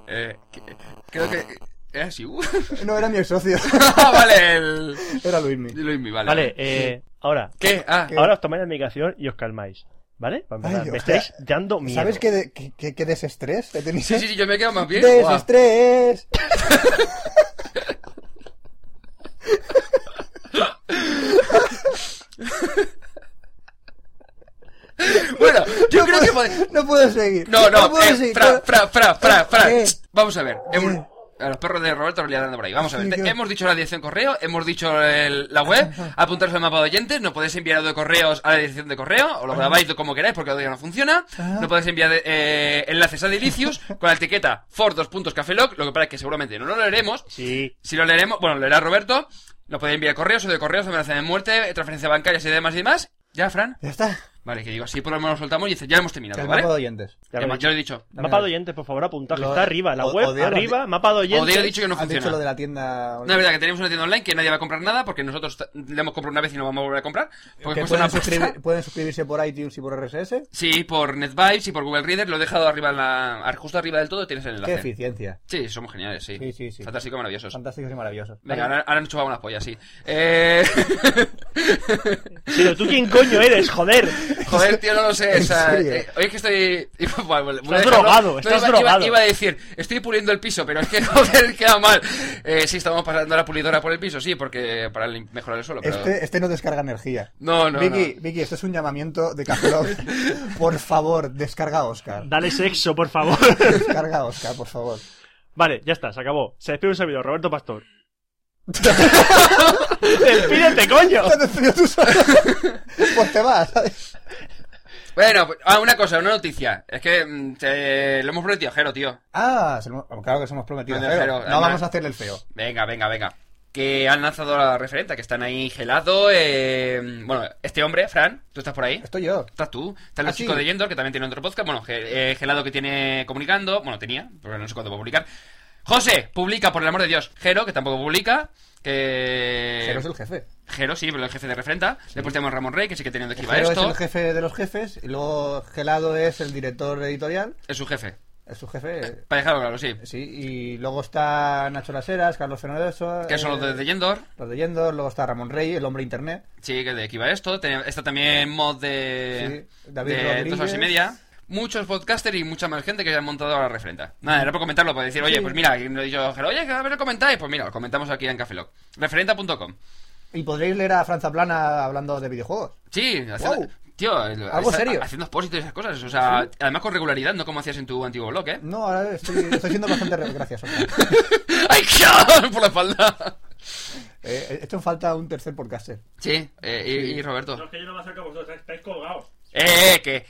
[SPEAKER 6] Eh, que- creo que. ¿Era así?
[SPEAKER 5] No, era mi socio.
[SPEAKER 6] ah, vale, el.
[SPEAKER 5] Era Luismi.
[SPEAKER 6] Luismi, vale.
[SPEAKER 4] Vale, eh, ahora.
[SPEAKER 6] ¿Qué? Ah,
[SPEAKER 5] ¿Qué?
[SPEAKER 4] Ahora os tomáis la medicación y os calmáis. ¿Vale? Para empezar,
[SPEAKER 5] Eh. Ay,
[SPEAKER 4] me
[SPEAKER 5] hostia.
[SPEAKER 4] estáis dando miedo.
[SPEAKER 5] ¿Sabes qué, de- qué, qué- qué desestrés he tenido?
[SPEAKER 6] sí, sí, sí, yo me he quedado más bien. Guau.
[SPEAKER 5] ¡Desestrés!
[SPEAKER 6] Bueno, yo creo que. pod-
[SPEAKER 5] No puedo seguir.
[SPEAKER 6] No, no,
[SPEAKER 5] puedo Eh,
[SPEAKER 6] eh,
[SPEAKER 5] seguir.
[SPEAKER 6] fra, fra, fra, fra, fra.
[SPEAKER 5] ¿Qué?
[SPEAKER 6] Vamos a ver. hemos-
[SPEAKER 5] ¿Qué?
[SPEAKER 6] A los perros de Roberto los liarán por ahí. Vamos a ver.
[SPEAKER 5] Sí,
[SPEAKER 6] te-
[SPEAKER 5] ¿qué?
[SPEAKER 6] Hemos dicho la dirección correo, hemos dicho el- la web, apuntaros al mapa de oyentes, no podéis enviar audio de correos a la dirección de correo, o lo grabáis como queráis porque todavía no funciona. No podéis enviar eh, enlaces a Delicious con la etiqueta for dos puntos cafeloc, lo que pasa es que seguramente no lo leeremos.
[SPEAKER 4] Sí.
[SPEAKER 6] Si lo leeremos, bueno, lo leerá Roberto. Nos podéis enviar correos o de correos, amenaza de muerte, transferencia bancaria y demás y demás. ¿Ya, Fran?
[SPEAKER 5] Ya está.
[SPEAKER 6] Vale, que digo así, por lo menos lo soltamos y dice, ya hemos terminado,
[SPEAKER 5] El
[SPEAKER 6] ¿vale?
[SPEAKER 5] mapa de oyentes.
[SPEAKER 4] ya
[SPEAKER 6] Ya
[SPEAKER 4] lo he
[SPEAKER 6] hemos-
[SPEAKER 4] dicho.
[SPEAKER 6] yo lo he dicho.
[SPEAKER 4] Mapa de oyentes, por favor, apuntaje.
[SPEAKER 5] Lo-
[SPEAKER 4] Está arriba, la
[SPEAKER 5] o-
[SPEAKER 4] web,
[SPEAKER 5] odio-
[SPEAKER 4] arriba, mapa de oyentes.
[SPEAKER 6] Odio he dicho que no
[SPEAKER 5] Has dicho lo de
[SPEAKER 6] funciona.
[SPEAKER 5] la tienda.
[SPEAKER 6] No es verdad que tenemos una tienda online que nadie va a comprar nada porque nosotros t- le hemos comprado una vez y no vamos a volver a comprar. Porque
[SPEAKER 5] que
[SPEAKER 6] cuesta pues una
[SPEAKER 5] pueden,
[SPEAKER 6] pasta.
[SPEAKER 5] suscribir- pueden suscribirse por iTunes y por RSS.
[SPEAKER 6] Sí, por NetVibes y por Google Reader. Lo he dejado arriba en la... ar- justo arriba del todo tienes el
[SPEAKER 5] Qué
[SPEAKER 6] enlace.
[SPEAKER 5] eficiencia.
[SPEAKER 6] sí, somos geniales, sí.
[SPEAKER 5] Sí, sí, sí.
[SPEAKER 6] Fantástico, maravillosos.
[SPEAKER 5] Fantásticos y maravillosos.
[SPEAKER 6] Venga, ahora, ahora nos chupamos las pollas, sí. Eh...
[SPEAKER 4] Sí, pero tú quién coño eres, joder.
[SPEAKER 6] Joder, tío, no lo sé. O sea,
[SPEAKER 5] serio?
[SPEAKER 6] eh, oye, es que estoy. Estás
[SPEAKER 4] drogado, estás
[SPEAKER 6] iba,
[SPEAKER 4] drogado.
[SPEAKER 6] Iba, iba a decir, estoy puliendo el piso, pero es que, joder, queda mal. Eh, sí, estamos pasando la pulidora por el piso, sí, porque para lim- mejorar el suelo. Pero...
[SPEAKER 5] Este, este no descarga energía.
[SPEAKER 6] No, no,
[SPEAKER 5] Vicky, Vicky, esto es un llamamiento de Cafelog. por favor, descarga a Oscar.
[SPEAKER 4] Dale sexo, por favor.
[SPEAKER 5] Descarga a Oscar, por favor.
[SPEAKER 4] Vale, ya está, se acabó. Se despide un servidor, Roberto Pastor. ¡Despídete, coño!
[SPEAKER 5] Te has despedido tú solo. pues te vas, ¿sabes?
[SPEAKER 6] Bueno, pues- ah, una cosa, una noticia. Es que mm, te- lo hemos prometido a Jero, tío.
[SPEAKER 5] Ah, se lo hemos- claro que se hemos prometido.
[SPEAKER 6] No, no,
[SPEAKER 5] feo.
[SPEAKER 6] pero,
[SPEAKER 5] no
[SPEAKER 6] además-
[SPEAKER 5] vamos a hacerle el feo.
[SPEAKER 6] Venga, venga, venga. Que han lanzado la referente, que están ahí gelado. eh, bueno, este hombre, Fran, tú estás por ahí.
[SPEAKER 5] Estoy yo.
[SPEAKER 6] Estás tú, están los
[SPEAKER 5] Ah,
[SPEAKER 6] chicos
[SPEAKER 5] sí.
[SPEAKER 6] de Yendor, que también tiene otro podcast. Bueno, Ge- eh, Gelado que tiene comunicando. Bueno, tenía, porque no sé cuándo va a publicar. José, publica, por el amor de Dios. Jero, que tampoco publica. Que...
[SPEAKER 5] Jero es el jefe.
[SPEAKER 6] Jero, sí, pero el jefe de referenta. Después tenemos a Ramón Rey, que sí que tenía de que iba
[SPEAKER 5] Jero es
[SPEAKER 6] esto.
[SPEAKER 5] el jefe de los jefes. Y luego Gelado es el director editorial.
[SPEAKER 6] Es su jefe.
[SPEAKER 5] Es su jefe.
[SPEAKER 6] Para dejarlo claro, sí.
[SPEAKER 5] Sí, y luego está Nacho Laseras, Carlos Fernández.
[SPEAKER 6] Que son los de- de Yendor.
[SPEAKER 5] Los de Yendor, luego está Ramón Rey, el hombre internet.
[SPEAKER 6] Sí, que de aquí va esto. Tenía- Está también mod de.
[SPEAKER 5] Sí, David
[SPEAKER 6] de dos horas y
[SPEAKER 5] Rodríguez.
[SPEAKER 6] media. Muchos podcasters y mucha más gente que han montado la referenda.
[SPEAKER 5] Mm.
[SPEAKER 6] Nada, era por comentarlo, para decir, oye, pues mira, y me he dicho, Jero, oye, que a ver lo comentáis. Pues mira, lo comentamos aquí en Cafelog. Referenda.com.
[SPEAKER 5] Y podréis leer a Franza Plana hablando de videojuegos.
[SPEAKER 6] Sí, haciendo-
[SPEAKER 5] Wow.
[SPEAKER 6] tío,
[SPEAKER 5] Algo serio.
[SPEAKER 6] haciendo expósitos y esas cosas. O sea, además con regularidad, no como hacías en tu antiguo blog, ¿eh?
[SPEAKER 5] No, ahora estoy, estoy siendo bastante... re- Gracias, Oscar.
[SPEAKER 6] ¡Ay, qué por la espalda!
[SPEAKER 5] Eh, he hecho en falta un tercer podcaster.
[SPEAKER 6] Sí, eh, y, y Roberto.
[SPEAKER 4] que yo no me acerco a vosotros, estáis colgados.
[SPEAKER 6] Eh, eh, que.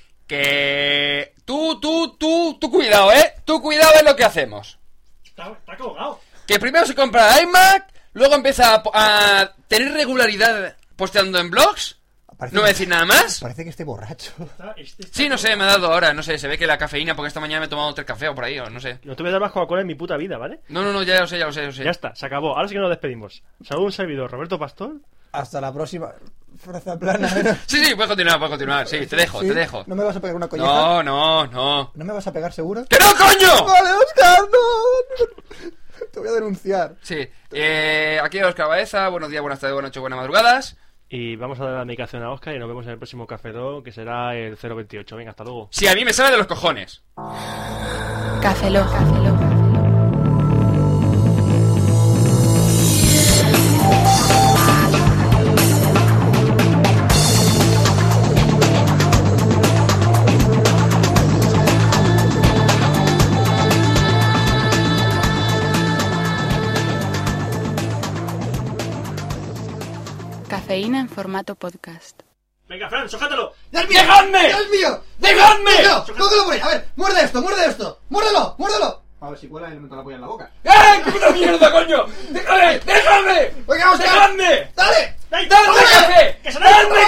[SPEAKER 6] Que. Tú, tú, tú, tú, cuidado, ¿eh? Tú, cuidado es lo que hacemos.
[SPEAKER 4] Está, colgado.
[SPEAKER 6] Que primero se compra la iMac, luego empieza a, po- a tener regularidad posteando en blogs.
[SPEAKER 5] Parece-
[SPEAKER 6] No voy a decir nada más.
[SPEAKER 5] Parece que esté borracho.
[SPEAKER 4] este
[SPEAKER 6] Sí, no sé, me ha dado ahora, no sé, se ve que la cafeína, porque esta mañana me he tomado tres cafés o por ahí, o no sé.
[SPEAKER 4] No te voy a dar más Coca-Cola en mi puta vida, ¿vale?
[SPEAKER 6] No, no, no, ya lo sé, ya lo sé, ya lo sé.
[SPEAKER 4] Ya está, se acabó. Ahora sí que nos despedimos. Saludos un servidor, Roberto Pastor.
[SPEAKER 5] Hasta la próxima. Franza Plana.
[SPEAKER 6] Sí, sí, puedes continuar, puedes continuar, sí, te dejo,
[SPEAKER 5] ¿Sí?
[SPEAKER 6] te dejo.
[SPEAKER 5] ¿No me vas a pegar una colleja?
[SPEAKER 6] No, no, no.
[SPEAKER 5] ¿No me vas a pegar seguro?
[SPEAKER 6] ¡Que no, coño!
[SPEAKER 5] Vale, Oscar, no. Te voy a denunciar.
[SPEAKER 6] Sí, eh, aquí Oscar Baeza, buenos días, buenas tardes, buenas noches, buenas madrugadas.
[SPEAKER 4] Y vamos a dar la medicación a Oscar y nos vemos en el próximo Café Lock, que será el 028. Venga, hasta luego.
[SPEAKER 6] Si a mí me sale de los cojones.
[SPEAKER 3] Café Lock. Café Lock. Cafeína en formato podcast.
[SPEAKER 4] Venga, Fran, sójatelo.
[SPEAKER 5] ¡Ya es mío!
[SPEAKER 6] ¡Dejadme!
[SPEAKER 5] ¡Ya es mío!
[SPEAKER 6] ¡Dejadme!
[SPEAKER 5] ¡Mío! ¡Cógelo por ahí! A ver, muerde esto, muerde esto. ¡Muérdelo, muérdelo! A ver si cuela y le meto la polla en la boca.
[SPEAKER 6] ¡Eh! ¡Qué puta mierda, coño! ¡Déjame! ¡Déjame!
[SPEAKER 5] Venga, Oscar.
[SPEAKER 6] ¡Dejadme!
[SPEAKER 5] ¡Dale!
[SPEAKER 6] ¡Dale, dale,
[SPEAKER 5] ¡Dale!
[SPEAKER 6] café!
[SPEAKER 4] ¡Que se lo haya
[SPEAKER 6] ¡Dale,
[SPEAKER 5] ¡Ah!
[SPEAKER 4] Pues